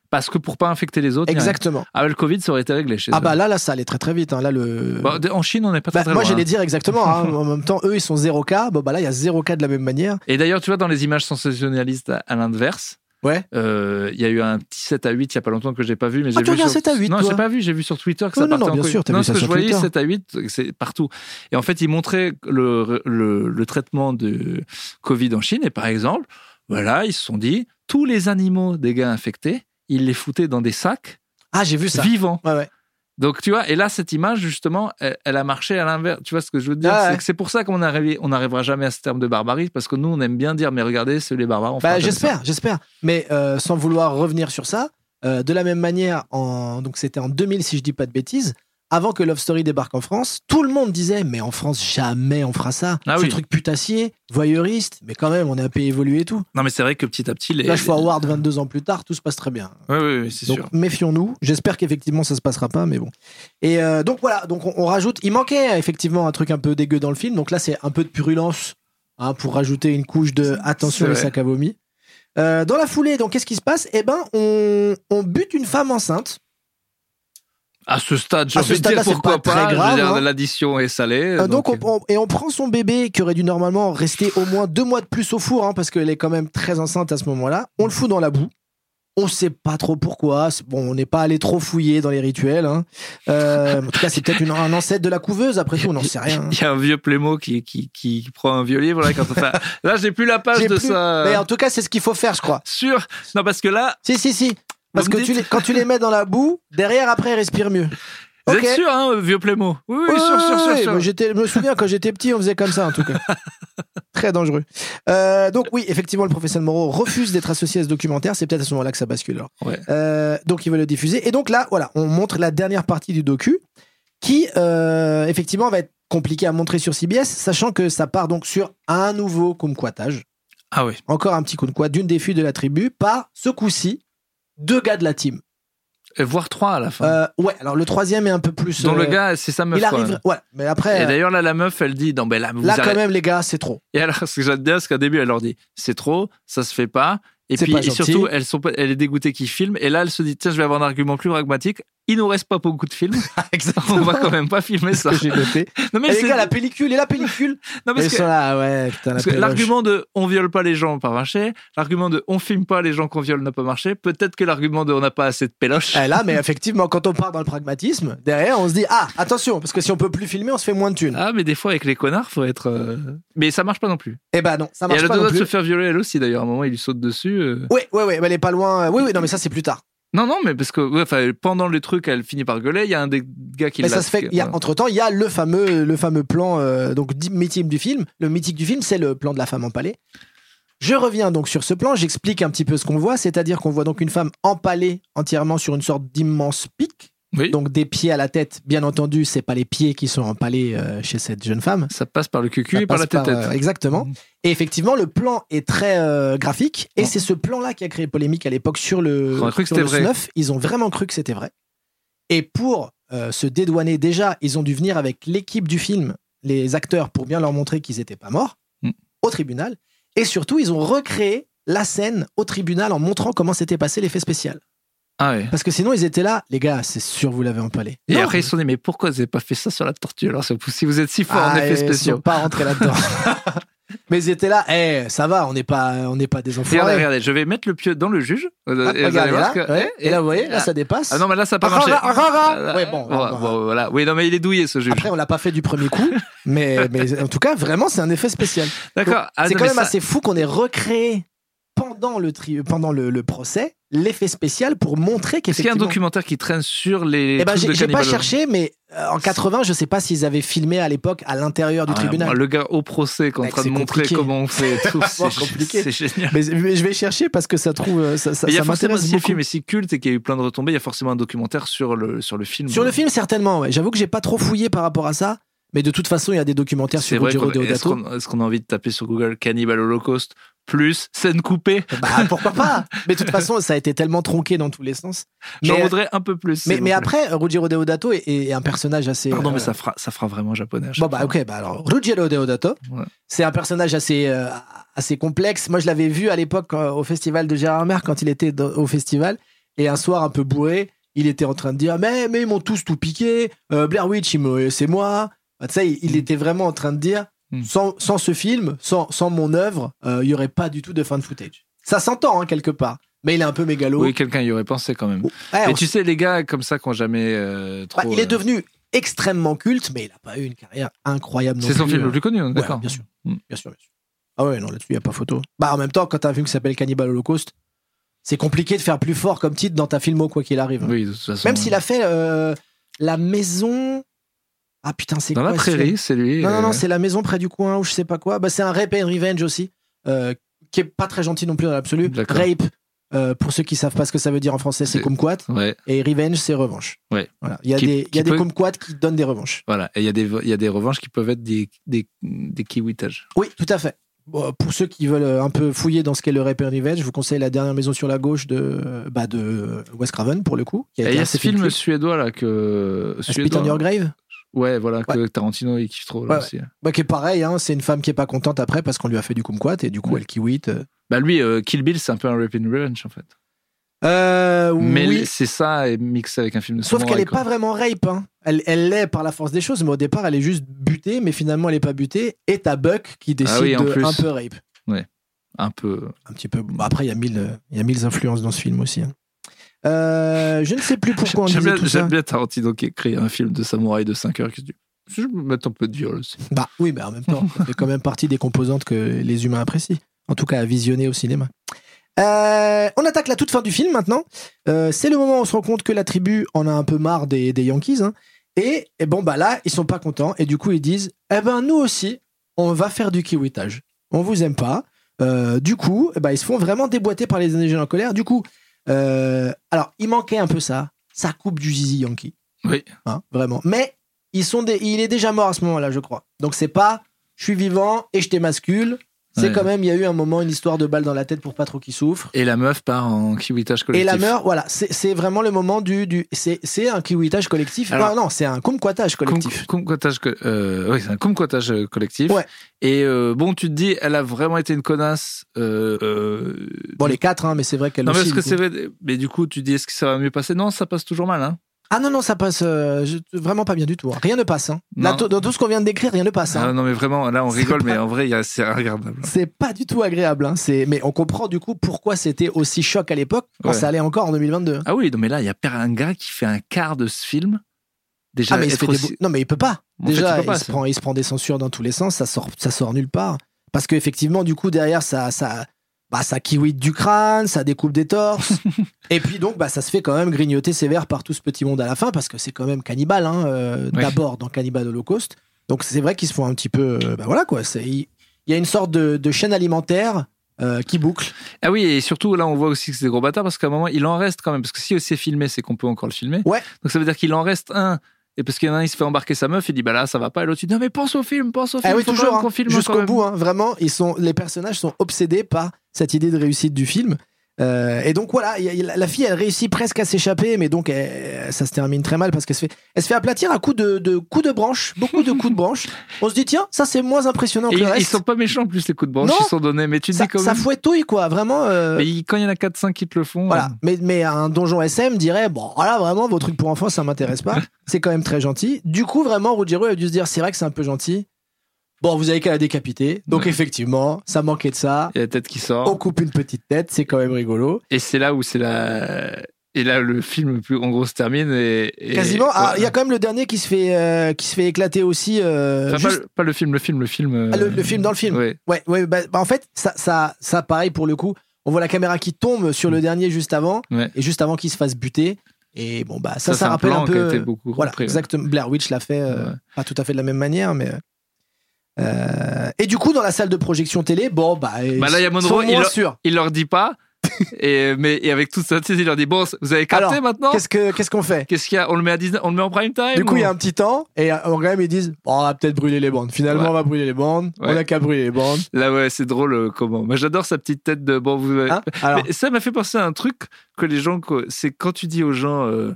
Parce que pour pas infecter les autres. il y a rien. Exactement. Ah, le Covid, ça aurait été réglé chez Ah eux. bah là, là, ça allait très très vite. hein. Là, le... Bon, de- en Chine, on n'est pas Bah, très, très moi, loin, j'allais hein. dire exactement. hein. en même temps, eux, ils sont 0K. Bon, bah là, il y a 0K de la même manière. Et d'ailleurs, tu vois, dans les images sensationnalistes à, à l'inverse, Ouais. euh, il y a eu un petit 7 à 8 il n'y a pas longtemps que j'ai pas vu. Mais Ah, j'ai tu vu regardes sur... 7 à 8, Non, toi j'ai pas vu, j'ai vu sur Twitter que Oui, ça non, partait non, en bien couille. sûr, t'as non, vu ce ça que sur je voyais, Twitter. 7 à 8, c'est partout. Et en fait, ils montraient le, le, le traitement de Covid en Chine. Et par exemple, voilà, ils se sont dit, tous les animaux des gars infectés, ils les foutaient dans des sacs Ah, j'ai vu ça. vivants. Ouais, ouais. Donc tu vois, et là cette image justement, elle, elle a marché à l'inverse. Tu vois ce que je veux dire Ah ouais. C'est que c'est pour ça qu'on arrive, on n'arrivera jamais à ce terme de barbarie, parce que nous on aime bien dire, mais regardez, c'est les barbares. on fera Bah, jamais ça. j'espère, j'espère. Mais euh, sans vouloir revenir sur ça, euh, de la même manière, en... donc c'était en 2000 si je dis pas de bêtises, avant que Love Story débarque en France, tout le monde disait mais en France jamais on fera ça, Ah ce oui. truc putassier, voyeuriste, mais quand même on est un pays évolué et tout. Non mais c'est vrai que petit à petit les. Là je Forward 22 ans plus tard, tout se passe très bien. Oui oui, oui, c'est Donc sûr. méfions-nous. J'espère qu'effectivement ça se passera pas, mais bon. Et euh, donc voilà, donc on, on rajoute. Il manquait euh, effectivement un truc un peu dégueu dans le film. Donc là c'est un peu de purulence hein, pour rajouter une couche de attention C'est le vrai. sac à vomi. Euh, dans la foulée, donc qu'est-ce qui se passe Eh ben on, on bute une femme enceinte. À ce stade, j'ai À ce envie de dire stade-là, c'est pourquoi pas très pas. je veux grave, dire, hein. L'addition est salée. Euh, donc, Ah, donc, on- on- et on prend son bébé qui aurait dû normalement rester au moins deux mois de plus au four, hein, parce qu'elle est quand même très enceinte à ce moment-là. On le fout dans la boue. On sait pas trop pourquoi. C'est- Bon, on n'est pas allé trop fouiller dans les rituels. hein. Euh, en tout cas, c'est peut-être une- un ancêtre de la couveuse. Après tout, on n'en sait rien. hein. Il y a un vieux plémo qui, qui, qui prend un vieux livre. Là, quand on fait- là j'ai plus la page J'ai de plus- ça. Mais en tout cas, c'est ce qu'il faut faire, je crois. Sûr. Non, parce que là, Si, si, si. Parce Vous me que tu les- quand tu les mets dans la boue, derrière, après, ils respirent mieux. vous Ok. êtes sûr, hein, vieux plémo Oui, oui, Ouais, sûr, sûr, sûr. ouais, sûr. moi, j'étais- je me souviens quand j'étais petit, on faisait comme ça en tout cas. Très dangereux. Euh, donc oui, effectivement, le professeur Moreau refuse d'être associé à ce documentaire. C'est peut-être à ce moment-là que ça bascule. alors. Ouais. Euh, donc il veut le diffuser. Et donc là, voilà, on montre la dernière partie du docu, qui euh, effectivement va être compliqué à montrer sur CBS, sachant que ça part donc sur un nouveau kumquatage. Ah oui. Encore un petit kumquat d'une des filles de la tribu par ce coup-ci deux gars de la team. Et voire trois à la fin. Euh, ouais, alors le troisième est un peu plus. Dont euh, le gars, c'est sa meuf. il quoi. arrive. Ouais, mais Et après. euh, d'ailleurs, là, la meuf, elle dit Non, ben là, vous Là, quand arrêtez. même, les gars, c'est trop. Et alors, ce que j'aime bien, c'est qu'au début, elle leur dit C'est trop, ça se fait pas. Et C'est puis, pas et gentil. surtout, elles sont pas- elle est dégoûtée qu'ils filment. Et là, elle se dit Tiens, je vais avoir un argument plus pragmatique. Il nous reste pas beaucoup de films. On va quand même pas filmer ça. que j'ai noté. Non, mais Et les c'est- gars, la pellicule et la pellicule. non, parce Ils que- sont là, ouais, putain, la Parce que peluche. l'argument de on viole pas les gens par marché, l'argument de on filme pas les gens qu'on viole n'a pas marché, peut-être que l'argument de on n'a pas assez de péloche. Eh, là, mais effectivement, quand on part dans le pragmatisme, derrière, on se dit ah, attention, parce que si on peut plus filmer, on se fait moins de thunes. Ah, mais des fois avec les connards, faut être. euh, Mais ça marche pas non plus. Eh ben non, ça Et elle marche a pas le non droit de se plus. faire violer elle aussi d'ailleurs. À un moment, il lui saute dessus. euh. Ouais, ouais, ouais, mais elle est pas loin. euh, Oui, oui, non, mais ça c'est plus tard. Non, non, mais parce que ouais, enfin, pendant les trucs, elle finit par gueuler. Il y a un des gars qui mais l'a- ça se fait. Il y a, entre temps, il y a le fameux, le fameux plan euh, donc dit- mythique du film. Le mythique du film, c'est le plan de la femme empalée. Je reviens donc sur ce plan. J'explique un petit peu ce qu'on voit, c'est-à-dire qu'on voit donc une femme empalée entièrement sur une sorte d'immense pic. Oui. Donc des pieds à la tête, bien entendu, c'est pas les pieds qui sont empalés euh, chez cette jeune femme. Ça passe par le cucu Ça et par la passe tête. euh, exactement. Mhm. Et effectivement, le plan est très euh, graphique. Et Ouais. c'est ce plan-là qui a créé polémique à l'époque sur le, Ils ont cru que sur c'était le vrai. snuff. Ils ont vraiment cru que c'était vrai. Et pour euh, se dédouaner déjà, ils ont dû venir avec l'équipe du film, les acteurs, pour bien leur montrer qu'ils n'étaient pas morts Mhm. au tribunal. Et surtout, ils ont recréé la scène au tribunal en montrant comment s'était passé l'effet spécial. Ah ouais. Parce que sinon, ils étaient là, les gars, c'est sûr, vous l'avez empalé. Et Non, après, ils se sont dit, mais pourquoi vous avez pas fait ça sur la tortue alors Si vous êtes si fort en Ah, effets et Ils spéciaux. sont pas rentrés là-dedans. Mais ils étaient là, eh, ça va, on n'est pas, on n'est pas des enfants. Regardez, regardez, je vais mettre le pieu dans le juge. Et vous allez voir Ah, là, que- ouais. eh, et là, vous voyez, ah, là, ça dépasse. Ah non, mais là, ça n'a pas Ah, marché. ah, ah, ah, ah. Là, Ouais, bon, voilà, on va- bon, voilà. Oui, non, mais il est douillé, ce juge. Après, on l'a pas fait du premier coup, mais, mais en tout cas, vraiment, c'est un effet spécial. D'accord. Ah, c'est non, quand mais même ça- assez fou qu'on ait recréé pendant le tri- pendant le, le procès l'effet spécial pour montrer Est-ce qu'il y a un qu'effectivement. documentaire qui traîne sur les. Eh ben, trucs j'ai de j'ai pas cannibalisme cherché, mais euh, en 80, je sais pas s'ils avaient filmé à l'époque à l'intérieur du Ah, tribunal. moi, le gars au procès qui est en Mec, train de c'est montrer compliqué. comment on fait et tout. C'est C'est compliqué. C'est génial. Mais, mais je vais chercher parce que ça trouve euh, ça, ça, Mais il y a ça forcément, m'intéresse si le beaucoup. film est si culte et qu'il y a eu plein de retombées, il y a forcément un documentaire sur le, sur le film. Sur le film, certainement. ouais. J'avoue que j'ai pas trop fouillé par rapport à ça, mais de toute façon, il y a des documentaires c'est sur vrai. Rogero qu'on- Est-ce Deodato. qu'on est-ce qu'on a envie de taper sur Google Cannibal Holocaust plus scène coupée Bah, pourquoi pas Mais de toute façon, ça a été tellement tronqué dans tous les sens. J'en Mais, voudrais un peu plus. s'il mais, mais vous plaît. après, Ruggiero Deodato est, est un personnage assez. Pardon, mais euh, ça fera, ça fera vraiment japonais. à chaque Bon, bah, fois. ok, bah alors, Ruggiero Deodato, Ouais. c'est un personnage assez, euh, assez complexe. Moi, je l'avais vu à l'époque euh, au festival de Gérard Mer quand il était dans- au festival. Et un soir, un peu bourré, il était en train de dire Mais, mais ils m'ont tous tout piqué. Euh, Blair Witch, il me- c'est moi. Bah, tu sais, il, il Mm. était vraiment en train de dire Mm. sans, sans ce film, sans, sans mon œuvre, euh, il y n'y aurait pas du tout de fin de footage. Ça s'entend, hein, quelque part. Mais il est un peu mégalo. Oui, quelqu'un y aurait pensé quand même. Ouais, Mais on tu sais, les gars comme ça qui n'ont jamais euh, trop. Bah, il est euh, devenu extrêmement culte, mais il n'a pas eu une carrière incroyable. non C'est son plus, film hein. le plus connu, on est Ouais, d'accord. bien sûr. Mm. Bien sûr, bien sûr. Ah ouais, non, là-dessus, il n'y a pas photo. Bah, en même temps, quand t'as un film qui s'appelle Cannibal Holocaust, c'est compliqué de faire plus fort comme titre dans ta filmo, quoi qu'il arrive. Oui, de toute façon. Même s'il a fait euh, La Maison. Ah putain, c'est euh, Dans quoi la ce film prairie, c'est lui. Non, non, euh, non, c'est La Maison près du coin ou je sais pas quoi. Bah, c'est un Rape and Revenge aussi, euh, qui est pas très gentil non plus dans l'absolu. D'accord. Rape, euh, pour ceux qui savent pas ce que ça veut dire en français, c'est C'est- kumquat. Ouais, Et revenge, c'est revanche. Ouais. Voilà. Il y a Qui- des, il y qui a des peut- kumquats qui donnent des revanches. voilà. Et il y, a des- il y a des revanches qui peuvent être des, des, des kiwitages. Oui, tout à fait. Bon, pour ceux qui veulent euh, un peu fouiller dans ce qu'est le rap and revenge, je vous conseille la dernière maison sur la gauche de, euh, bah, de euh, Wes Craven pour le coup. qui Et a Il été y a assez ce film culte. suédois là que. A Spit on Your Grave, Ouais, voilà, que Tarantino il kiffe trop là Ouais, aussi. bah, qui est pareil, hein, c'est une femme qui est pas contente après parce qu'on lui a fait du kumquat et du coup Ouais. elle kiwite. euh. Bah lui, euh, Kill Bill, c'est un peu un rap and revenge en fait. Euh, Mais oui. c'est ça, et mixé avec un film de Sauf qu'elle samouraï, est quoi. pas vraiment rape. hein. Elle elle l'est par la force des choses, mais au départ, elle est juste butée, mais finalement, elle est pas butée. Et t'as Buck qui décide Ah oui, en de plus. un peu rape. Un peu. Un petit peu. Bon, après, il y, a mille, euh, il y a mille influences dans ce film aussi. hein. Euh, je ne sais plus pourquoi on J'aime disait bien, tout j'aime ça. bien Tarantino qui écrit un film de samouraï de 5 heures qui se dit Je vais mettre un peu de viol aussi. Bah oui, mais en même temps, ça fait quand même partie des composantes que les humains apprécient. En tout cas, à visionner au cinéma. Euh, on attaque la toute fin du film maintenant. Euh, c'est le moment où on se rend compte que la tribu en a un peu marre des, des Yankees. hein. Et, et bon, bah là, ils sont pas contents. Et du coup, ils disent Eh ben, nous aussi, on va faire du kiwitage. On vous aime pas. Euh, du coup, eh ben, ils se font vraiment déboîter par les indigènes en colère. Du coup, euh, alors, il manquait un peu ça. Ça coupe du zizi Yankee. Oui. Hein, vraiment. Mais ils sont des- il est déjà mort à ce moment-là, je crois. Donc c'est pas je suis vivant et je t'émascule. C'est Ouais. quand même, il y a eu un moment, une histoire de balle dans la tête pour pas trop qu'il souffre. Et la meuf part en kiwitage collectif. Et la meurt, voilà, c'est c'est vraiment le moment du. du c'est c'est un kiwitage collectif. Alors- non, non, c'est un kumquatage collectif. Cum- cumquatage co- euh, oui, c'est un cumquatage euh, collectif. Ouais. Et euh, bon, tu te dis, elle a vraiment été une connasse. euh, euh, Bon, les quatre, hein, mais c'est vrai qu'elle non, mais, aussi, parce que du coup. c'est vrai- mais du coup, tu dis, est-ce que ça va mieux passer Non, ça passe toujours mal. Hein. Ah non, non, ça passe euh, je- vraiment pas bien du tout. hein. Rien ne passe. hein. Là, Non. tout- dans tout ce qu'on vient de décrire, rien ne passe. hein. Ah, non, mais vraiment, là, on C'est rigole, pas- mais en vrai, il y a- c'est regardable. C'est pas du tout agréable. hein. C'est- Mais on comprend du coup pourquoi c'était aussi choc à l'époque quand Ouais. ça allait encore en 2022. Ah oui, non, mais là, il y a per- un gars qui fait un quart de ce film. Déjà, Ah, mais il se être fait des aussi- bou- Non, mais il peut pas. En fait, Déjà, il peut il, pas, se ça. prend, il se prend des censures dans tous les sens, ça sort, ça sort nulle part. Parce qu'effectivement, du coup, derrière, ça, ça, bah, ça kiwite du crâne, ça découpe des torses. et puis donc, bah, ça se fait quand même grignoter sévère par tout ce petit monde à la fin, parce que c'est quand même cannibale, hein, euh, Oui. d'abord dans Cannibal Holocaust. Donc c'est vrai qu'ils se font un petit peu. euh, bah voilà quoi, c'est- il il y a une sorte de, de chaîne alimentaire euh, qui boucle. Ah oui, et surtout, là, on voit aussi que c'est des gros bâtards parce qu'à un moment, il en reste quand même. Parce que si c'est filmé, c'est qu'on peut encore le filmer. Ouais. Donc ça veut dire qu'il en reste un. Et parce qu'il y en a un, il se fait embarquer sa meuf, il dit, bah là, ça va pas. Et l'autre, il dit, non, mais pense au film, pense au Ah film. oui, faut quand toujours, même hein, qu'on filme quand jusqu'au même. bout. hein, vraiment, ils sont, les personnages sont obsédés par cette idée de réussite du film. Euh, et donc voilà, il y a- il y a- la fille, elle réussit presque à s'échapper, mais donc elle- ça se termine très mal parce qu'elle se fait, elle se fait aplatir à coups de, de coups de branche, beaucoup de coups de branche. On se dit tiens, ça c'est moins impressionnant Et que ils, le ils reste. sont pas méchants en plus, les coups de branche Non. qui sont donnés. Mais tu te ça, dis quand ça même. fouettouille quoi, vraiment. euh, Mais il- quand il y en a 4-5 qui te le font. Voilà, euh, mais, mais un donjon SM dirait bon voilà vraiment vos trucs pour enfants ça m'intéresse pas, c'est quand même très gentil. Du coup vraiment Ruggiero a dû se dire c'est vrai que c'est un peu gentil. Bon vous avez qu'à la décapiter, donc Ouais. effectivement ça manquait de ça. Il y a la tête qui sort. On coupe une petite tête, c'est quand même rigolo. Et c'est là où c'est la. Et là, le film, plus, en gros, se termine. Et, et- Quasiment. Ah, ouais. il y a quand même le dernier qui se fait euh, qui se fait éclater aussi. euh, Enfin, juste- pas, le, pas le film, le film, le film. euh, Ah, le- le film dans le film. Ouais. Ouais, ouais, bah, bah, en fait, ça, ça, ça, pareil pour le coup. On voit la caméra qui tombe sur le dernier juste avant, Mm. Ouais. et juste avant qu'il se fasse buter. Et bon, bah, ça, ça, c'est rappelle plan un qui a été peu. beaucoup Voilà, repris, ouais. exactement. Blair Witch l'a fait, euh, Ouais. pas tout à fait de la même manière, mais. euh, et du coup, dans la salle de projection télé, bon, bah. Bah là, il y a Monroe, sont il moins a- sûrs. il leur dit pas. et, mais, et avec toute sa tête, il leur dit Bon, vous avez capté Alors, maintenant Qu'est-ce que- qu'est-ce qu'on fait Qu'est-ce qu'il y a On le met à 19 on le met en prime time Du coup, ou- il y a un petit temps, et euh, quand même, ils disent Bon, On va peut-être brûler les bandes. Finalement, Ouais. on va brûler les bandes. On Ouais. n'a qu'à brûler les bandes. Là, ouais, c'est drôle euh, comment. Moi, j'adore sa petite tête de Bon, vous avez- Hein Alors, Mais ça m'a fait penser à un truc que les gens. que- C'est quand tu dis aux gens. euh,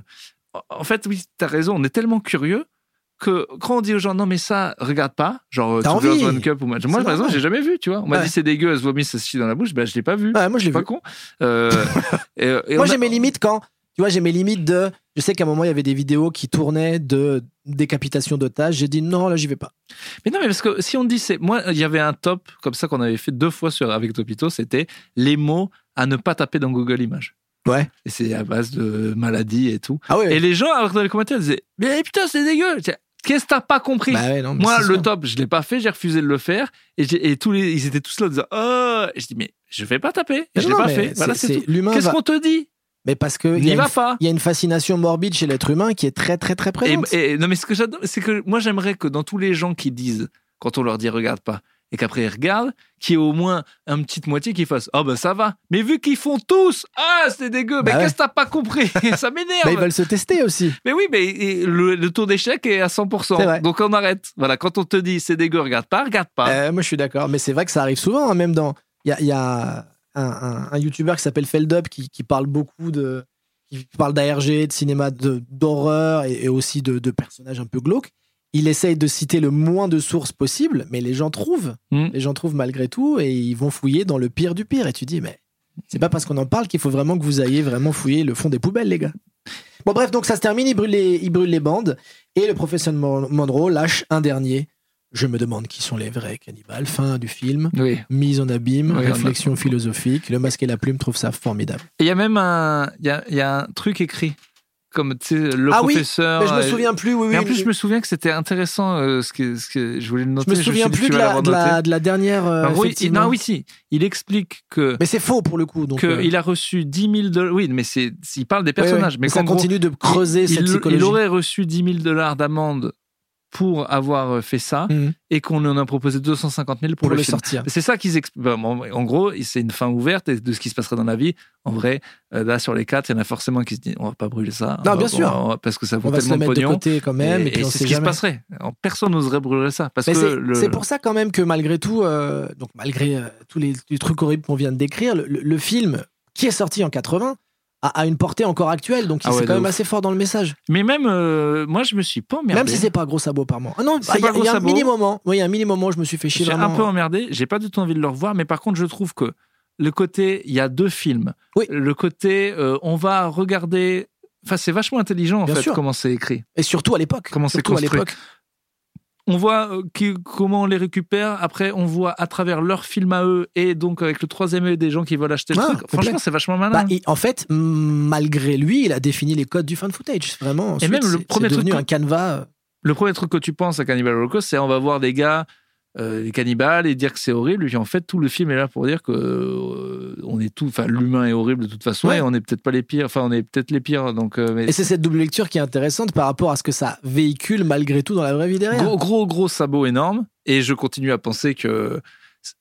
en- En fait, oui, t'as raison, on est tellement curieux que quand on dit aux gens non, mais ça, regarde pas, genre T'as Two Girls, envie. One Cup ou moi, moi par normal. exemple, j'ai jamais vu, tu vois. On m'a Ouais. dit c'est dégueu, elle se vomit, ça se chie dans la bouche, ben je l'ai pas vu. ouais, moi, je C'est l'ai pas vu. con. Euh, et- et Moi, on a- j'ai mes limites quand. Tu vois, j'ai mes limites de. Je sais qu'à un moment, il y avait des vidéos qui tournaient de décapitation d'otages. J'ai dit Non, là, j'y vais pas. Mais non, mais parce que si on dit, c'est moi, il y avait un top comme ça qu'on avait fait deux fois sur avec Topito, c'était les mots à ne pas taper dans Google Images. Ouais. Et c'est à base de maladies et tout. Ah ouais, Et les gens, alors que dans les commentaires, disaient, mais putain, c'est dégueu. Je dis, Qu'est-ce que t'as pas compris Bah ouais, non, mais Moi, c'est le sûr. top, je l'ai pas fait, j'ai refusé de le faire, et, j'ai- et tous les, ils étaient tous là en disant, oh, et je dis, mais je vais pas taper, et Mais je l'ai non, pas mais fait. Voilà, c'est- c'est c'est- tout. L'humain Qu'est-ce va- qu'on te dit Mais parce que il y, a N'y une- va pas. il y a une fascination morbide chez l'être humain qui est très, très, très Et- présente. Et, non, mais ce que j'adore, c'est que moi j'aimerais que dans tous les gens qui disent, quand on leur dit regarde pas, et qu'après ils regardent, qu'il y ait au moins une petite moitié qui fasse ah ben ça va. Mais vu qu'ils font tous ah c'est dégueu, mais Bah ouais. qu'est-ce que t'as pas compris Ça m'énerve. Bah, ils veulent se tester aussi. Mais oui, mais et le, le taux d'échec est à C'est vrai. 100%. Donc on arrête. Voilà, quand on te dit c'est dégueu, regarde pas, regarde pas. Euh, moi, je suis d'accord. Mais c'est vrai que ça arrive souvent, hein, même dans. Il y a, il y a un, un, un YouTuber qui s'appelle Feldup qui, qui parle beaucoup de. qui parle d'ARG, de cinéma de- d'horreur et, et aussi de, de personnages un peu glauques. Il essaye de citer le moins de sources possible, mais les gens trouvent. Mm. Les gens trouvent malgré tout et ils vont fouiller dans le pire du pire. Et tu dis, mais C'est pas parce qu'on en parle qu'il faut vraiment que vous ayez vraiment fouiller le fond des poubelles, les gars. Bon, bref, donc ça se termine, il brûle les, il brûle les bandes, et le professeur Mon- Monroe lâche un dernier. Je me demande qui sont les vrais cannibales. Fin du film. Oui. Mise en abîme, Oui, on a- réflexion philosophique. Le masque et la plume trouvent ça formidable. Et il y a même un, il y a, il y a un truc écrit. Comme, tu sais, le Ah oui, professeur. Mais je me euh, souviens plus, oui, oui. Mais en plus, oui. je me souviens que c'était intéressant euh, ce, que, ce que je voulais le noter. Je me me suis souviens dit, plus tu de vas la, l'avoir de la- noté. de la dernière. euh, En gros, il- effectivement. non, oui, si. Il explique que. Mais c'est faux pour le coup. Donc, euh, qu'il a reçu 10 000 dollars. Oui, mais c'est, il parle des personnages. ouais, ouais. Mais ça qu'en gros, continue de creuser il, cette psychologie. il aurait reçu 10 000 dollars d'amende pour avoir euh, fait ça Mhm. et qu'on en a proposé 250 000 pour, pour le, le film. sortir. C'est ça qu'ils expliquent. En gros, c'est une fin ouverte et de ce qui se passera dans la vie. En vrai, euh, là, sur les quatre, il y en a forcément qui se disent on va pas brûler ça. Non, On va- bien sûr. on va- parce que ça vaut On va se le tellement de mettre de pognon. côté quand même. Et, et puis et on c'est sait ce qui se jamais. passerait. Personne n'oserait brûler ça. Parce Mais que c'est le- c'est pour ça quand même que malgré tout, euh, donc malgré euh, tous les, les trucs horribles qu'on vient de décrire, le, le- le film qui est sorti en 80 a, a une portée encore actuelle, donc il Ah ouais, c'est quand de même ouf. assez fort dans le message. Mais même, euh, moi, je me suis pas emmerdé. Même si c'est pas gros sabot par mois. Ah non, C'est bah, il y pas a- gros il y a un sabot. mini moment. Oui, il y a un mini moment où je me suis fait chier J'ai vraiment. un peu emmerdé, j'ai pas du tout envie de le revoir, mais par contre, je trouve que le côté, il y a deux films. Oui. Le côté, euh, on va regarder. Enfin, c'est vachement intelligent, en Bien fait, sûr. comment c'est écrit. Et surtout à l'époque. Comment c'est Surtout à construit. l'époque. On voit euh, qui- comment on les récupère. Après, on voit à travers leur film à eux et donc avec le troisième œil des gens qui veulent acheter le Ah, truc. complet. Franchement, c'est vachement malin. Bah, il- en fait, m- malgré lui, il a défini les codes du fan footage. Vraiment. Ensuite, même le c'est- premier c'est truc devenu que- un canevas. euh, Le premier truc que tu penses à Cannibal Holocaust, c'est on va voir des gars, euh, des cannibales, et dire que c'est horrible. Et puis en fait, tout le film est là pour dire que euh, on est tout, enfin l'humain est horrible de toute façon, Ouais. et on n'est peut-être pas les pires. Enfin, on est peut-être les pires. Donc, euh, mais Et c'est cette double lecture qui est intéressante par rapport à ce que ça véhicule malgré tout dans la vraie vie derrière. gros, gros, gros sabot énorme. Et je continue à penser que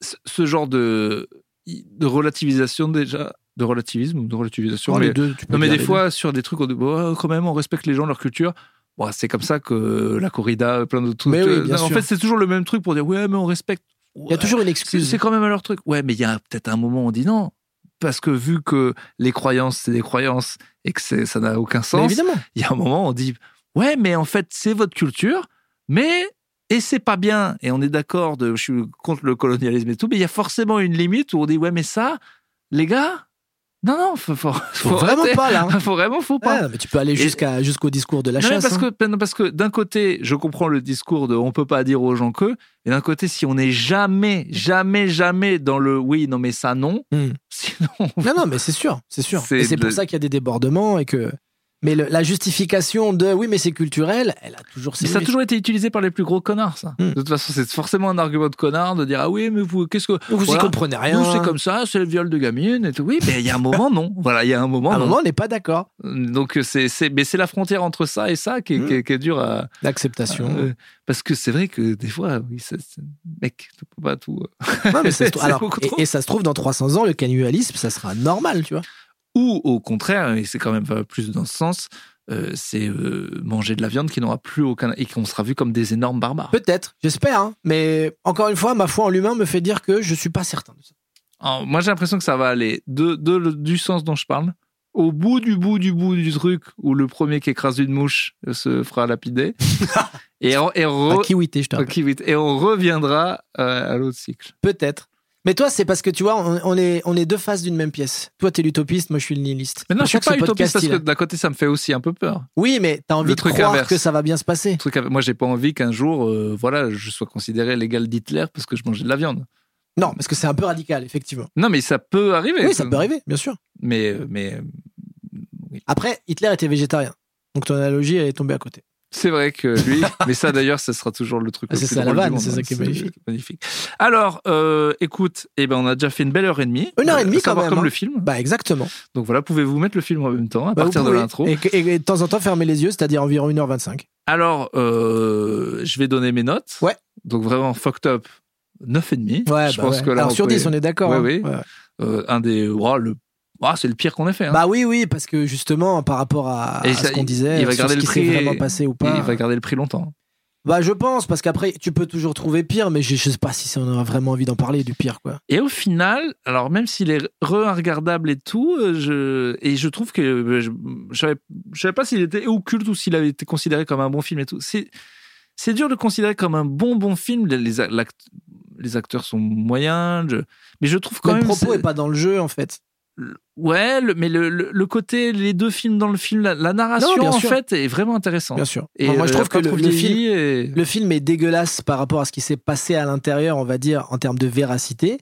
ce- ce genre de, de relativisation déjà, de relativisme ou de relativisation, Oh, mais- les deux, tu peux Non, mais dire des les fois, sur des trucs, on dit, Bon, oh, quand même, on respecte les gens, leur culture. Bon, c'est comme ça que la corrida, plein d'autres trucs. Mais oui, euh, bien non, en sûr. fait, c'est toujours le même truc pour dire, ouais, mais on respecte. Il y a Ouais, toujours une c'est- excuse. C'est quand même à leur truc. Ouais, mais il y a peut-être un moment où on dit non. Parce que vu que les croyances, c'est des croyances et que c'est- ça n'a aucun Mais sens, évidemment. il y a un moment où on dit, ouais, mais en fait, c'est votre culture, mais. Et c'est pas bien, et on est d'accord, de- je suis contre le colonialisme et tout, mais il y a forcément une limite où on dit, ouais, mais ça, les gars, non, non, faut, faut- Faut faut vraiment arrêter. pas là. hein. Ah, faut vraiment, faut pas. Ah, mais tu peux aller jusqu'à jusqu'au discours de la Non, mais chasse. parce hein. que, non, parce que d'un côté, je comprends le discours de on peut pas dire aux gens que, et d'un côté, si on n'est jamais, jamais, jamais dans le oui, non, mais ça, non, Hmm. sinon. Non, non, mais c'est sûr, c'est sûr. C'est Et c'est de- pour ça qu'il y a des débordements et que. Mais le- la justification de oui, mais c'est culturel, elle a toujours ses Mais ça a limites. toujours été utilisé par les plus gros connards, ça. Hmm. De toute façon, c'est forcément un argument de connard de dire Ah oui, mais vous, qu'est-ce que. Vous Voilà. Ah, y comprenez rien. Nous, c'est comme ça, c'est le viol de gamine et tout. Oui, mais il y a un moment, non. Voilà, il y a un moment, À un Oh non. moment, on n'est pas d'accord. Donc, c'est, c'est, mais c'est la frontière entre ça et ça qui est, Hmm. qui est- qui est dure à, L'acceptation. Euh, parce que c'est vrai que des fois, oui, ça, c'est- mec, tu peux pas tout. euh, Euh, Non, mais ça se trouve- c'est alors, beaucoup trop. et, et ça se trouve, dans 300 ans, le cannibalisme, ça sera normal, tu vois. Ou au contraire, et c'est quand même pas plus dans ce sens, euh, c'est euh, manger de la viande qui n'aura plus aucun et qu'on sera vu comme des énormes barbares. Peut-être, j'espère. hein. Mais encore une fois, ma foi en l'humain me fait dire que je suis pas certain de ça. Alors, moi, j'ai l'impression que ça va aller de, de le- du sens dont je parle au bout du bout du bout du truc où le premier qui écrase une mouche euh, se fera lapider et on, et, Pas re- kiwité, je te Ah, rappelle. kiwi. et on reviendra euh, à l'autre cycle. Peut-être. Mais toi, c'est parce que tu vois, on, on est, on est deux faces d'une même pièce. Toi, t'es l'utopiste, moi, je suis le nihiliste. Maintenant, je suis C'est pour ça pas que ce utopiste podcast, parce il que a- d'un côté, ça me fait aussi un peu peur. Oui, mais t'as envie Le de truc croire inverse. que ça va bien se passer. truc avec- moi j'ai pas envie qu'un jour euh, voilà je sois considéré l'égal d'Hitler parce que je mangeais de la viande Non, parce que c'est un peu radical, effectivement. non mais ça peut arriver Oui, ça peut arriver, bien sûr. mais euh, mais euh, oui. Après, Hitler était végétarien. Donc ton analogie, elle est tombée à côté. c'est vrai que lui mais ça d'ailleurs ça sera toujours le truc Ah, le c'est plus ça, la drôle du vanne, monde, c'est hein. ça qui est magnifique. magnifique. alors euh, écoute eh ben on a déjà fait une belle heure et demie Une heure et Euh, demie, ça va quand même, comme hein. le film Bah, exactement. donc voilà pouvez-vous mettre le film en même temps à Bah, partir vous de pouvez. l'intro Et, que- et- et de temps en temps, fermer les yeux, c'est-à-dire environ 1h25. alors euh, je vais donner mes notes Ouais. donc vraiment fucked up 9,5 et demi Ouais, je bah pense ouais. que là Alors on sur peut- 10, on est d'accord. Ouais, hein. oui. euh, un des ouah, le ouah, c'est le pire qu'on ait fait hein. Bah oui, oui, parce que justement, par rapport à, Et à ça, ce qu'on il- disait, il va sur garder ce le qui s'est prix et- vraiment passé ou Et pas. il va garder le prix longtemps. Bah je pense, parce qu'après, tu peux toujours trouver pire, mais je, je sais pas si ça, on a vraiment envie d'en parler du pire, quoi. Et au final, alors même s'il est re-regardable et tout, euh, je, et je trouve que euh, je, je savais, je savais pas s'il était occulte ou s'il avait été considéré comme un bon film et tout. C'est, c'est dur de le considérer comme un bon bon film. Les, les a- l'act- les acteurs sont moyens, je- mais je trouve quand Mais le même. propos c'est- est pas dans le jeu, en fait. Ouais, le- mais le, le- le côté, les deux films dans le film, la, la narration Non, bien en sûr. fait est vraiment intéressante. Bien sûr. Et Moi, moi, je euh, trouve que pas le, trop le film, vieilli et- le film est dégueulasse par rapport à ce qui s'est passé à l'intérieur, on va dire, en termes de véracité.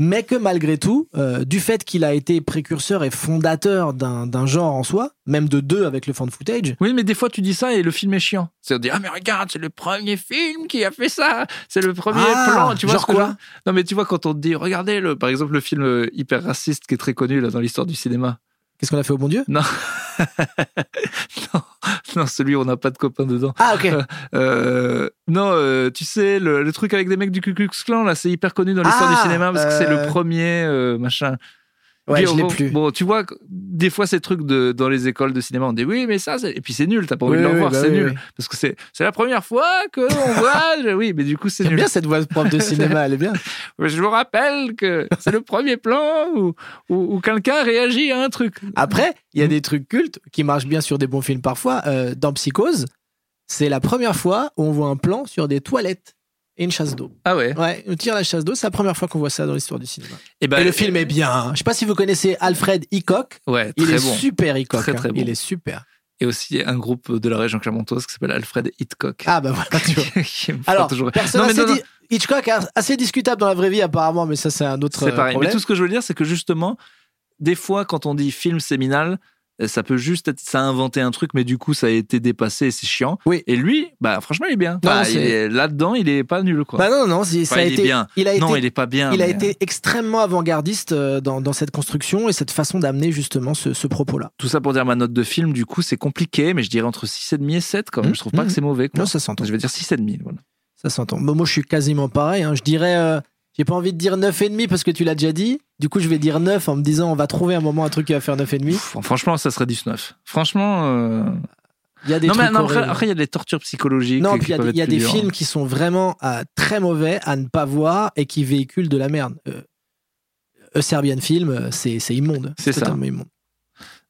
Mais que malgré tout, euh, du fait qu'il a été précurseur et fondateur d'un d'un genre en soi, même de deux avec le fan footage, Oui, mais des fois tu dis ça et le film est chiant. C'est-à-dire, ah mais regarde, c'est le premier film qui a fait ça. C'est le premier Ah, plan. Tu vois genre ce que je- quoi Non, mais tu vois quand on te dit, regardez le, par exemple le film euh, hyper raciste qui est très connu là dans l'histoire du cinéma. qu'est-ce qu'on a fait au bon Dieu non, non, celui où on n'a pas de copain dedans. Ah ok. Euh, non, euh, tu sais le, le truc avec des mecs du Ku Klux Klan là, c'est hyper connu dans l'histoire Ah, du cinéma parce que c'est euh, le premier euh, machin. Ouais, Puis, je bon, l'ai plus. Bon, tu vois, des fois, ces trucs de, dans les écoles de cinéma, on dit oui, mais ça, c'est- et puis c'est nul, t'as pas envie Oui, de le oui, voir, bah c'est oui, nul. oui. Parce que c'est c'est la première fois qu'on voit, je- oui, mais du coup, c'est J'aime nul. bien cette voix de prof de cinéma, elle est bien. Mais Je vous rappelle que c'est le premier plan où, où, où quelqu'un réagit à un truc. Après, il y a Mhm. des trucs cultes qui marchent bien sur des bons films parfois. Euh, dans Psychose, c'est la première fois où on voit un plan sur des toilettes et une chasse d'eau. Ah ouais. Ouais, on tire la chasse d'eau, c'est la première fois qu'on voit ça dans l'histoire du cinéma. Et, ben, et le film est bien. hein. Je sais pas si vous connaissez Alfred Hitchcock. Ouais, Il très est bon. super Hitchcock. Très, très hein. bon. Il est super. Et aussi un groupe de la région clermontoise qui s'appelle Alfred Hitchcock. Ah bah voilà, tu vois. Qui me fera Alors, toujours- personne Non, mais assez non, non. dit- Hitchcock est assez discutable dans la vraie vie apparemment, mais ça c'est un autre C'est euh, pareil. problème. Mais tout ce que je veux dire, c'est que justement, des fois, quand on dit film séminal, euh, ça peut juste être, ça a inventé un truc, mais du coup, ça a été dépassé, et c'est chiant. Oui. Et lui, bah, franchement, il est bien. Non, Enfin, c'est- il est- Là-dedans, il est pas nul, quoi. Bah non, non, c'est- Enfin, ça a il été. est bien. Il a été non, il est pas bien. Il a Ah, mais- hein. été extrêmement avant-gardiste euh, dans, dans cette construction et cette façon d'amener justement ce, ce propos-là. euh, Tout ça pour dire ma note de film, du coup, c'est compliqué, mais je dirais entre 6,5 et 7 quand même. Mmh, Je trouve pas mmh. que c'est mauvais, quoi. Non, ça s'entend. Je vais dire 6,5. Voilà. Ça s'entend. Bon, moi, je suis quasiment pareil. hein. Je dirais, euh, j'ai pas envie de dire 9,5 parce que tu l'as déjà dit. Du coup, je vais dire 9 en me disant, on va trouver un moment un truc qui va faire 9,5. Pff, franchement, ça serait 19. Franchement. euh, Il y a des Non, mais trucs. non, après, horribles. après, il y a des tortures psychologiques. non, qui puis il y a peuvent des, il y a être plus hein. des dures. films qui sont vraiment euh, très mauvais à ne pas voir et qui véhiculent de la merde. Euh, A Serbian Film, euh, c'est c'est immonde. C'est ça. totalement immonde.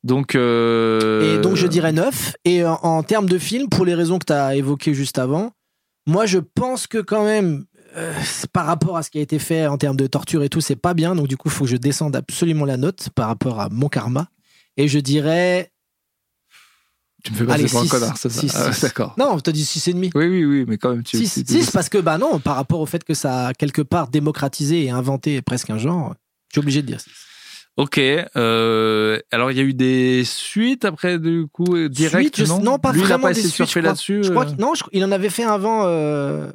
Donc. euh, Et donc, je dirais 9. Et en, en termes de film, pour les raisons que tu as évoquées juste avant, moi, je pense que quand même, euh, c'est par rapport à ce qui a été fait en termes de torture et tout, c'est pas bien. Donc, du coup, il faut que je descende absolument la note par rapport à mon karma. Et je dirais. Tu me fais passer Allez, pour un six. connard, c'est ça Six, Ah ouais, six. D'accord. Non, on t'a dit 6,5. Oui, oui, oui, mais quand même, tu. 6, tu- tu- parce que, bah non, par rapport au fait que ça a quelque part démocratisé et inventé presque un genre, je suis obligé de dire 6. Ok. euh, alors, il y a eu des suites après, du coup, euh, direct, Suite, je- non non, pas Lui, il a vraiment pas des essayé de suites, surfer je crois. là-dessus. Je crois euh. que- non, je- il en avait fait un avant euh,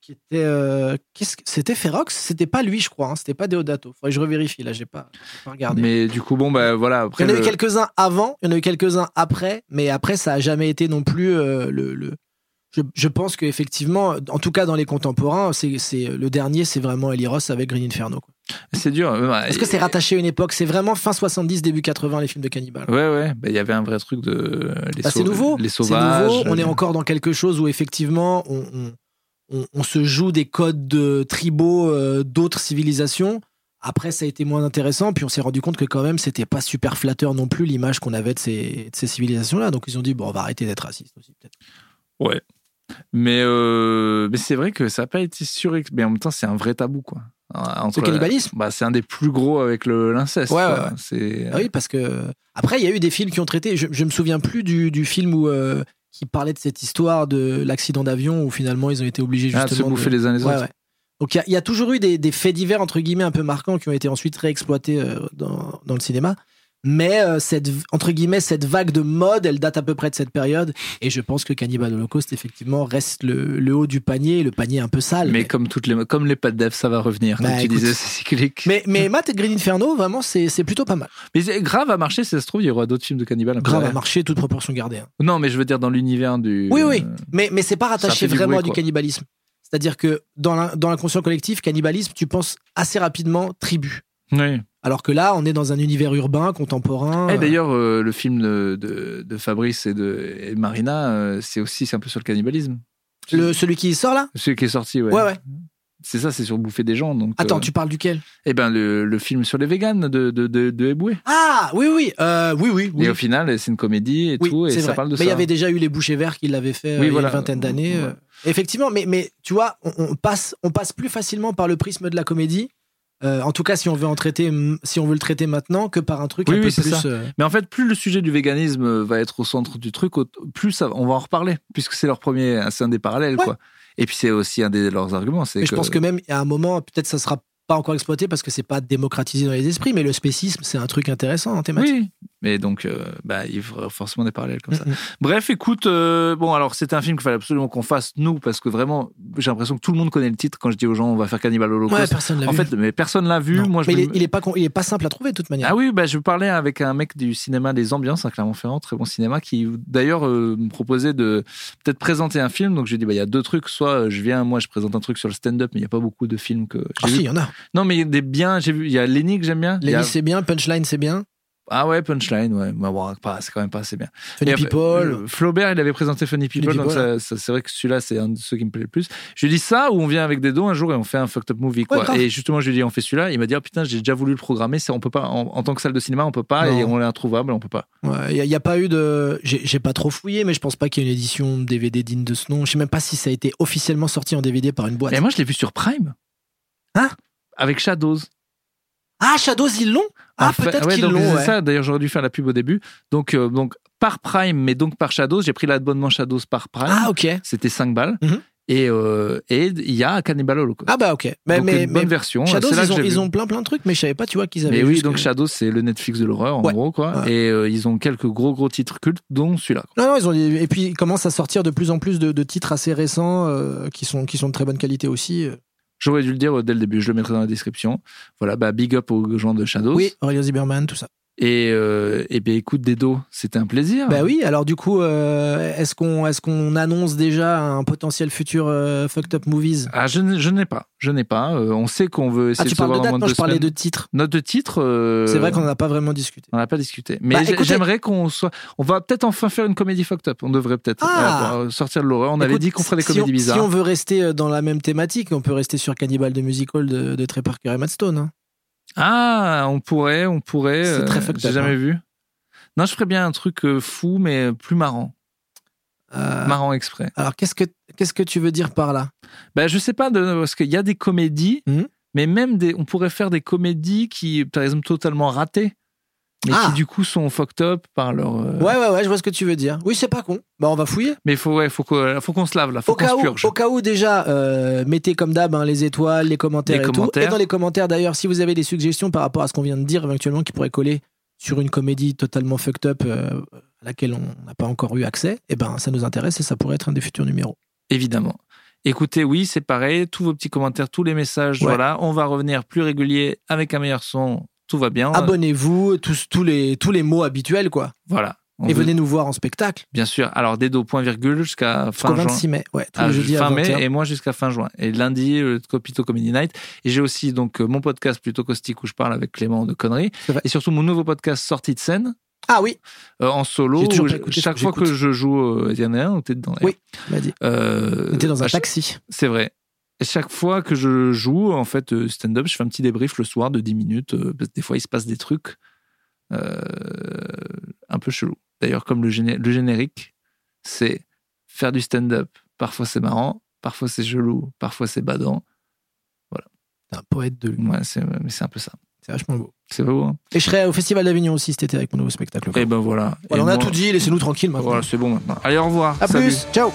qui était euh, qu'est-ce que- c'était Ferox, c'était pas lui je crois, hein, c'était pas Deodato. Faudrait que je revérifie là, j'ai pas, j'ai pas regardé. Mais du coup, bon, bah voilà. il y Après, en a eu le- quelques-uns avant, il y en a eu quelques-uns après, mais après ça a jamais été non plus euh, le, le- je, je pense qu'effectivement, en tout cas dans les contemporains, c'est c'est- le dernier, c'est vraiment Eli Ross avec Green Inferno. quoi. c'est dur. euh, Parce que c'est rattaché à une époque, c'est vraiment fin 70, début 80 les films de cannibales. Ouais, ouais. bah, Il y avait un vrai truc de. euh, Les, Bah, c'est sau- nouveau. les c'est sauvages. nouveau. On est euh, encore dans quelque chose où effectivement, on, on- on- on se joue des codes de tribaux euh, d'autres civilisations. Après, ça a été moins intéressant. Puis on s'est rendu compte que quand même, c'était pas super flatteur non plus l'image qu'on avait de ces, de ces civilisations-là. Donc ils ont dit bon, on va arrêter d'être racistes aussi. peut-être. Mais, euh, mais c'est vrai que ça n'a pas été sur. Mais en même temps, c'est un vrai tabou, quoi. Euh, Entre... Le cannibalisme. bah, C'est un des plus gros avec le- l'inceste. Ouais, quoi. ouais, ouais. C'est. Ah oui, parce que après, il y a eu des films qui ont traité. Je, je me souviens plus du, du film où euh, qui parlait de cette histoire de l'accident d'avion où finalement ils ont été obligés justement Ah, de se de- bouffer les uns les Ouais, autres. ouais. Donc il y a- il y, a toujours eu des, des faits divers entre guillemets un peu marquants qui ont été ensuite réexploités euh, dans, dans le cinéma. Mais euh, cette v- entre guillemets cette vague de mode, elle date à peu près de cette période. Et je pense que Cannibal Holocaust effectivement reste le, le haut du panier, le panier un peu sale. Mais comme, toutes les, comme les pâtes d'Ève, ça va revenir. Bah, comme tu écoute. disais, c'est cyclique. mais, mais Matt et Green Inferno vraiment c'est c'est plutôt pas mal. Mais c'est grave à marcher, si ça se trouve, il y aura d'autres films de cannibales. un peu Grave à derrière. marcher, toute proportion gardée. hein. Non, mais je veux dire dans l'univers du. euh, Oui, oui. Mais mais c'est pas fait rattaché du vraiment bruit, à du quoi. cannibalisme. C'est-à-dire que dans l'in- dans l'inconscient collectif, cannibalisme, tu penses assez rapidement tribu. Oui. Alors que là, on est dans un univers urbain contemporain. Et euh, d'ailleurs, euh, le film de, de, de Fabrice et de et de Marina, euh, c'est aussi c'est un peu sur le cannibalisme. Le, celui qui sort là Celui qui est sorti, ouais. Ouais, ouais. C'est ça, c'est sur bouffer des gens. Donc, Attends, euh, tu parles duquel Eh ben, le, le film sur les véganes de, de, de, de Eboué. Ah, oui, oui, euh, oui, oui. oui. Et au final, c'est une comédie et Oui, tout, et c'est ça vrai. parle de mais ça. il y avait déjà eu les bouchées verts qui l'avaient fait euh, Oui, il y a voilà. une vingtaine d'années. euh. Ouais. Effectivement, mais, mais tu vois, on, on passe, on passe plus facilement par le prisme de la comédie euh, en tout cas, si on veut en traiter, si on veut le traiter maintenant, que par un truc Oui, un oui, peu c'est plus. ça. euh, Mais en fait, plus le sujet du véganisme euh, va être au centre du truc, au- plus ça- on va en reparler, puisque c'est leur premier, c'est un des parallèles, Ouais. quoi. Et puis c'est aussi un des leurs arguments, c'est mais que, je pense que même à un moment, peut-être ça sera pas encore exploité parce que c'est pas démocratisé dans les esprits, mais le spécisme, c'est un truc intéressant en thématique. oui. Mais donc, euh, bah, il y aura forcément des parallèles comme ça. Mm, mm. Bref, écoute, euh, bon, alors c'était un film qu'il fallait absolument qu'on fasse nous, parce que vraiment, j'ai l'impression que tout le monde connaît le titre quand je dis aux gens on va faire Cannibal Ouais, Holocaust. personne l'a en vu. fait, mais personne l'a vu. Non. Moi, je mais me- il est, il est pas con- il est pas simple à trouver de toute manière. Ah oui, bah, je parlais avec un mec du cinéma des ambiances à Clermont-Ferrand, très bon cinéma, qui d'ailleurs euh, me proposait de peut-être présenter un film. Donc j'ai dit, bah, il y a deux trucs. Soit euh, je viens, moi je présente un truc sur le stand-up, mais il n'y a pas beaucoup de films que j'ai Ah si, vu. il y en a. Non, mais il y a des biens, j'ai vu. Il y a Lenny que j'aime bien. Il y a- Lenny, c'est bien. Punchline, c'est bien. Ah ouais, Punchline, ouais. Bah, bon, pas- c'est quand même pas assez bien. Funny Et après, People. euh, Flaubert, il avait présenté Funny People, Funny donc ça- People, ça- c'est vrai que celui-là, c'est un de ceux qui me plaît le plus. Je lui ai dit ça, ou on vient avec des dos un jour et on fait un fucked up movie, Ouais, quoi. grave. et justement, je lui ai dit, on fait celui-là. Il m'a dit, oh, putain, j'ai déjà voulu le programmer, c'est- on peut pas, en, en tant que salle de cinéma, on peut pas, Non. et on est introuvable, on peut pas. Il n'y a, y a pas eu de. J'ai j'ai pas trop fouillé, mais je pense pas qu'il y ait une édition DVD digne de ce nom. Je sais même pas si ça a été officiellement sorti en DVD par une boîte. Et moi, je l'ai vu sur Prime. Hein Avec Shadows. Ah, Shadows, ils l'ont Ah, En fait- peut-être ouais, qu'ils donc, l'ont. c'est ouais. ça. D'ailleurs, j'aurais dû faire la pub au début. Donc, euh, donc par Prime, mais donc par Shadows, j'ai pris l'abonnement Shadows par Prime. Ah, ok. C'était 5 balles. Mhm. Et euh, et il y a Cannibal Holocaust. Ah, bah, ok. Mais, donc, mais, une bonne mais version. Shadows, C'est là ils, que ont, j'ai vu. ils ont plein plein de trucs, mais je savais pas, tu vois, qu'ils avaient. Mais oui, juste donc que- Shadows, c'est le Netflix de l'horreur, en Ouais. gros, quoi. Ouais. Et euh, ils ont quelques gros, gros titres cultes, dont celui-là. quoi. Non, non, ils ont. des- Et puis, ils commencent à sortir de plus en plus de, de titres assez récents euh, qui, sont, qui sont de très bonne qualité aussi. J'aurais dû le dire euh, dès le début, je le mettrai dans la description. Voilà, bah, big up aux gens de Shadows. Oui, Aurelio Zimmerman, tout ça. Et, euh, et bien, écoute, Dedo, c'était un plaisir. Bah oui, alors du coup, euh, est-ce qu'on est qu'on annonce déjà un potentiel futur euh, Fucked Up Movies Ah, je n'ai je n'ai pas, je n'ai pas. Euh, on sait qu'on veut essayer Ah, tu de se voir parles de dans date moins Non, de je deux parlais semaines. de titre. Notre titre. euh, C'est vrai qu'on n'en a pas vraiment discuté. on n'a pas discuté. Mais Bah, j'ai- écoutez- j'aimerais qu'on soit. On va peut-être enfin faire une comédie fucked up. On devrait peut-être Ah. euh, sortir de l'horreur. On avait Écoute, dit qu'on ferait des si on- comédies bizarres. Si on veut rester euh, dans la même thématique, on peut rester sur Cannibal de Musical de, de Trey Parker et Matt Stone. hein. Ah, on pourrait, on pourrait. C'est euh, très fucked J'ai up, jamais hein. vu. Non, je ferais bien un truc euh, fou, mais plus marrant. Euh, Marrant exprès. alors qu'est-ce que qu'est-ce que tu veux dire par là Ben, je sais pas, de, parce qu'il y a des comédies, Mhm. mais même des, on pourrait faire des comédies qui, par exemple, totalement ratées, mais Ah. qui du coup sont fucked up par leur. euh, Ouais ouais ouais, je vois ce que tu veux dire. Oui, c'est pas con. Bah on va fouiller. Mais faut, ouais, faut qu'on faut qu'on se lave là, faut Au qu'on cas, se où, purge. au cas où déjà, euh, mettez comme d'hab hein, les étoiles, les commentaires Les et commentaires. tout. Et dans les commentaires d'ailleurs, si vous avez des suggestions par rapport à ce qu'on vient de dire éventuellement qui pourrait coller sur une comédie totalement fucked up euh, à laquelle on n'a pas encore eu accès, eh ben ça nous intéresse et ça pourrait être un des futurs numéros. Évidemment. Écoutez, oui, c'est pareil. Tous vos petits commentaires, tous les messages, Ouais. voilà. On va revenir plus régulier avec un meilleur son. Tout va bien. Abonnez-vous, tous, tous, les, tous les mots habituels quoi. Voilà. On et vous- venez nous voir en spectacle Bien sûr. Alors, Dedo, point virgule, jusqu'à jusqu'au fin juin. 26 mai. Ouais, tous Ah, les jeudis à fin mai 21. et moi jusqu'à fin juin. Et lundi, le Copito Comedy Night. Et j'ai aussi donc euh, mon podcast plutôt caustique où je parle avec Clément de conneries. C'est vrai. Et surtout mon nouveau podcast Sortie de scène Ah oui, euh, en solo. J'ai toujours où pas je- écouté, chaque fois j'écoute. que je joue, euh, il y en a un où t'es dedans. d'ailleurs. Oui. il m'a dit. Euh, On était dans un à chaque- taxi. C'est vrai. Et chaque fois que je joue en fait euh, stand-up, je fais un petit débrief le soir de 10 minutes. euh, parce que des fois, il se passe des trucs euh, un peu chelous. D'ailleurs, comme le, géné- le générique, c'est faire du stand-up. Parfois, c'est marrant, parfois, c'est chelou, parfois, c'est badant. C'est Un poète de lui. Ouais, c'est- mais c'est un peu ça. C'est vachement beau. C'est beau. Hein Et je serai au Festival d'Avignon aussi cet été avec mon nouveau spectacle. Et ben voilà. Voilà, Et on a moi- tout dit, laissez-nous tranquille maintenant. Voilà, c'est bon maintenant. Allez, au revoir. A Salut. plus, ciao